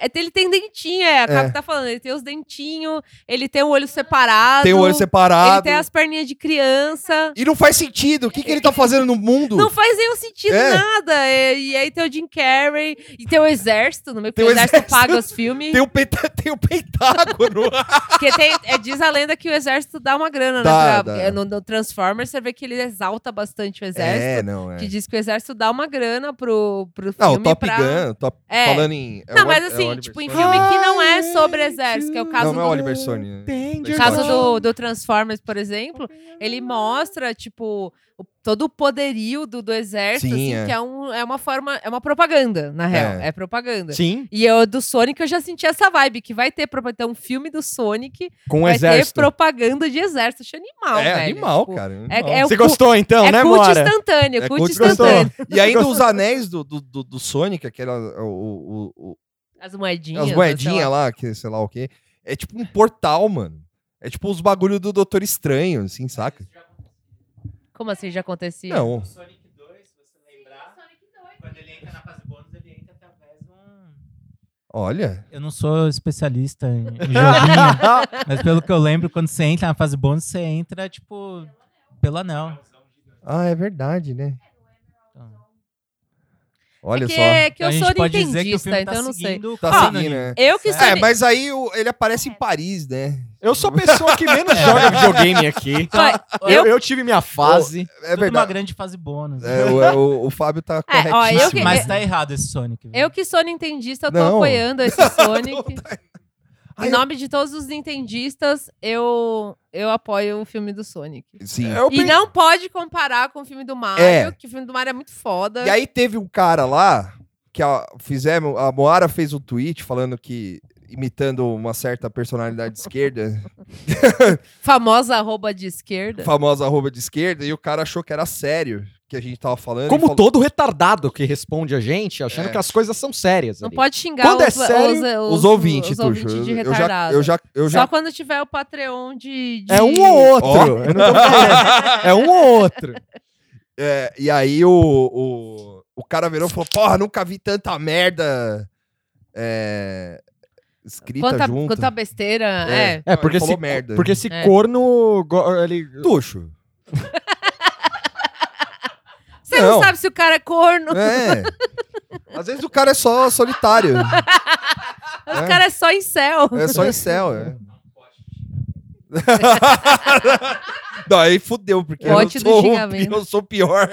C: É, ele tem dentinho, é. A Caco tá falando, ele tem os dentinhos, ele tem o olho separado.
B: Tem o olho
C: Ele
B: separado.
C: tem as perninhas de criança.
B: E não faz sentido. O que, que ele tá fazendo no mundo?
C: Não faz nenhum sentido
B: É.
C: nada. é, E, aí tem o Jim Carrey, e tem o exército no meio, porque
B: Tem
C: o
B: o
C: exército,
B: exército.
C: paga os filmes.
B: Tem o, penta... tem o pentágono.
C: Porque tem, é, diz a lenda que o exército dá uma grana,
B: Dá,
C: né? pra-
B: dá.
C: é, No, no Transformers, você vê que ele exalta bastante o exército.
B: É, não,
C: Que diz que o exército dá uma grana pro, pro
B: Não,
C: filme.
B: o Top
C: pra...
B: Gun, Top...
C: É.
B: falando em... é
C: Não,
B: o-
C: mas
B: é o Oliver
C: assim, tipo, em
B: Stone.
C: filme que não é sobre exército, que é o
B: Não,
C: caso
B: não é
C: do
B: o Oliver Stone. né?
D: Entendi.
B: Dois
C: caso
B: Scott.
C: do, do Transformers, por exemplo, ele mostra, tipo, o- todo o poderio do, do exército,
B: Sim,
C: assim,
B: é.
C: que é, um, é uma forma, é uma propaganda, na real. É, propaganda.
D: Sim,
C: E eu do Sonic eu já senti essa vibe, que vai ter propa- então, um filme do Sonic,
D: com o
C: vai
D: exército.
C: ter propaganda de exército. Achei animal,
B: Um É,
C: velho.
B: animal,
C: Tipo,
B: cara.
C: É,
B: animal.
C: é o
D: Você
C: cu-
D: gostou então,
C: é
D: né,
C: culto
D: Moara?
C: instantâneo,
B: É
C: culto
B: culto
C: instantâneo.
B: E ainda os anéis do, do, do, do Sonic, aquela, o- o- o,
C: As moedinhas.
B: As
C: sei
B: moedinhas
C: lá.
B: lá, que sei lá o quê. É tipo um portal, mano. É tipo os bagulho do Doutor Estranho, assim, saca?
C: Como assim já acontecia?
B: Não.
H: Sonic 2, se você lembrar, quando ele entra na fase bônus, ele entra através de um.
B: Olha.
H: Eu não sou especialista em em joguinho, mas pelo que eu lembro, quando você entra na fase bônus, você entra, tipo, pelo anel.
B: Ah, é verdade, né?
H: Então,
B: Olha
C: É que,
B: só.
C: é que eu
H: a gente
C: sou
H: pode dizer que o
C: nintendista,
H: filme
C: então eu não
H: tá
C: sei.
H: seguindo o
B: Tá
H: canônico.
B: seguindo, né?
C: Eu que sou.
B: É, mas aí o- ele aparece em Paris, né?
D: Eu sou a pessoa que menos joga videogame aqui.
B: tá.
C: Vai,
D: Eu, eu tive minha fase.
B: É
H: Tudo uma
B: verdade.
H: grande fase bônus.
B: É, o, é, o, o Fábio tá
C: É, ó, eu que-
B: corretíssimo.
H: Mas tá errado esse Sonic. viu?
C: Eu que sou nintendista, eu tô
B: Não. tá.
C: apoiando esse Sonic. Em nome de todos os nintendistas, eu, eu apoio o filme do Sonic.
B: Sim.
D: Eu
C: E
D: pe-
C: não pode comparar com o filme do Mario,
B: É.
C: que o filme do Mario é muito foda.
B: E aí teve um cara lá que a, fizemos, a Moara fez um tweet falando que imitando uma certa personalidade de esquerda,
C: Famosa arroba de esquerda.
B: famosa arroba de esquerda, e o cara achou que era sério que a gente tava falando.
D: Como
B: e falou-
D: todo retardado que responde a gente, achando
B: É.
D: que as coisas são sérias.
C: Não
D: ali.
C: pode xingar
D: Quando é
C: os,
D: sério,
B: os ouvintes,
C: os
B: Tuxo.
C: ouvintes de
B: eu já,
C: retardado.
B: eu já, eu já
C: Só quando tiver o Patreon de. de-
D: É um ou outro.
B: Ó.
D: eu não tô falando. é um ou outro.
B: É, e aí o, o, o cara virou e falou: Porra, nunca vi tanta merda é, escrita
C: Quanta,
B: junto.
C: quanta besteira. É.
D: É,
B: Não,
D: porque
B: ele falou
D: esse,
B: merda.
D: porque esse
C: É.
D: corno. go- Ele...
B: Tuxo.
C: Você não.
B: Não.
C: sabe se o cara é corno,
B: É. Às vezes o cara é só solitário.
C: o cara é só em céu.
B: É só em céu. É. Não, aí fudeu, porque eu,
C: Bote do
B: sou o pi-
C: xingamento.
B: eu sou o pior.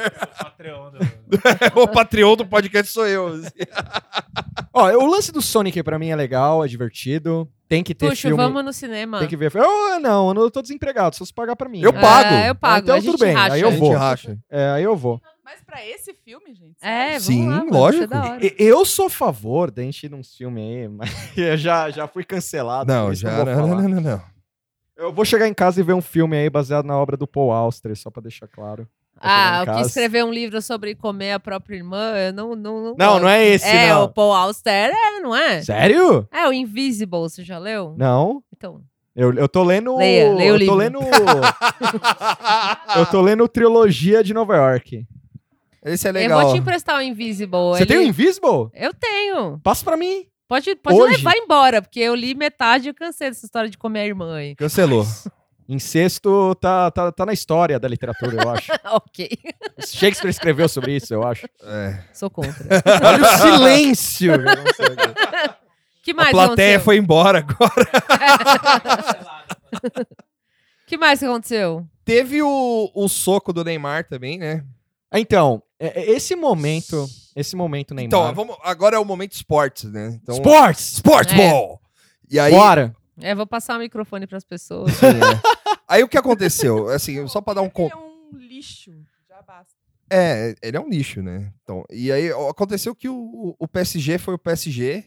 B: o Patreon do podcast sou eu.
D: Ó, o lance do Sonic pra mim é legal, é divertido. Tem que ter
C: Tuxo,
D: filme.
C: vamos no cinema.
D: Tem que ver. Eu, não, eu não- eu tô desempregado. Se você pagar pra mim.
B: Eu
D: né?
C: É,
B: pago.
C: eu pago.
D: Então
C: a gente
D: tudo bem,
C: racha.
D: aí eu
B: A gente
D: vou.
B: racha.
D: É, aí eu vou.
G: Mas pra esse filme, gente?
C: É,
G: sério?
C: vamos
B: Sim,
C: lá, mano,
B: lógico.
C: isso é da hora.
D: E- Eu sou a favor da gente ir num filme aí, mas eu já, já fui cancelado. por
B: Não,
D: isso
B: já.
D: eu vou
B: Não,
D: falar.
B: não, não, não.
D: Eu vou chegar em casa e ver um filme aí baseado na obra do Paul Auster, só pra deixar claro.
C: Ah, o
D: Chegar em
C: que
D: casa.
C: escrever um livro sobre comer a própria irmã, eu não. Não, não,
D: Não,
C: gosto.
D: não é esse,
C: É,
D: não.
C: o Paul Auster, é, não é?
D: Sério?
C: É, o Invisible, você já leu?
D: Não.
C: Então.
D: Eu, eu tô lendo.
C: Leia, leia o
D: eu
C: livro.
D: tô lendo. eu tô lendo trilogia de Nova York.
B: Esse é
C: Eu
B: legal.
C: vou te emprestar o Invisible.
D: Você
C: ele-
D: tem um o Invisible?
C: Eu tenho.
D: Passa pra mim.
C: Pode, pode
D: Hoje?
C: levar embora, porque eu li metade e eu cansei dessa história de comer a irmã aí.
B: Cancelou.
D: Incesto tá, tá, tá na história da literatura, eu acho.
C: ok.
D: Shakespeare escreveu sobre isso, eu acho.
B: É.
C: Sou contra.
D: Olha o silêncio!
C: que
B: A
C: mais um
B: plateia
C: aconteceu?
B: foi embora agora.
C: que mais que aconteceu?
B: Teve o, o soco do Neymar também, né?
D: Então, é- é esse momento, esse momento Neymar.
B: Então, vamos, agora é o momento esportes, né? Então,
D: Sports!
B: Sports
C: É.
B: Ball! E aí,
D: Bora!
C: É, vou passar o microfone pras pessoas.
B: Sim, é. aí o que aconteceu? Assim, só pra dar um... con-
G: Ele é um lixo. Já basta.
B: É, ele é um nicho, né? Então, e aí ó, aconteceu que o, o PSG foi o PSG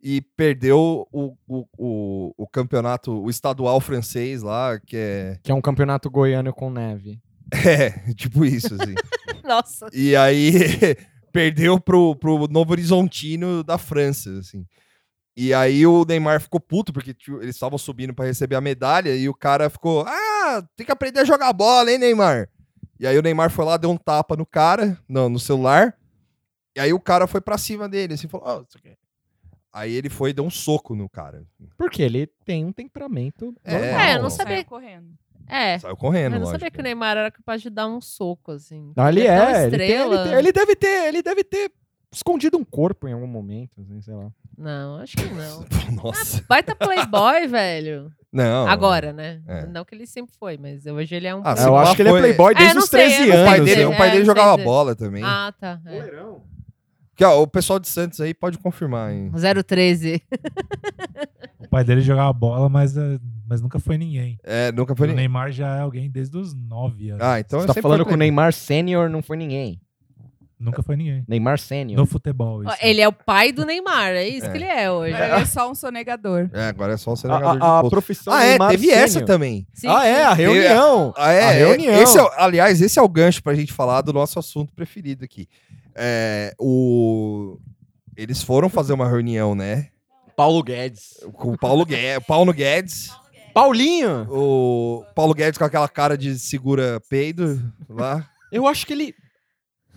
B: e perdeu o, o, o, o campeonato, o estadual francês lá, que é,
D: Que é um campeonato goiano com neve.
B: é tipo isso, assim.
C: Nossa.
B: E aí perdeu pro, pro Novo Horizontino da França, assim. E aí o Neymar ficou puto, porque tio, eles estavam subindo pra receber a medalha, e o cara ficou, ah, tem que aprender a jogar bola, hein, Neymar? E aí o Neymar foi lá, deu um tapa no cara, no, no celular, e aí o cara foi pra cima dele, assim, falou, "Ó, isso aqui é-". Aí ele foi e deu um soco no cara.
D: Porque ele tem um temperamento.
B: É.
D: normal.
C: É, eu não
B: Saiu
C: sabia.
G: Saiu correndo.
C: É.
B: Saiu correndo,
C: eu não
B: lógico.
C: sabia que o Neymar era capaz de dar um soco, assim.
D: Não, ele
C: Ele é tão
D: é. Ele, tem- ele
C: estrela.
D: tem- ele deve ter, ele deve ter escondido um corpo em algum momento, assim, sei lá.
C: Não, acho que não.
B: Nossa.
C: Baita playboy, velho.
B: Não.
C: Agora, né?
B: É.
C: Não que ele sempre foi, mas hoje ele é um...
B: Ah,
C: playboy.
B: sim,
D: eu
B: lá
D: acho que ele é
B: foi-
D: playboy
C: É,
D: desde
C: não
D: os
C: sei, eu
D: 13
C: não sei
B: O pai
D: anos.
B: dele,
C: dizer,
B: o pai
C: é,
B: dele
C: não sei
B: jogava
C: dizer.
B: bola também.
C: Ah, tá. É.
B: Que, ó, o pessoal de Santos aí pode confirmar, hein?
C: 013.
H: O pai dele jogava bola, mas, eh, mas nunca foi ninguém.
B: É, nunca foi
H: O
B: ninguém.
H: Neymar já é alguém desde os 9 anos.
B: Ah, então
D: Você
B: eu
D: tá
B: sempre
D: falando
B: fui
D: que o Neymar Sênior não foi ninguém.
H: Nunca foi ninguém.
D: Neymar Sênior.
H: No futebol, isso.
C: Ele é o pai do Neymar, é isso
B: É.
C: que ele é hoje.
G: Ele é só um sonegador.
B: É, agora é só o
D: A,
B: senador
D: a- a
B: de ponto.
D: profissão
B: Ah, é,
D: Neymar
B: teve
D: Sênior.
B: essa também.
C: Sim,
D: ah, é, a
B: Teve-
D: reunião.
B: Ah, é,
D: A
B: é,
D: reunião.
B: esse é o- aliás, esse é o gancho pra gente falar do nosso assunto preferido aqui. É, o... Eles foram fazer uma reunião, né?
D: Paulo Guedes.
B: Com o Paulo, Gue... o Paulo Guedes.
D: Paulinho!
B: O Paulo Guedes com aquela cara de segura peido lá.
D: Eu acho que ele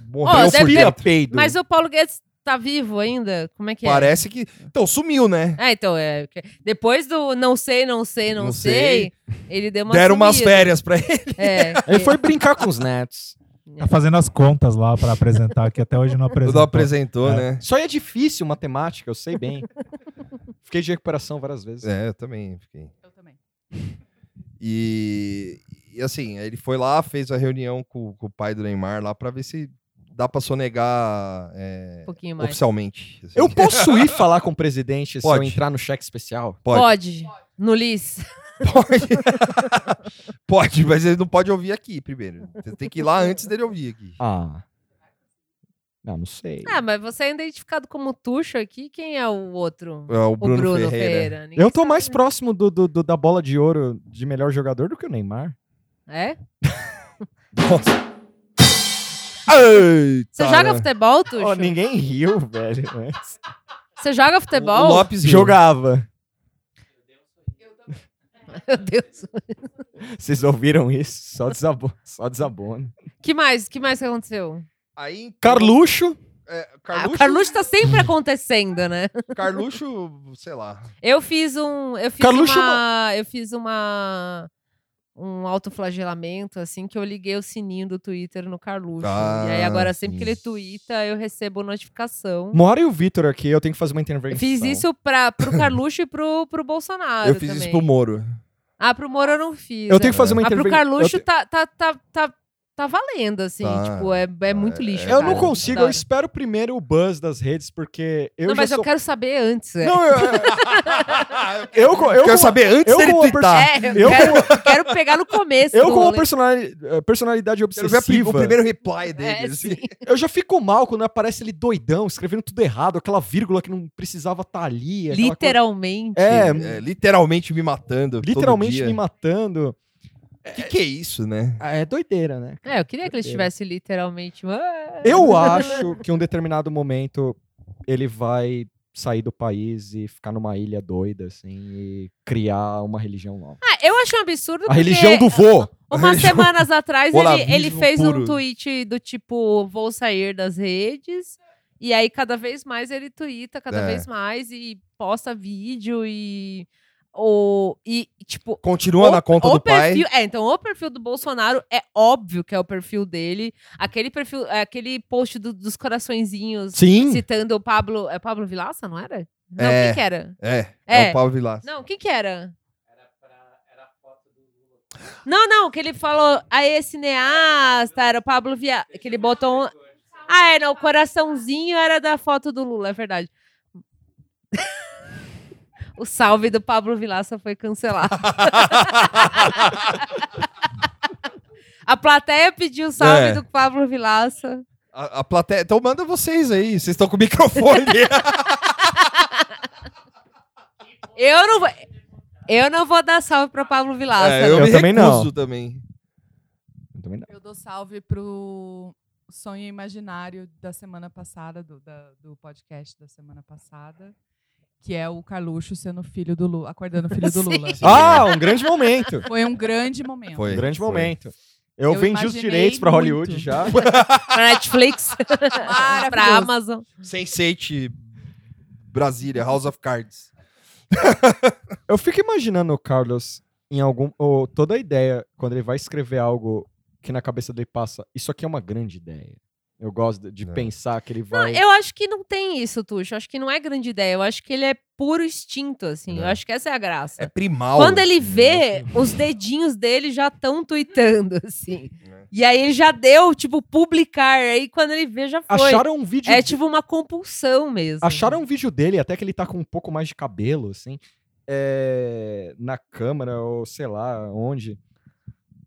B: Morreu
C: Ó, deve
B: por
C: ter-
D: pira
B: dentro.
D: peido.
C: Mas o Paulo Guedes tá vivo ainda? Como é que é?
B: Parece que. Então, sumiu, né?
C: É, então, é. que- Depois do não sei, não sei, não,
B: Não
C: sei, ele deu uma
B: Deram umas
C: sumida.
B: férias pra ele.
C: É,
D: Ele foi brincar com os netos.
H: Tá fazendo as contas lá pra apresentar, que até hoje não apresentou.
B: Não apresentou,
H: É.
B: né?
D: Só é difícil matemática, eu sei bem. Fiquei de recuperação várias vezes.
B: É, eu também fiquei.
G: Eu também.
B: E, e assim, aí ele foi lá, fez a reunião com, com o pai do Neymar lá pra ver se dá pra sonegar é,
C: Um pouquinho mais.
B: oficialmente. assim.
D: Eu posso ir falar com o presidente se eu
B: Pode.
D: entrar no cheque especial?
B: Pode.
C: Pode. No Liz.
B: Pode. pode, mas ele não pode ouvir aqui primeiro. Você tem que ir lá antes dele ouvir aqui.
D: Ah. Não, não sei.
C: Ah, mas você é identificado como Tuxo aqui. Quem é o outro?
B: É, o
C: O
B: Bruno,
C: Bruno, Ferreira.
B: Ferreira.
C: Ninguém
D: eu tô
C: sabe,
D: mais
C: né?
D: próximo do, do- do- da bola de ouro de melhor jogador do que o Neymar.
C: É?
B: Nossa. Eita,
C: Você joga
B: né?
C: futebol, Tuxo?
D: Ó, ninguém riu, velho. né?
C: Você joga
B: O
C: futebol?
B: Lopes riu.
D: Jogava.
C: Meu Deus.
D: Vocês ouviram isso? Só desabou. Só desabou. né?
C: Que mais? Que mais que aconteceu?
B: Aí,
D: Carluxo.
B: é,
C: Ah,
B: Carluxo,
C: o Carluxo tá sempre acontecendo, né?
B: Carluxo, sei lá.
C: Eu fiz um. Eu fiz
D: Carluxo
C: uma. Eu fiz uma. Um autoflagelamento, assim, que eu liguei o sininho do Twitter no Carluxo. e aí
B: Ah,
C: agora, sempre que ele
B: sim.
C: twitta, eu recebo notificação.
D: Mora e o Vitor aqui, eu tenho que fazer uma
C: Eu
D: intervenção.
C: fiz isso pra, pro Carluxo e pro, pro Bolsonaro.
B: eu fiz isso pro
C: também.
B: Moro.
C: Ah, pro Moro eu não fiz.
D: Eu tenho
C: é.
D: que fazer uma
C: Ah, pro
D: intervenção.
C: Carluxo tá, tá, tá, tá, tá valendo, assim.
B: Tá.
C: Tipo, é, é muito lixo.
D: Eu
C: cara.
D: não consigo, eu
C: Adoro.
D: espero primeiro o buzz das redes, porque eu
C: não,
D: já
C: mas
D: sou...
C: eu quero saber antes. é.
D: Não, eu... eu, eu, eu,
B: Quero saber antes
D: eu
B: dele
D: como
B: twittar.
C: É, eu,
D: Eu
C: quero, quero pegar no começo.
D: Eu
C: do
D: como
C: rolê.
D: personali- eh, personalidade
B: Quero ver a pri-
D: obsessiva,
B: o primeiro reply
C: É,
B: dele. assim.
C: sim.
D: eu já fico mal quando aparece ele doidão, escrevendo tudo errado, aquela vírgula que não precisava estar ali. aquela
C: Literalmente.
D: coisa- É,
B: É, literalmente me matando.
D: literalmente me
B: matando.
D: matando.
B: O que, que é isso, né?
D: Ah, É doideira, né?
C: É, eu queria que ele estivesse literalmente. "Ah".
D: Eu acho que em um determinado momento ele vai sair do país e ficar numa ilha doida, assim, e criar uma religião nova.
C: Ah, eu acho um absurdo.
D: A
C: porque
D: religião do vô!
C: Umas semanas atrás ele,
B: Olavismo
C: ele fez
B: puro.
C: um tweet do tipo: vou sair das redes. E aí, cada vez mais ele twitta, cada
B: É.
C: vez mais e posta vídeo e. Ou, e, tipo,
B: Continua na conta do pai.
C: perfil- é, então o perfil do Bolsonaro é óbvio que é o perfil dele. Aquele perfil, é, aquele post do- dos coraçõezinhos
D: Sim!
C: citando o Pablo. É Pablo Vilaça, não era? Não,
B: É.
C: quem que era?
B: É, é,
C: É.
B: o Paulo Vilas.
C: Não, quem que era? Não, não, que ele falou, aí esse cineasta, era o Pablo Via, que ele botou um... Ah, é, não, o coraçãozinho era da foto do Lula, é verdade. o salve do Pablo Vilaça foi cancelado. A plateia pediu o salve
B: É.
C: do Pablo Vilaça.
B: A, a plateia. Então manda vocês aí. Vocês estão com o microfone.
C: Eu não vou... Eu não vou dar salve pra Pablo Vilaça.
B: É,
C: né? não.
B: eu
D: Eu
B: me
D: também não.
B: recuso também.
D: Também não.
G: Eu dou salve pro sonho imaginário da semana passada, do, da- do podcast da semana passada, que é o Carluxo sendo filho do Lula, acordando filho do
C: Sim. é.
G: Lula.
D: Ah, um grande momento!
G: Foi um grande momento.
B: Foi.
D: Um grande
B: foi.
D: momento. Eu,
G: Eu
D: vendi os
G: imaginei
D: direitos pra Hollywood
G: muito.
D: já.
C: Pra Netflix. pra
G: Maravilhoso.
C: Amazon.
B: Sense8 Brasília, House of Cards.
D: Eu fico imaginando o Carlos em algum. ou toda a ideia, quando ele vai escrever algo que na cabeça dele passa, isso aqui é uma grande ideia. Eu gosto de, de
B: Não.
D: pensar que ele
C: É. Não, é,
D: vai.
C: eu acho que não tem isso, Tuxo. Eu acho que não é grande ideia. Eu acho que ele é puro instinto, assim. Eu
B: É.
C: acho que essa é a graça.
B: É primal.
C: Quando
D: assim,
C: ele vê, os dedinhos dele já estão tweetando, assim.
D: Né.
B: É.
C: E aí ele já deu, tipo, publicar. Aí quando ele vê, já foi.
D: Acharam um vídeo.
C: É tipo uma compulsão mesmo.
D: Acharam um vídeo dele, até que ele tá com um pouco mais de cabelo, assim. é, na câmera, ou sei lá onde.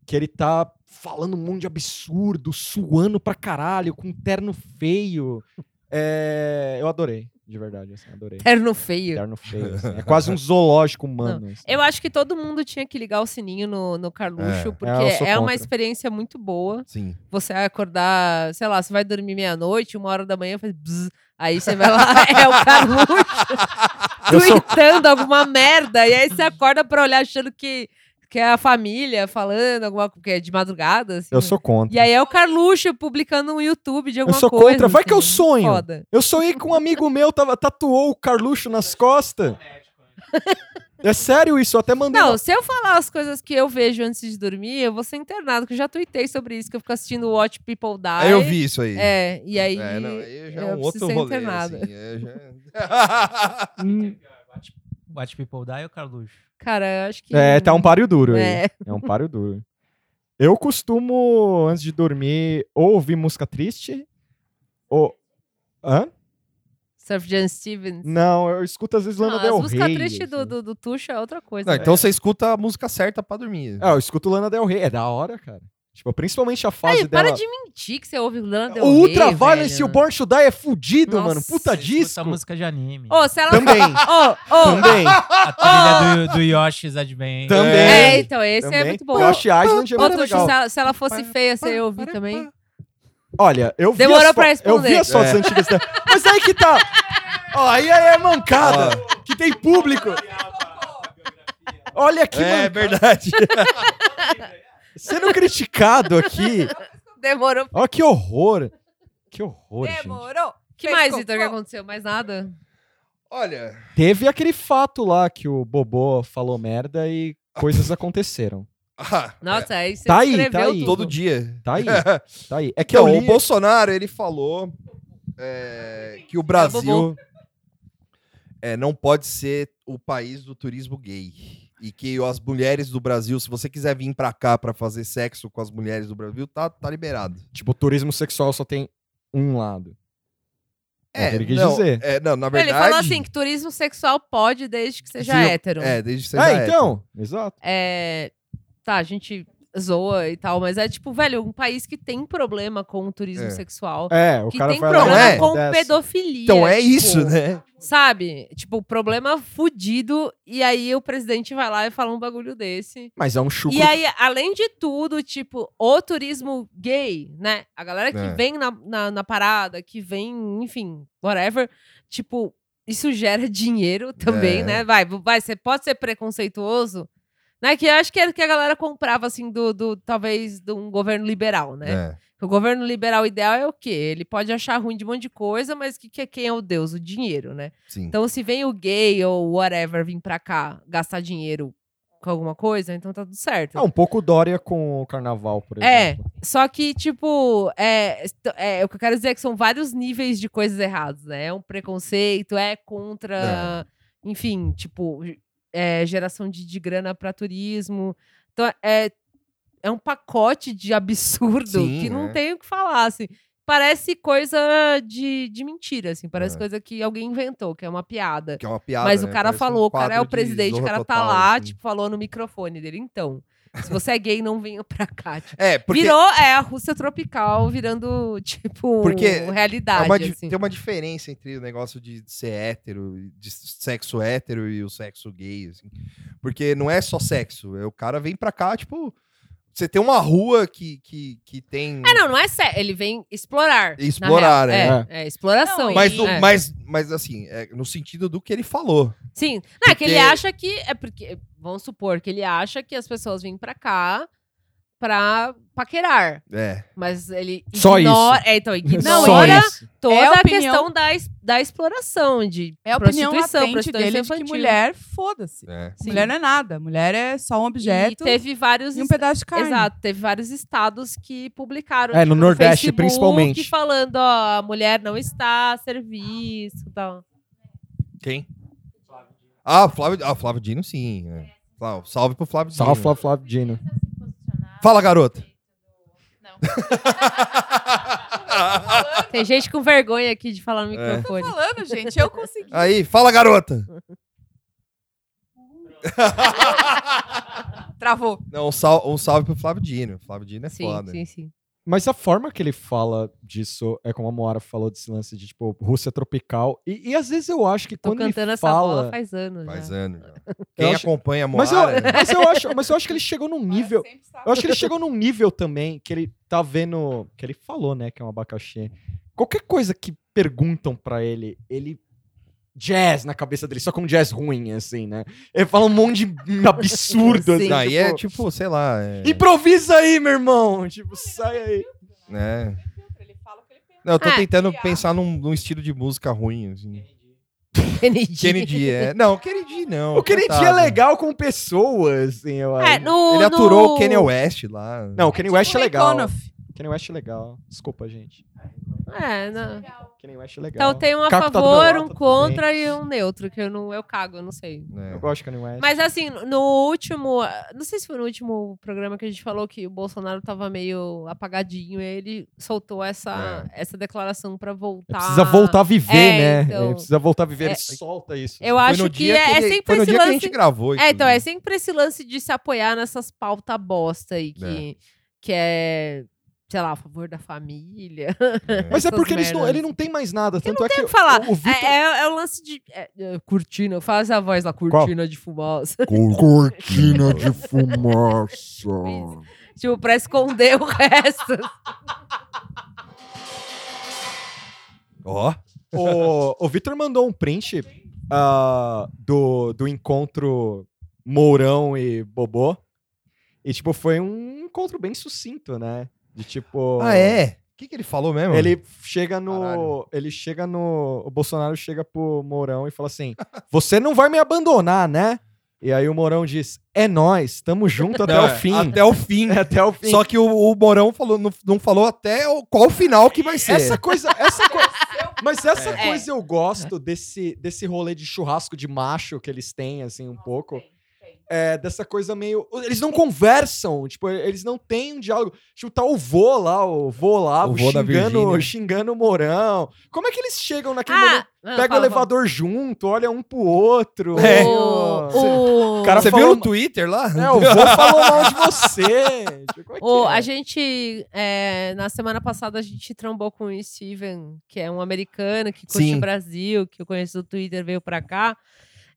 D: Que ele tá falando um monte de absurdo, suando pra caralho, com um terno feio. É, eu adorei, de verdade, assim, adorei.
C: Terno feio.
D: Terno feio, assim. É quase um zoológico humano. assim.
C: Eu acho que todo mundo tinha que ligar o sininho no, no Carluxo,
B: É.
C: porque
D: Ah, eu sou
C: é uma
D: contra.
C: experiência muito boa.
B: Sim.
C: você vai acordar, sei lá, você vai dormir meia-noite, uma hora da manhã, faz bzz, aí você vai lá, é o Carluxo
D: Eu sou-
C: tweetando alguma merda, e aí você acorda pra olhar achando que, que é a família falando alguma coisa, que é de madrugada, assim.
D: Eu sou contra.
C: E aí é o Carluxo publicando um YouTube de alguma coisa.
D: sou contra, vai que eu
C: assim.
D: sonho.
C: Foda.
D: Eu sonhei com um amigo meu, tava, tatuou o Carluxo nas costas. É sério isso, eu até mandei.
C: Não, se eu falar as coisas que eu vejo antes de dormir, eu vou ser internado, que eu já tuitei sobre isso, que eu fico assistindo Watch People Die.
B: Aí eu vi isso aí.
C: É, e aí...
B: É, não, aí já é
C: eu
B: um
C: preciso
B: outro
C: ser
B: rolê.
C: internado.
B: assim, é, já-
H: Watch People Die ou Carluxo?
C: Cara, eu acho que...
D: É, tá um páreo duro aí.
C: É.
D: É um páreo duro. Eu costumo, antes de dormir, ou ouvir música triste, O... Hã?
C: Surf Jan Stevens.
D: Não, eu escuto às vezes Lana
C: Não,
D: Del
C: as músicas
D: Rey.
C: tristes do,
D: assim.
C: do, do Tuxa é outra coisa.
B: Não, então você escuta a música certa pra dormir.
D: Ah, eu escuto Lana Del Rey. É da hora, cara. Tipo, principalmente a fase
C: Aí,
D: dela.
C: para de mentir que você ouve Lana Del
D: O
C: Rey,
D: Ultra Violence e
C: velho.
D: o Born to Die é fudido,
C: Nossa,
D: mano. Puta disco.
H: Escuta música de anime.
C: Ô, se ela...
D: Também,
C: Ô, ô.
D: também,
H: A trilha do, do Yoshi's Adventure.
D: também.
C: É, então, esse
D: também.
C: é muito bom.
D: Eu acho Island é
C: Ô,
D: muito
C: Tuxa,
D: legal.
C: se ela, se ela fosse feia, você ia ouvir também?
D: Olha, eu vi
C: Demorou
D: as
C: pra
D: fo- Eu vi
C: responder.
D: as fotos
B: É.
D: antigas dela. Mas aí que tá. Ó, aí é mancada. Que tem público. Olha que
B: é
D: mancada.
B: verdade.
D: Sendo criticado aqui.
C: Demorou.
D: Ó, que horror. Que horror, gente.
G: Demorou.
C: que mais, Vitor, que aconteceu? Mais nada?
B: Olha,
D: Teve aquele fato lá que o Bobô falou merda e coisas aconteceram.
B: ah,
C: Nossa, aí você
D: Tá aí,
C: escreveu
D: tá aí.
C: tudo.
B: todo dia.
D: Tá aí, tá aí. É que
B: Então,
D: eu
B: o
D: li...
B: Bolsonaro, ele falou é, que o Brasil é, não pode ser o país do turismo gay. E que as mulheres do Brasil, se você quiser vir pra cá pra fazer sexo com as mulheres do Brasil, tá, tá liberado.
D: Tipo, turismo sexual só tem um lado. É,
B: É,
D: ele quis
B: não,
D: dizer.
B: é, não, na
C: Ele
B: verdade...
C: falou assim, que turismo sexual pode desde que seja
B: Se eu-
C: hétero.
B: É, desde que você já
D: Ah,
B: é.
D: então. Exato.
C: é, tá, a gente zoa e tal, mas é tipo, velho, um país que tem problema com o turismo
B: É.
C: sexual.
D: É, o
C: que
D: cara
C: tem
D: vai lá
C: problema
D: e
B: é,
C: com
D: desce.
C: pedofilia.
B: Então é
C: tipo,
B: isso, né?
C: Sabe? Tipo, problema fudido. E aí o presidente vai lá e fala um bagulho desse.
D: Mas é um chucro.
C: E aí, além de tudo, tipo, o turismo gay, né? A galera que
B: É.
C: vem na, na, na parada, que vem, enfim, whatever, tipo, isso gera dinheiro também,
B: É.
C: né? Vai, vai, você pode ser preconceituoso, né? Que eu acho que era o que a galera comprava, assim, do, do talvez de um governo liberal, né?
B: É.
C: Porque O governo liberal ideal é o quê? Ele pode achar ruim de um monte de coisa, mas que, que é quem é o Deus? O dinheiro, né?
B: Sim.
C: Então, se vem o gay ou whatever vir pra cá gastar dinheiro com alguma coisa, então tá tudo certo.
D: Ah, um pouco Dória com o carnaval, por
C: É.
D: exemplo.
C: Só que, tipo, é, est- é, o que eu quero dizer é que são vários níveis de coisas erradas, né? É um preconceito, é contra, enfim, tipo, é, geração de, de grana pra turismo. Então, é, é um pacote de absurdo
B: Sim,
C: que não
B: é.
C: tem o que falar, assim. Parece coisa de, de mentira, assim. Parece
B: É.
C: coisa que alguém inventou, que é uma piada.
B: Que é uma piada,
C: Mas o
B: né?
C: cara
B: Parece um
C: falou, o cara é
B: quadro
C: o
B: de
C: presidente, o
B: Zorra
C: cara tá
B: Total,
C: lá,
B: assim.
C: tipo, falou no microfone dele. Então, se você é gay, não venha pra cá. Tipo,
B: É, porque
C: Virou, é, a Rússia tropical virando, tipo,
B: Porque é
C: realidade,
B: uma di-
C: assim.
B: tem um uma diferença entre o negócio de ser hétero, de sexo hétero e o sexo gay, assim. Porque não é só sexo, é o cara vem pra cá, tipo... Você tem uma rua que, que, que tem...
C: É, não, não é sério. Ele vem explorar. na
B: Explorar,
C: real. é. É, exploração.
G: Não,
B: Mas,
G: Sim,
B: no-
C: é.
B: mas, mas assim, é no sentido do que ele falou.
C: Sim. Não, é que ele
B: Porque-
C: acha que. É porque. Vamos supor que ele acha que as pessoas vêm pra cá pra paquerar.
B: É.
C: Mas ele
D: Só
C: ignora. É, então,
D: Só
C: ignora
D: isso.
C: toda
G: É a
C: a
G: opinião-
C: questão da, es- da exploração, de
G: É a opinião
C: prostituição,
G: latente
C: prostituição
G: dele de que
C: infantil.
G: mulher, foda-se.
B: é.
C: Sim.
G: Mulher não é nada. Mulher é só um
C: E
G: objeto e,
C: teve vários
G: um
C: es-
G: pedaço de carne.
C: Exato, teve vários estados que publicaram.
D: É, no Nordeste,
C: Facebook,
D: principalmente.
C: Falando, ó, a mulher não está a serviço e tal.
B: Quem? Ah, Flávio, ah, Flávio Dino, sim. né? Fla- Salve pro Flávio Dino.
D: Salve, Flávio Flávio Dino.
B: Fala, garota.
I: Não.
C: Tem gente com vergonha aqui de falar no
B: É.
C: microfone.
G: falando, gente, eu consegui.
B: Aí, fala, garota.
G: Travou.
B: Não, um sal- um salve pro Flávio Dino. Flávio Dino é
C: sim,
B: foda.
C: sim, sim.
D: Mas a forma que ele fala disso é como a Moara falou desse lance de, tipo, Rússia tropical. E, e às vezes eu acho que
C: Tô
D: quando
C: cantando
D: ele
C: essa bola
D: fala...
C: faz anos.
B: Faz
C: já.
B: anos. já. Quem
D: acho-
B: acompanha a
D: Mas eu,
B: Moara... né?
D: mas, eu acho, mas eu acho que ele chegou num nível...
G: Sempre sabe.
D: Eu acho que ele chegou num nível também que ele tá vendo... Que ele falou, né, que é um abacaxi. Qualquer coisa que perguntam pra ele, ele... Jazz na cabeça dele, só com um jazz ruim, assim, né? Ele fala um monte de absurdo, assim.
C: Sim.
B: Daí
D: tipo-
B: é tipo, sei lá... É,
D: Improvisa aí, meu irmão! Tipo, sai aí.
B: né?
G: Ele fala o que ele pensa.
B: Não, eu tô
C: Ah,
B: tentando
G: e a-
B: pensar num, num estilo de música ruim, assim.
C: Kennedy.
B: Kennedy, é. Não, Kennedy não.
D: O Kennedy é
B: coitado.
D: legal com pessoas, assim, eu acho.
C: É, no,
B: Ele aturou
C: no-
B: o Kanye West lá.
D: Não, o Kanye West é
G: Tipo
D: legal.
G: Reconov.
D: Kanye West é legal. Desculpa, gente.
C: É, não.
D: Kanye que nem o Ash é legal.
C: Então tem um a
D: Caco tá do meu
C: favor,
D: lado
C: um
D: também.
C: contra e um neutro, que eu não eu cago, eu não sei.
B: né?
D: Eu gosto que nem o Ash.
C: Mas assim, no último. Não sei se foi no último programa que a gente falou que o Bolsonaro tava meio apagadinho e ele soltou essa, essa declaração pra voltar.
D: É. Precisa voltar a viver,
C: tá. É,
D: né?
C: então.
D: Ele precisa voltar a viver,
C: É.
D: ele solta isso.
C: Eu
B: Foi
C: acho
B: no
C: que,
B: dia
C: é, é
B: ele-
C: sempre
B: Foi no
C: esse
B: dia que a
C: lance.
B: gente gravou. né?
C: É, então, é
B: inclusive.
C: sempre esse lance de se apoiar nessas pautas bosta aí que, que é, sei lá, a favor da família.
D: Mas é
C: Essas
D: porque eles não,
C: merdas.
D: ele não tem mais nada. Tanto é que
C: que falar.
D: o- o Vitor-
C: É, é, é o lance de. é, é, cortina, faz a voz lá, cortina de fumaça.
I: Cortina de fumaça.
C: tipo, pra esconder o resto.
B: Ó,
C: é.
D: O, o Vitor mandou um print ah, do, do encontro Mourão e Bobô. E, tipo, foi um encontro bem sucinto, né? De tipo.
B: Ah, é? O que, que ele falou mesmo?
D: Ele chega no.
B: Caralho.
D: Ele chega no. O Bolsonaro chega pro Mourão e fala assim: Você não vai me abandonar, né? E aí o Mourão diz: É nós, tamo junto até
B: Não,
D: o
B: é,
D: fim.
B: Até o fim.
D: Até o fim.
B: Só que o, o Morão falou, não, não falou até o- qual o final que vai ser.
D: Essa coisa, essa coisa, mas essa
C: É.
D: coisa eu gosto desse desse rolê de churrasco de macho que eles têm assim um pouco. É, dessa coisa meio. Eles não conversam, tipo, eles não têm um diálogo. Tipo, tá o vô lá, o vô lá,
B: O
D: o
B: vô da Virgínia.
D: xingando, xingando o Morão. Como é que eles chegam
C: Ah,
D: naquele momento?
C: não,
D: Pega o
C: fala, fala.
D: elevador junto, olha um pro outro.
B: É.
D: O,
C: O, o,
D: cara
B: Você
D: falou-
B: viu no Twitter lá?
D: é, o vô falou mal de você. Tipo, como é que
C: o-
D: é?
C: a gente, é, na semana passada, a gente trombou com o Steven, que é um americano que curte
B: Sim.
C: o Brasil, que eu conheço do Twitter, veio pra cá.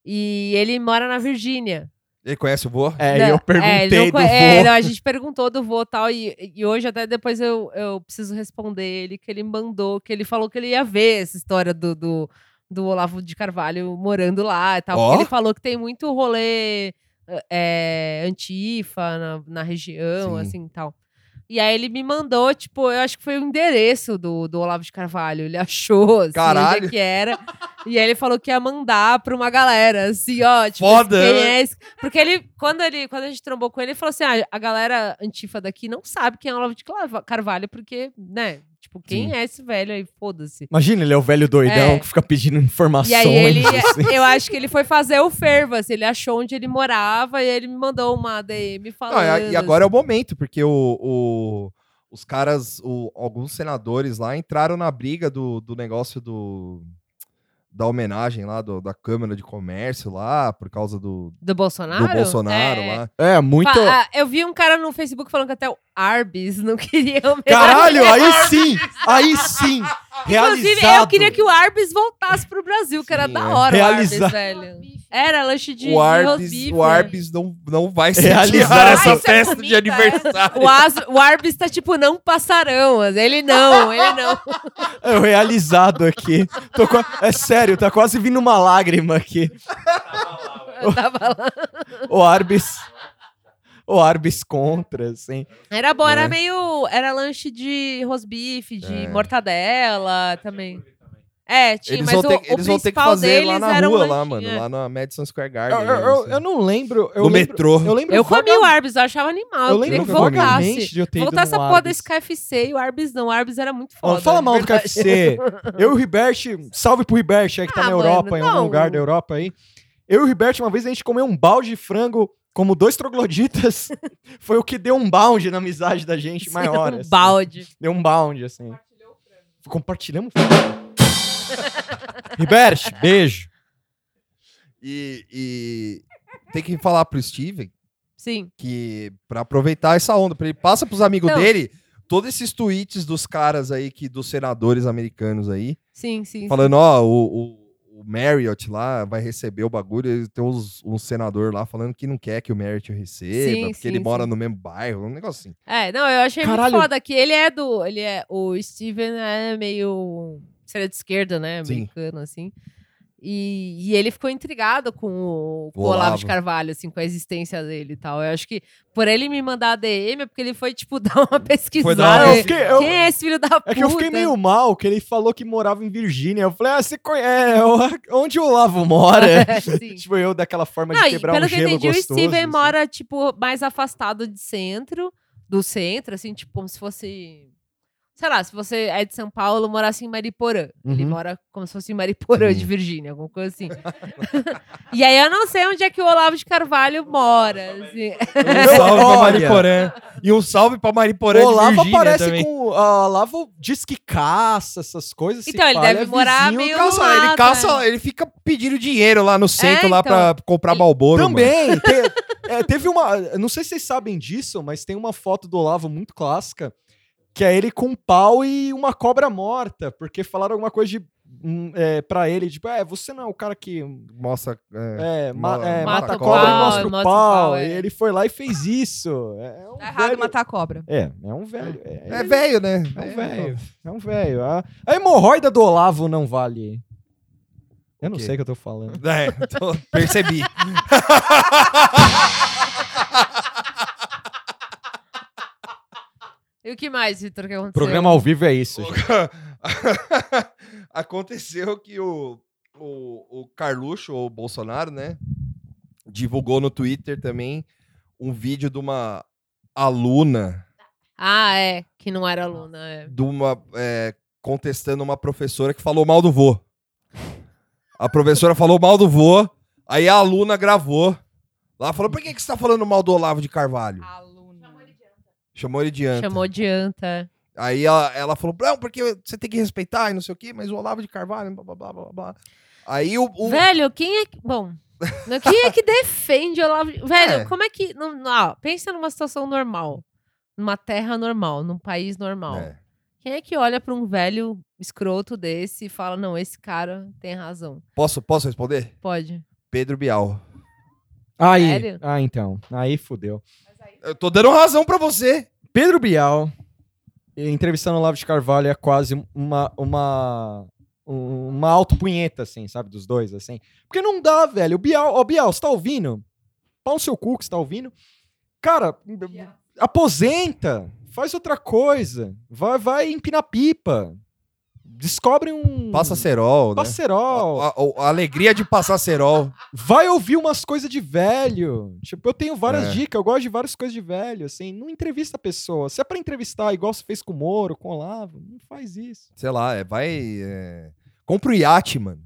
C: E ele mora na Virgínia.
B: Ele conhece o Boa?
C: Não,
D: É, eu
C: é, ele não
D: perguntei do
C: co-
D: vô.
C: é, não, a gente perguntou do vô e tal, e, e hoje até depois eu, eu preciso responder ele, que ele mandou, que ele falou que ele ia ver essa história do, do, do Olavo de Carvalho morando lá e tal.
B: Ó.
C: porque Ele falou que tem muito rolê é, antifa na, na região,
B: Sim.
C: assim e tal. E aí ele me mandou, tipo, eu acho que foi o endereço do, do Olavo de Carvalho. Ele achou, assim, onde é
B: Caralho.
C: que era. E aí ele falou que ia mandar pra uma galera, assim, ó. Tipo,
B: Foda,
C: quem
B: né?
C: é esse? Porque ele quando, ele, quando a gente trombou com ele, ele falou assim, ah, a galera antifa daqui não sabe quem é o Olavo de Clava- Carvalho, porque, né, tipo, quem é esse velho aí? Foda-se.
D: Imagina, ele é o velho doidão
C: É.
D: que fica pedindo
B: Tá
D: informações.
C: E aí ele,
D: assim.
C: eu acho que ele foi fazer o fervas, ele achou onde ele morava e ele me mandou uma DM falando.
B: Não, e- e agora é o momento, porque o, o- os caras, o- alguns senadores lá entraram na briga do, do negócio do da homenagem lá do- da Câmara de Comércio lá, por causa do,
C: do Bolsonaro?
B: do Bolsonaro
C: É.
B: lá.
D: É, muito.
C: Fa- ah, eu vi um cara no Facebook falando que até o Arbis não queria homenagear.
D: Caralho, aí sim! Aí sim! Realizado.
C: é Inclusive, eu queria que o Arbis voltasse pro Brasil, que era
D: Sim,
C: da
D: é.
C: hora o
D: Realiza-
C: Arbis, velho. Era lanche de de
B: o Arbis,
C: rosbife,
B: o
C: né?
B: Arbis não, não vai se
D: Realizar
B: tirar
C: essa
B: essa festa
C: comida,
B: de
C: é.
B: aniversário.
C: O, As, o Arbis tá tipo, não passarão. Ele não, ele não.
D: É, o realizado aqui. Tô qua- É sério, tá quase vindo uma lágrima aqui.
C: Eu tava lá.
D: O Arbis. O Arbis contra, assim.
C: Era bom, era
D: É.
C: meio. Era lanche de rosbife, de
B: É.
C: mortadela também. É, tinha,
B: Eles,
C: mas
B: vão
C: o,
B: ter,
C: o
B: eles vão ter que
C: principal
B: fazer lá
C: deles
B: na
C: era um
B: rua, lá,
C: lanchinho,
B: mano,
C: é.
B: lá na Madison Square
D: Eu,
B: Garden. assim.
D: eu- eu- eu não lembro. Eu
B: no
D: lembro,
B: metrô.
D: Eu lembro
C: Eu comi o
D: vaga-
C: Arbis, eu achava animal.
D: Eu
C: Eu, queria
D: lembro
C: que
D: vagamente
C: voltasse.
D: de eu ter ido
C: Voltasse a
D: no
C: porra
D: Arbis.
C: desse KFC e o Arbis não. O Arbis era muito
D: Ó,
C: foda. né?
D: fala mal do
C: verdade.
D: KFC. Eu e o Ribert, salve pro Ribert aí que tá
C: Ah,
D: na
C: mano,
D: Europa, em algum
C: não.
D: lugar da Europa aí. Eu e o Ribert, uma vez a gente comeu um balde de frango como dois trogloditas. Foi o que deu um bound na amizade da gente maior.
C: Um
D: assim.
C: balde.
D: Deu um bound, assim. Compartilhamos frango. Ribert, beijo.
B: E, e tem que falar pro Steven
C: Sim.
B: que para aproveitar essa onda, pra ele passa pros amigos
C: Não.
B: dele todos esses tweets dos caras aí que dos senadores americanos aí,
C: Sim, sim.
B: falando, ó, o, o, o Marriott lá vai receber o bagulho, e tem uns, um senador lá falando que não quer que o Marriott receba,
C: Sim,
B: porque
C: sim,
B: ele mora
C: sim.
B: no mesmo bairro, um negócio assim.
C: É, não, eu achei
D: Caralho.
C: muito foda que ele é do. Ele é, o Steven é meio. Seria de esquerda, né?
B: Sim.
C: Americano, assim. E, e ele ficou intrigado com o, com o
B: O
C: Olavo
B: Olavo.
C: de Carvalho, assim, com a existência dele e tal. Eu acho que por ele me mandar a DM é porque ele foi, tipo, dar uma pesquisada.
B: dar uma
D: Eu fiquei- eu-
C: Quem é esse filho da puta?
D: é que eu fiquei meio mal que ele falou que morava em Virgínia. Eu falei, ah, você conhece onde o Lavo mora?
C: É, sim.
D: tipo, eu daquela forma
C: Não,
D: de
C: e
D: quebrar
C: pelo
D: um
C: que
D: gelo
C: eu entendi,
D: gostoso.
C: o Steven
D: assim.
C: mora, tipo, mais afastado de centro, do centro, assim, tipo, como se fosse. Sei lá, se você é de São Paulo, morasse em Mariporã. Ele
D: Uhum.
C: mora como se fosse em Mariporã de Virgínia, alguma coisa assim. e aí eu não sei onde é que o Olavo de Carvalho mora. assim.
B: Um salve pra
D: Olha.
B: Mariporã. E um salve pra Mariporã
D: o Lava
B: de Virgínia
D: aparece
B: também.
D: com. A Lava diz que caça essas coisas. se
C: Então, ele
D: pá,
C: deve
D: é
C: morar
D: vizinho.
C: meio-
B: Caça,
C: Ah,
B: ele
C: tá.
B: caça, ele fica pedindo dinheiro lá no centro lá
C: então.
B: pra comprar
C: Ele-
B: Malboro.
D: Também! te- é, teve uma. eu Não sei se vocês sabem disso, mas tem uma foto do Olavo muito clássica, que é ele com um pau e uma cobra morta, porque falaram alguma coisa de. hum, É, pra ele, tipo, é, você não é o cara que
B: Mostra. é,
D: é, ma-
B: Mo-
D: é,
B: mata
D: mata,
B: o
D: a cobra
B: pau,
D: e mostra o
C: mostra
D: pau.
C: o pau, é.
D: E ele foi lá e fez isso. É, um
G: Tá errado
D: velho-
G: matar a cobra.
D: É, é um velho. É,
B: é velho, né?
D: É um velho. É um velho. A, a hemorroida do Olavo não vale. Eu não
B: quê?
D: sei o que eu tô falando.
B: É, tô- percebi.
C: E o que mais, Vitor, que aconteceu?
D: Programa ao vivo é isso. gente.
B: Aconteceu que o, o, o Carluxo, ou Bolsonaro, né? Divulgou no Twitter também um vídeo de uma aluna,
C: Ah, é. Que não era aluna. É.
B: de uma, é, contestando uma professora que falou mal do vô. A professora falou mal do vô, aí a aluna gravou. Lá falou, por que, que você tá falando mal do Olavo de Carvalho?
G: Aluno.
B: Chamou ele de anta.
C: Chamou de anta.
B: Aí ela, ela falou, não, porque você tem que respeitar e não sei o quê, mas o Olavo de Carvalho, blá, blá, blá, blá, blá. Aí o... o-
C: Velho, quem é que. Bom. não, Quem é que defende o Olavo? de- Velho,
B: É.
C: como é que. Não, não, ó, pensa numa situação normal. Numa terra normal, num país normal.
B: É.
C: Quem é que olha pra um velho escroto desse e fala: não, esse cara tem razão?
B: Posso, posso responder?
C: Pode.
B: Pedro Bial.
D: Aí,
C: Sério?
D: ah, então. Aí fudeu.
B: Eu tô dando razão pra você.
D: Pedro Bial, entrevistando o Lavo de Carvalho, é quase uma, uma, um- uma autopunheta, assim, sabe? Dos dois, assim. Porque não dá, velho. O Bial, ó, Bial, você tá ouvindo? Pau no seu cu que você tá ouvindo. Cara, aposenta. Faz outra coisa. Vai, vai empinar pipa. Descobre um.
B: Passa cerol, né?
D: Passerol.
B: A, a- a alegria de passar cerol.
D: Vai ouvir umas coisas de velho. Tipo, eu tenho várias
B: É.
D: dicas, eu gosto de várias coisas de velho, assim. Não entrevista a pessoa. Se é pra entrevistar, igual você fez com o Moro, com o Olavo, não faz isso.
B: Sei lá, é, vai... É... Compra o iate, mano.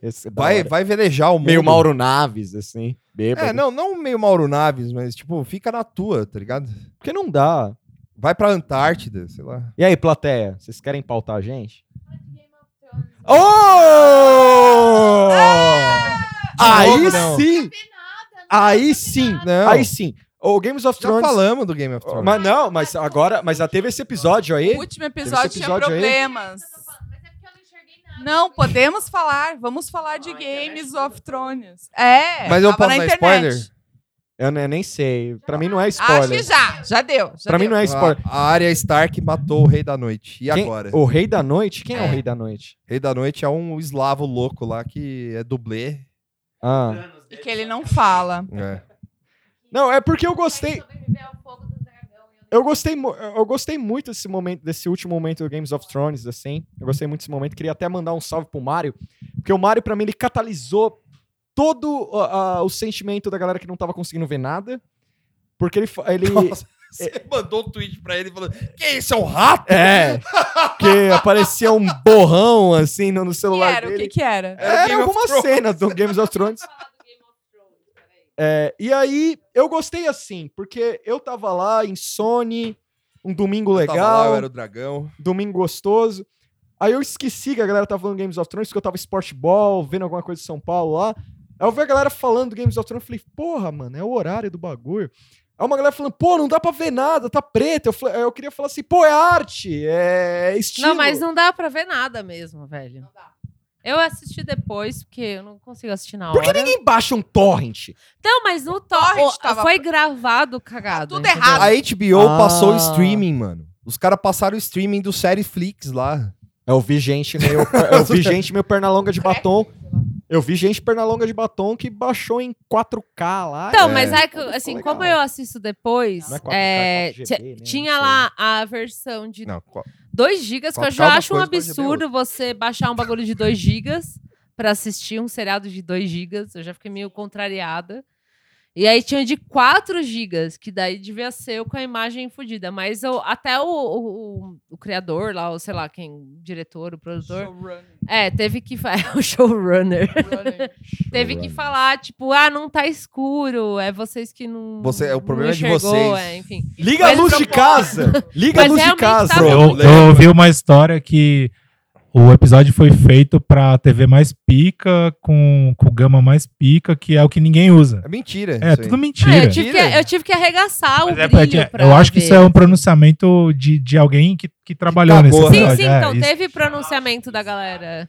D: Esse é da
B: Vai,
D: hora.
B: vai velejar o mundo.
D: Meio Mauro Naves, assim. Bêbado.
B: É, não, não meio Mauro Naves, mas, tipo, fica na tua, tá ligado?
D: Porque não dá.
B: Vai pra Antártida, sei lá.
D: E aí, plateia, vocês querem pautar a gente? Oh! Aí
B: De novo, não.
D: sim! Aí sim!
B: Não.
D: Aí sim! O Games of
B: Já
D: Thrones.
B: falamos do Game of Thrones.
D: Mas não, mas agora, mas já teve esse episódio aí.
G: O último episódio tinha
D: episódio aí?
G: problemas. é Não, podemos falar. Vamos falar de Games of Thrones. É,
B: Mas eu
G: tava
B: posso
G: na
B: dar
G: internet.
B: spoiler?
D: Eu ne- nem sei. Pra mim não é
G: Acho que
D: spoiler.
G: já, já deu. Já
D: Pra mim
G: deu.
D: não é spoiler.
B: A, a Arya Stark matou o Rei da Noite. Ah, E
D: Quem-
B: agora? O
D: O Rei da Noite? Quem é, o Rei da Noite?
B: Rei da Noite é um eslavo louco lá que é dublê.
D: Ah.
G: E que ele não fala.
B: É.
D: Não, é porque eu gostei. Eu gostei, mu- eu gostei muito desse momento, desse último momento do Games of Thrones, assim. Eu gostei muito desse momento. Queria até mandar um salve pro Mario, porque o Mario, pra mim, ele catalisou todo ah, ah, o sentimento da galera que não tava conseguindo ver nada. Porque ele. fa- ele
B: Nossa, você mandou um tweet pra ele falando: Que isso, é um rato?
D: é. Porque aparecia um borrão, assim, no, no
G: Que
D: celular
G: era? O
D: dele.
G: que que era?
D: Era,
B: Game of
D: algumas
B: Thrones.
D: cenas do Games of Thrones. É, e aí, eu gostei assim, porque eu tava lá em Sony, um domingo
B: Eu tava lá,
D: legal,
B: eu era o dragão.
D: domingo gostoso. Aí eu esqueci que a galera tava falando Games of Thrones, porque eu tava esporte ball, vendo alguma coisa de São Paulo lá. Aí eu vi a galera falando do Games of Thrones, eu falei, porra, mano, é o horário do bagulho. Aí uma galera falando, pô, não dá pra ver nada, tá preto. Eu, falei- eu queria falar assim, pô, é arte, é estilo.
C: Não, mas não dá pra ver nada mesmo, velho. Não dá. Eu assisti depois, porque eu não consigo assistir na hora.
D: Por que ninguém baixa um torrent?
C: Não, mas no
G: torrent
C: torrent
G: tava-
C: foi gravado cagado.
G: Tudo
C: entendeu?
G: errado.
B: A HBO
D: Ah.
B: passou o streaming, mano. Os caras passaram o streaming do série Flix lá.
D: Eu vi gente meio, eu vi gente meio perna longa
B: É.
D: de batom. Eu vi gente perna longa de batom que baixou em 4K lá. né?
C: Então,
B: É.
C: mas é que,
D: Ficou
C: assim,
D: legal.
C: como eu assisto depois,
D: Não é 4K,
C: é,
D: 4GB,
C: ti-
D: né? Não
C: tinha
D: sei.
C: lá a versão de
B: Não, co-
C: 2 gigas, que eu
B: 4K
C: já
B: uma
C: acho um
B: coisa, 4GB
C: absurdo você baixar um bagulho de 2 gigas pra assistir um seriado de 2 gigas. Eu já fiquei meio contrariada. E aí tinha de 4 gigas, que daí devia ser eu com a imagem fodida. Mas eu- até o, o, o- o criador lá, ou sei lá quem, o diretor, o produtor,
G: Showrunning,
C: é, teve que fazer o showrunner.
G: running.
C: Teve que falar, tipo, ah, não tá escuro, é vocês que não.
B: Você- é, o
C: não
B: problema é de
C: enxergou",
B: vocês.
C: é, enfim.
D: Liga a
C: Mas
D: luz de
C: propósito.
D: casa! Liga a
C: Mas
D: luz de
C: realmente tá
D: casa!
C: tava
B: Pro-
H: Eu,
C: muito-
H: eu ouvi uma história que o episódio foi feito pra TV mais pica, com, com gama mais pica, que é o que ninguém usa.
B: É mentira.
H: É,
B: isso aí.
H: tudo mentira.
C: Ah, eu, tive que,
B: Mentira.
C: eu tive que arregaçar o
H: Mas é
C: brilho
H: porque
C: pra
H: eu acho que
C: ver.
H: isso é um pronunciamento de, de alguém que, que trabalhou nesse
B: cagou, né?
H: episódio.
C: Sim, sim,
H: é,
C: então
H: isso.
C: teve pronunciamento da galera.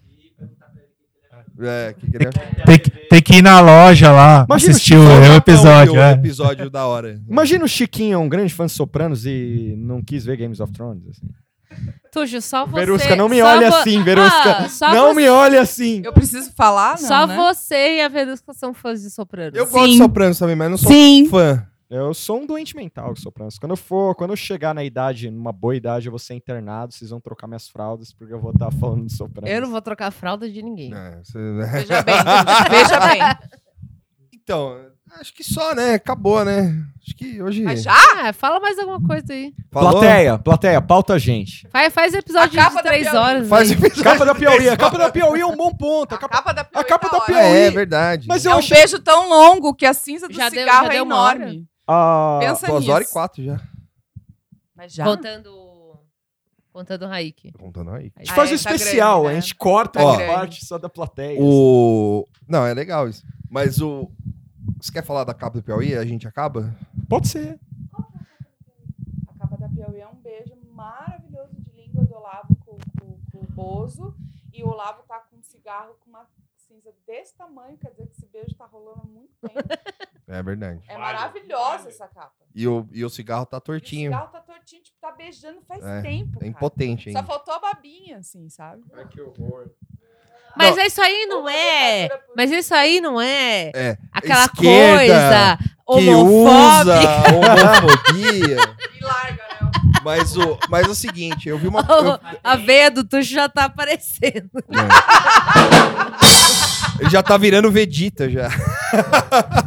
B: É, que que ele é?
H: Tem, que- tem que ir na loja lá,
D: Imagina o
H: assistir o,
D: Chico
H: o episódio.
B: Não,
H: é.
B: o um episódio da hora.
D: Imagina o Chiquinho, é um grande fã de Sopranos e não quis ver Games of Thrones. Assim.
C: Tujo, só você.
D: Verusca, não me
C: só
D: olhe
C: vo-
D: assim, Verusca.
C: Ah, só
D: não
C: você-
D: me olhe assim.
G: Eu preciso falar, não,
C: Só
G: né?
C: você e a Verusca são fãs de Sopranos.
B: Eu gosto de
J: Sim.
B: Sopranos também, mas não sou
J: Sim.
B: fã.
D: Eu sou um doente mental de Sopranos. Quando eu for, quando eu chegar na idade, numa boa idade, eu vou ser internado, vocês vão trocar minhas fraldas, porque eu vou estar falando de Sopranos.
C: Eu não vou trocar a fralda de ninguém.
B: É, você-
G: Veja bem, veja bem.
B: Então, acho que só, né? Acabou, né? Acho que hoje.
G: Mas já?
C: Ah, fala mais alguma coisa aí.
B: Falou?
D: Plateia, plateia, pauta a gente.
C: Faz, faz episódio
G: Acaba
C: de
G: da
C: três
G: Piauí.
C: horas.
B: Faz
C: aí.
D: Capa da Piauí, a capa da Piauí é um bom ponto. A
G: A
D: capa-
G: capa da Piauí.
D: a capa da
G: tá hora.
D: Piauí.
B: É, é verdade.
D: Mas
G: É
D: eu
G: um
D: achei.
G: beijo tão longo que a cinza do
C: Já deu-
G: cigarro
C: já deu
G: é
C: uma hora.
G: enorme.
D: Ah,
G: Pensa
B: Duas
G: nisso.
B: horas e quatro já.
G: Mas já.
C: Contando. Contando o Raik.
B: Contando aí.
D: a gente faz
G: Ah,
D: um
G: é, tá grande,
D: especial,
G: né?
D: a gente corta
B: Tá
D: uma
G: grande.
D: parte só da
G: É
D: plateia.
B: O. Não, é legal isso. Mas o. Você quer falar da capa do Piauí? A gente acaba?
D: Pode ser.
G: A capa da Piauí é um beijo maravilhoso de língua do Olavo com, com- com o Bozo. E o Olavo tá com um cigarro com uma cinza desse tamanho, quer dizer que esse beijo tá rolando há muito tempo.
B: É verdade.
G: É maravilhosa essa capa.
B: E o, e o cigarro tá
G: E o
B: tortinho.
G: cigarro tá tortinho, tipo, tá beijando faz
B: É,
G: tempo.
B: É
G: cara.
B: impotente, hein?
G: Só faltou a babinha, assim, sabe?
C: Mas isso aí não é.
G: ditadura por-
C: Mas isso aí não é.
B: É,
C: Aquela
B: esquerda
C: coisa homofóbica.
B: homofobia.
G: E larga, né?
B: mas, o, mas é o seguinte, eu vi uma. eu-
C: A veia do Tuxo já tá aparecendo.
B: ele já tá virando Vegeta já.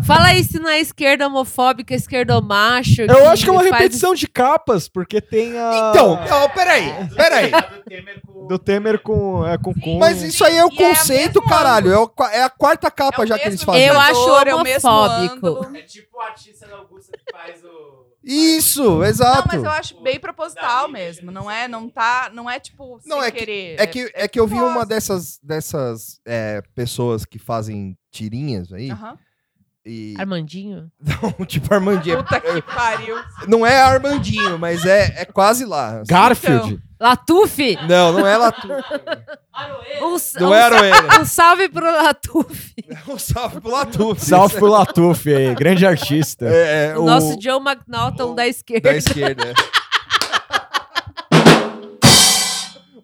C: Fala aí se não é esquerda homofóbica, esquerdo macho.
D: Eu acho que é uma repetição de capas, porque tem a.
G: Ah.
B: Então, ó, peraí, peraí.
D: Do Temer com. É, com Cunha.
B: Mas isso aí é o
G: E é a
B: conceito,
G: mesma-
B: caralho. É, o qua- é a quarta capa
G: É o
B: já que eles
G: mesmo
B: fazem.
C: Eu acho
G: jogador, é o mesmo
C: homofóbico.
G: ângulo.
A: É tipo o artista da Augusta que faz o.
B: Isso,
G: Não,
B: exato.
G: mas eu acho bem proposital mesmo. Não é, não tá, não é tipo sem
B: Não, é que-
G: querer.
B: É que, é que eu vi
C: tipo
B: uma
G: Nossa.
B: dessas, dessas é, pessoas que fazem tirinhas aí.
G: Aham.
B: E,
C: Armandinho?
B: tipo, Armandinho.
G: Puta que pariu.
B: Não é Armandinho, mas é, é quase lá. assim.
D: Garfield.
C: Latuf?
B: Não, não é Latu.
C: Um,
B: Não
C: um-
B: é Aroeira.
C: um salve pro Latuf.
B: Um salve pro Latu.
D: Salve pro Latuf aí, grande artista.
B: É, é,
C: O
B: o
C: nosso Joe McNaughton da esquerda.
B: da esquerda. é.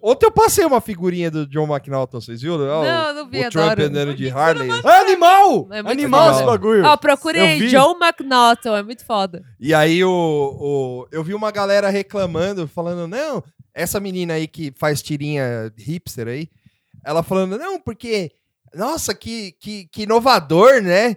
B: Ontem eu passei uma figurinha do John McNaughton, vocês viram? Ó,
C: Não, não vi,
B: o Trump
C: adoro.
B: andando de Harley.
D: É animal!
C: É muito
D: animal
B: legal.
D: esse bagulho.
C: Ó, procure
D: Eu
C: aí,
D: vi.
C: Joe McNaughton, é muito foda.
B: E aí o, o- eu vi uma galera reclamando, falando, não, essa menina aí que faz tirinha hipster aí, ela falando, não, porque, nossa, que, que, que inovador, né?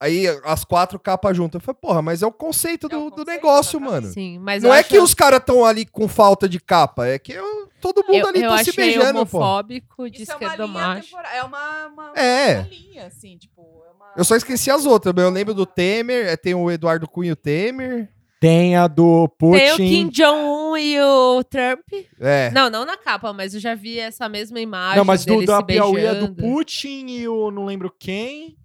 B: Aí as quatro capas juntas. Eu falei, porra, mas é o conceito do,
G: o
B: do
G: conceito,
B: negócio,
G: exatamente.
B: mano.
C: Sim, mas
B: Não
C: eu
B: é
C: acho-
B: que os caras estão ali com falta de capa, é que eu- todo mundo
C: eu,
B: ali
C: eu
B: tá
C: achei
B: se beijando, pô.
C: homofóbico de
G: Isso é uma
C: esquerdo
G: linha
C: macho.
G: temporal. É uma, uma,
B: É.
G: uma linha, assim, tipo. É uma...
B: Eu só esqueci as outras, mas eu lembro do Temer, é, tem o Eduardo Cunha e o Temer.
D: Tem a do
C: Tem É o
D: Putin.
C: Kim Jong-un e o Trump.
B: É.
C: Não, não na capa, mas eu já vi essa mesma imagem.
D: Não, mas do,
C: dele
D: da
C: se
D: Piauí é do
C: beijando.
D: Putin e o não lembro quem.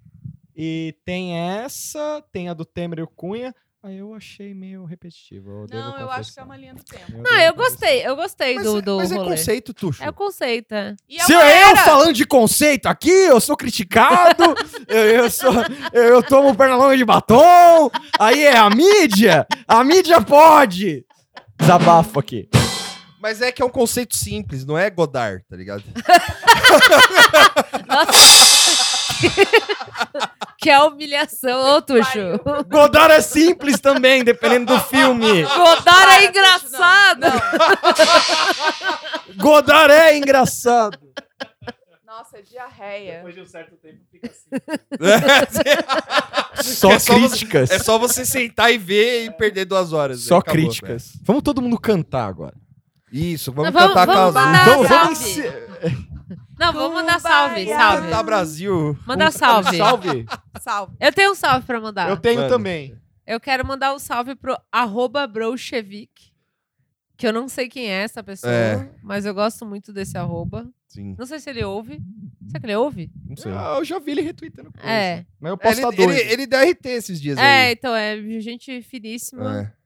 D: E tem essa, tem a do Temer e o Cunha. Aí eu achei meio repetitivo. eu devo
G: Não, eu acho que
D: confessar.
G: é uma linha do tempo.
C: Não, Ah, eu gostei, eu gostei
B: Mas,
C: do,
B: é-
C: do
B: mas é
C: rolê.
B: conceito, Tuxo.
C: É o conceito, é.
G: E é
D: Se eu
G: uma era-
D: falando de conceito aqui, eu sou criticado, eu, eu, sou, eu, eu tomo perna longa de batom, aí é a mídia, a mídia pode! Desabafo aqui.
B: Mas é que é um conceito simples, não é Godard, tá ligado?
C: Que é humilhação, ô Tuxo.
D: Godard é simples também, dependendo do filme.
C: Godard é
G: Para,
C: engraçado.
D: Godard é engraçado.
G: Nossa, é diarreia.
A: Depois de um certo tempo fica assim.
D: Só
B: É só você-
D: críticas.
B: É só você sentar e ver e perder duas horas.
D: Só
B: Acabou,
D: críticas. Vamos todo mundo cantar agora. Então,
B: velho. Isso, vamos,
C: Não, vamos-
B: cantar
C: vamos
B: com
C: mandar-
B: as
C: Vamos- vamos
D: encer-
C: Não, vou mandar salve,
G: Kumbaya.
B: Cantar
C: salve.
B: Brasil.
C: Mandar salve.
D: Salve.
G: Salve.
C: Eu tenho um salve pra mandar.
D: Eu tenho
B: Manda.
D: também.
C: Eu quero mandar um salve pro arroba Brouchevik, que eu não sei quem é essa pessoa,
B: É.
C: mas eu gosto muito desse arroba.
B: Sim.
C: Não sei se ele ouve. Será que ele ouve?
D: Não sei. eu já vi ele retweetando coisa.
C: É.
D: Mas eu Ah, posso né?
B: Ele,
D: estar doido.
B: ele, ele deu RT esses dias
C: É,
B: aí.
C: então é gente finíssima.
B: É.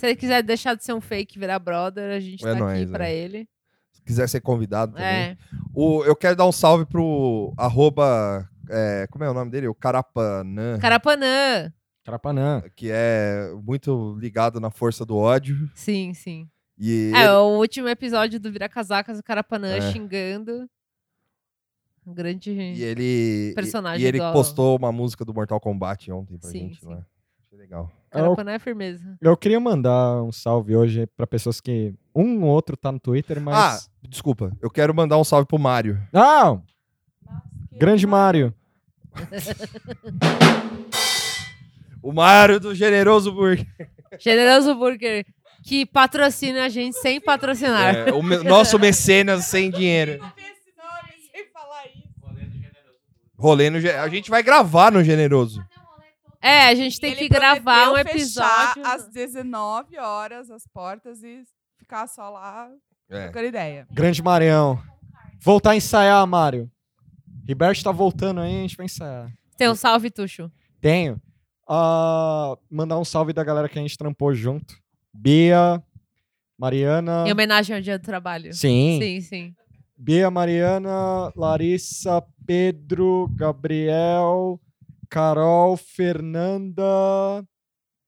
C: Se ele quiser deixar de ser um fake e virar brother, a gente
B: É
C: tá
B: nóis,
C: aqui pra
B: é. Tá
C: ele.
B: Se quiser ser convidado também.
C: É.
B: O, eu quero dar um salve pro arroba. é, como é o nome dele? O Carapanã,
C: Carapanã.
D: Trapanã.
B: que é muito ligado na força do ódio.
C: Sim, sim.
B: E
C: É, o último episódio do Vira Casacas, o Carapanã
B: É.
C: xingando. Um grande.
B: E é ele.
C: Personagem
B: e ele
C: do-
B: postou uma música do Mortal Kombat ontem pra
C: Sim,
B: gente,
C: sim.
B: né? Achei legal.
C: Carapanã é firmeza.
D: Eu queria mandar um salve hoje pra pessoas que. Um ou outro tá no Twitter, mas.
B: Desculpa, eu quero mandar um salve pro Mário.
D: Ah! Não!
G: Mas que-
D: Grande Mário.
B: O Mário do Generoso Burger.
C: Generoso Burger, que patrocina a gente sem patrocinar.
B: É, o me- nosso mecenas sem dinheiro.
G: Não vê esse nome sem falar isso.
B: Rolê no. Ge- A gente vai gravar no Generoso.
C: É, a gente tem
G: Ele
C: que gravar um
G: prometeu fechar
C: episódio.
G: às 19 horas as portas e ficar só lá
B: É.
G: trocando ideia.
D: Grande Marião. Voltar a ensaiar, Mário. Riberto tá voltando aí, a gente vai ensaiar.
C: Tem um salve, Tuxo.
D: Tenho. Ah, mandar um salve da galera que a gente trampou junto. Bia, Mariana.
B: Ah.
C: Em homenagem ao dia do trabalho.
D: Sim.
C: Sim, sim.
D: Bia, Mariana, Larissa, Pedro, Gabriel, Carol, Fernanda.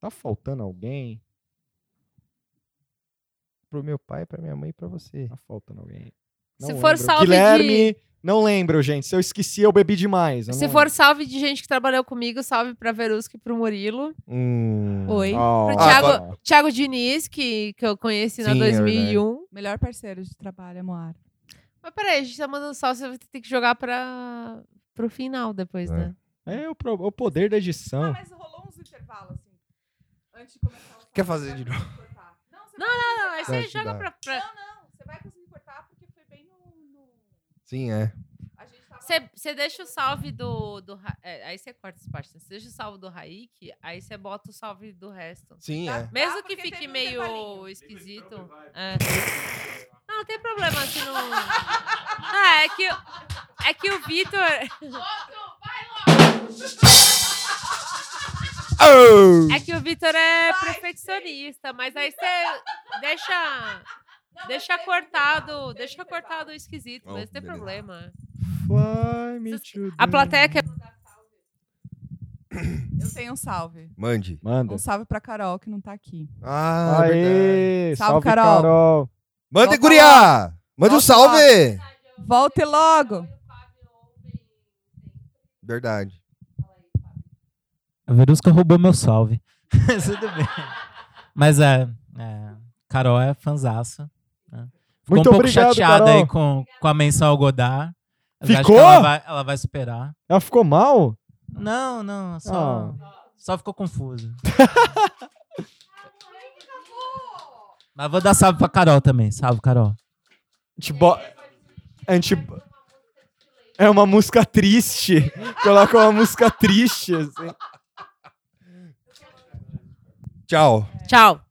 D: Tá faltando alguém?
B: Pro meu pai, pra minha mãe e pra você.
D: Tá faltando alguém.
C: Se for salve
D: Guilherme, não lembro, gente. Se eu esqueci, eu bebi demais. eu
C: Se
D: não
C: for salve de gente que trabalhou comigo, salve pra Verusca e pro Murilo.
B: Hum.
G: Oi.
D: lembro.
C: Pro
B: Ah,
C: Thiago,
B: agora-
C: Thiago Diniz, que, que eu conheci na
B: Sim, é
C: 2001.
G: Melhor parceiro de trabalho é Moara.
C: Mas peraí, a gente tá mandando salve, você vai ter que jogar pra, pro final depois,
B: É.
C: né?
D: É o, pro- o poder da
G: Ah,
D: edição.
G: mas rolou uns intervalos, assim. Antes de começar o
B: Quer
G: papo,
B: fazer
G: vai
B: de
G: conseguir cortar. Não, você
C: Não, Não,
G: vai conseguir
C: é- aí você
G: cortar.
B: Dá,
C: joga
B: dá.
C: pra... pra-
G: Não, não, você vai conseguir cortar porque foi bem no... no-
B: Sim, é.
G: A gente tava...
C: Você você deixa o salve do. do Ra- é, aí você corta essa parte. né? Você deixa o salve do Raik, aí você bota o salve do resto.
B: Sim, é.
G: Tá.
C: Mesmo que
G: porque
C: fique
G: teve um
C: meio
G: intervalinho.
C: esquisito. é. Não, não tem problema se não. Ah, é que, é que o Vitor. É que o Vitor é perfeccionista, mas aí você deixa.
G: Não, mas
C: Deixa
G: teve um intervalo,
C: cortado,
G: teve
C: deixa
G: um intervalo.
C: cortado o esquisito,
B: Oh,
C: mas não tem
B: beleza.
C: problema.
D: Fly me to
C: A
D: the-
C: plateia quer.
G: Eu tenho um salve.
B: Mande.
D: Manda.
G: Um salve pra Carol, que não tá aqui.
B: Ah, verdade.
D: Aê!
G: Salve,
D: Salve,
G: Carol.
D: Carol.
B: Manda,
G: Volta
B: guriá! Manda um
G: Volta lá.
B: salve!
G: Volte logo!
B: Verdade.
J: A Verusca roubou meu salve. Tudo bem. Mas é, é, Carol é fanzaça. né? Ficou
D: Muito
J: um pouco
D: obrigado,
J: chateada
D: Carol.
J: aí com, com a menção ao Godard. Mas acho que
D: Ficou?
J: ela, vai, ela vai superar.
D: Ela ficou mal?
J: Não, não, só,
D: Ah.
J: só ficou confusa. Mas vou dar salve pra Carol também. Salve, Carol.
D: A gente bo- a gente bo- É uma música triste. Coloca uma música triste. assim.
B: Tchau.
C: Tchau.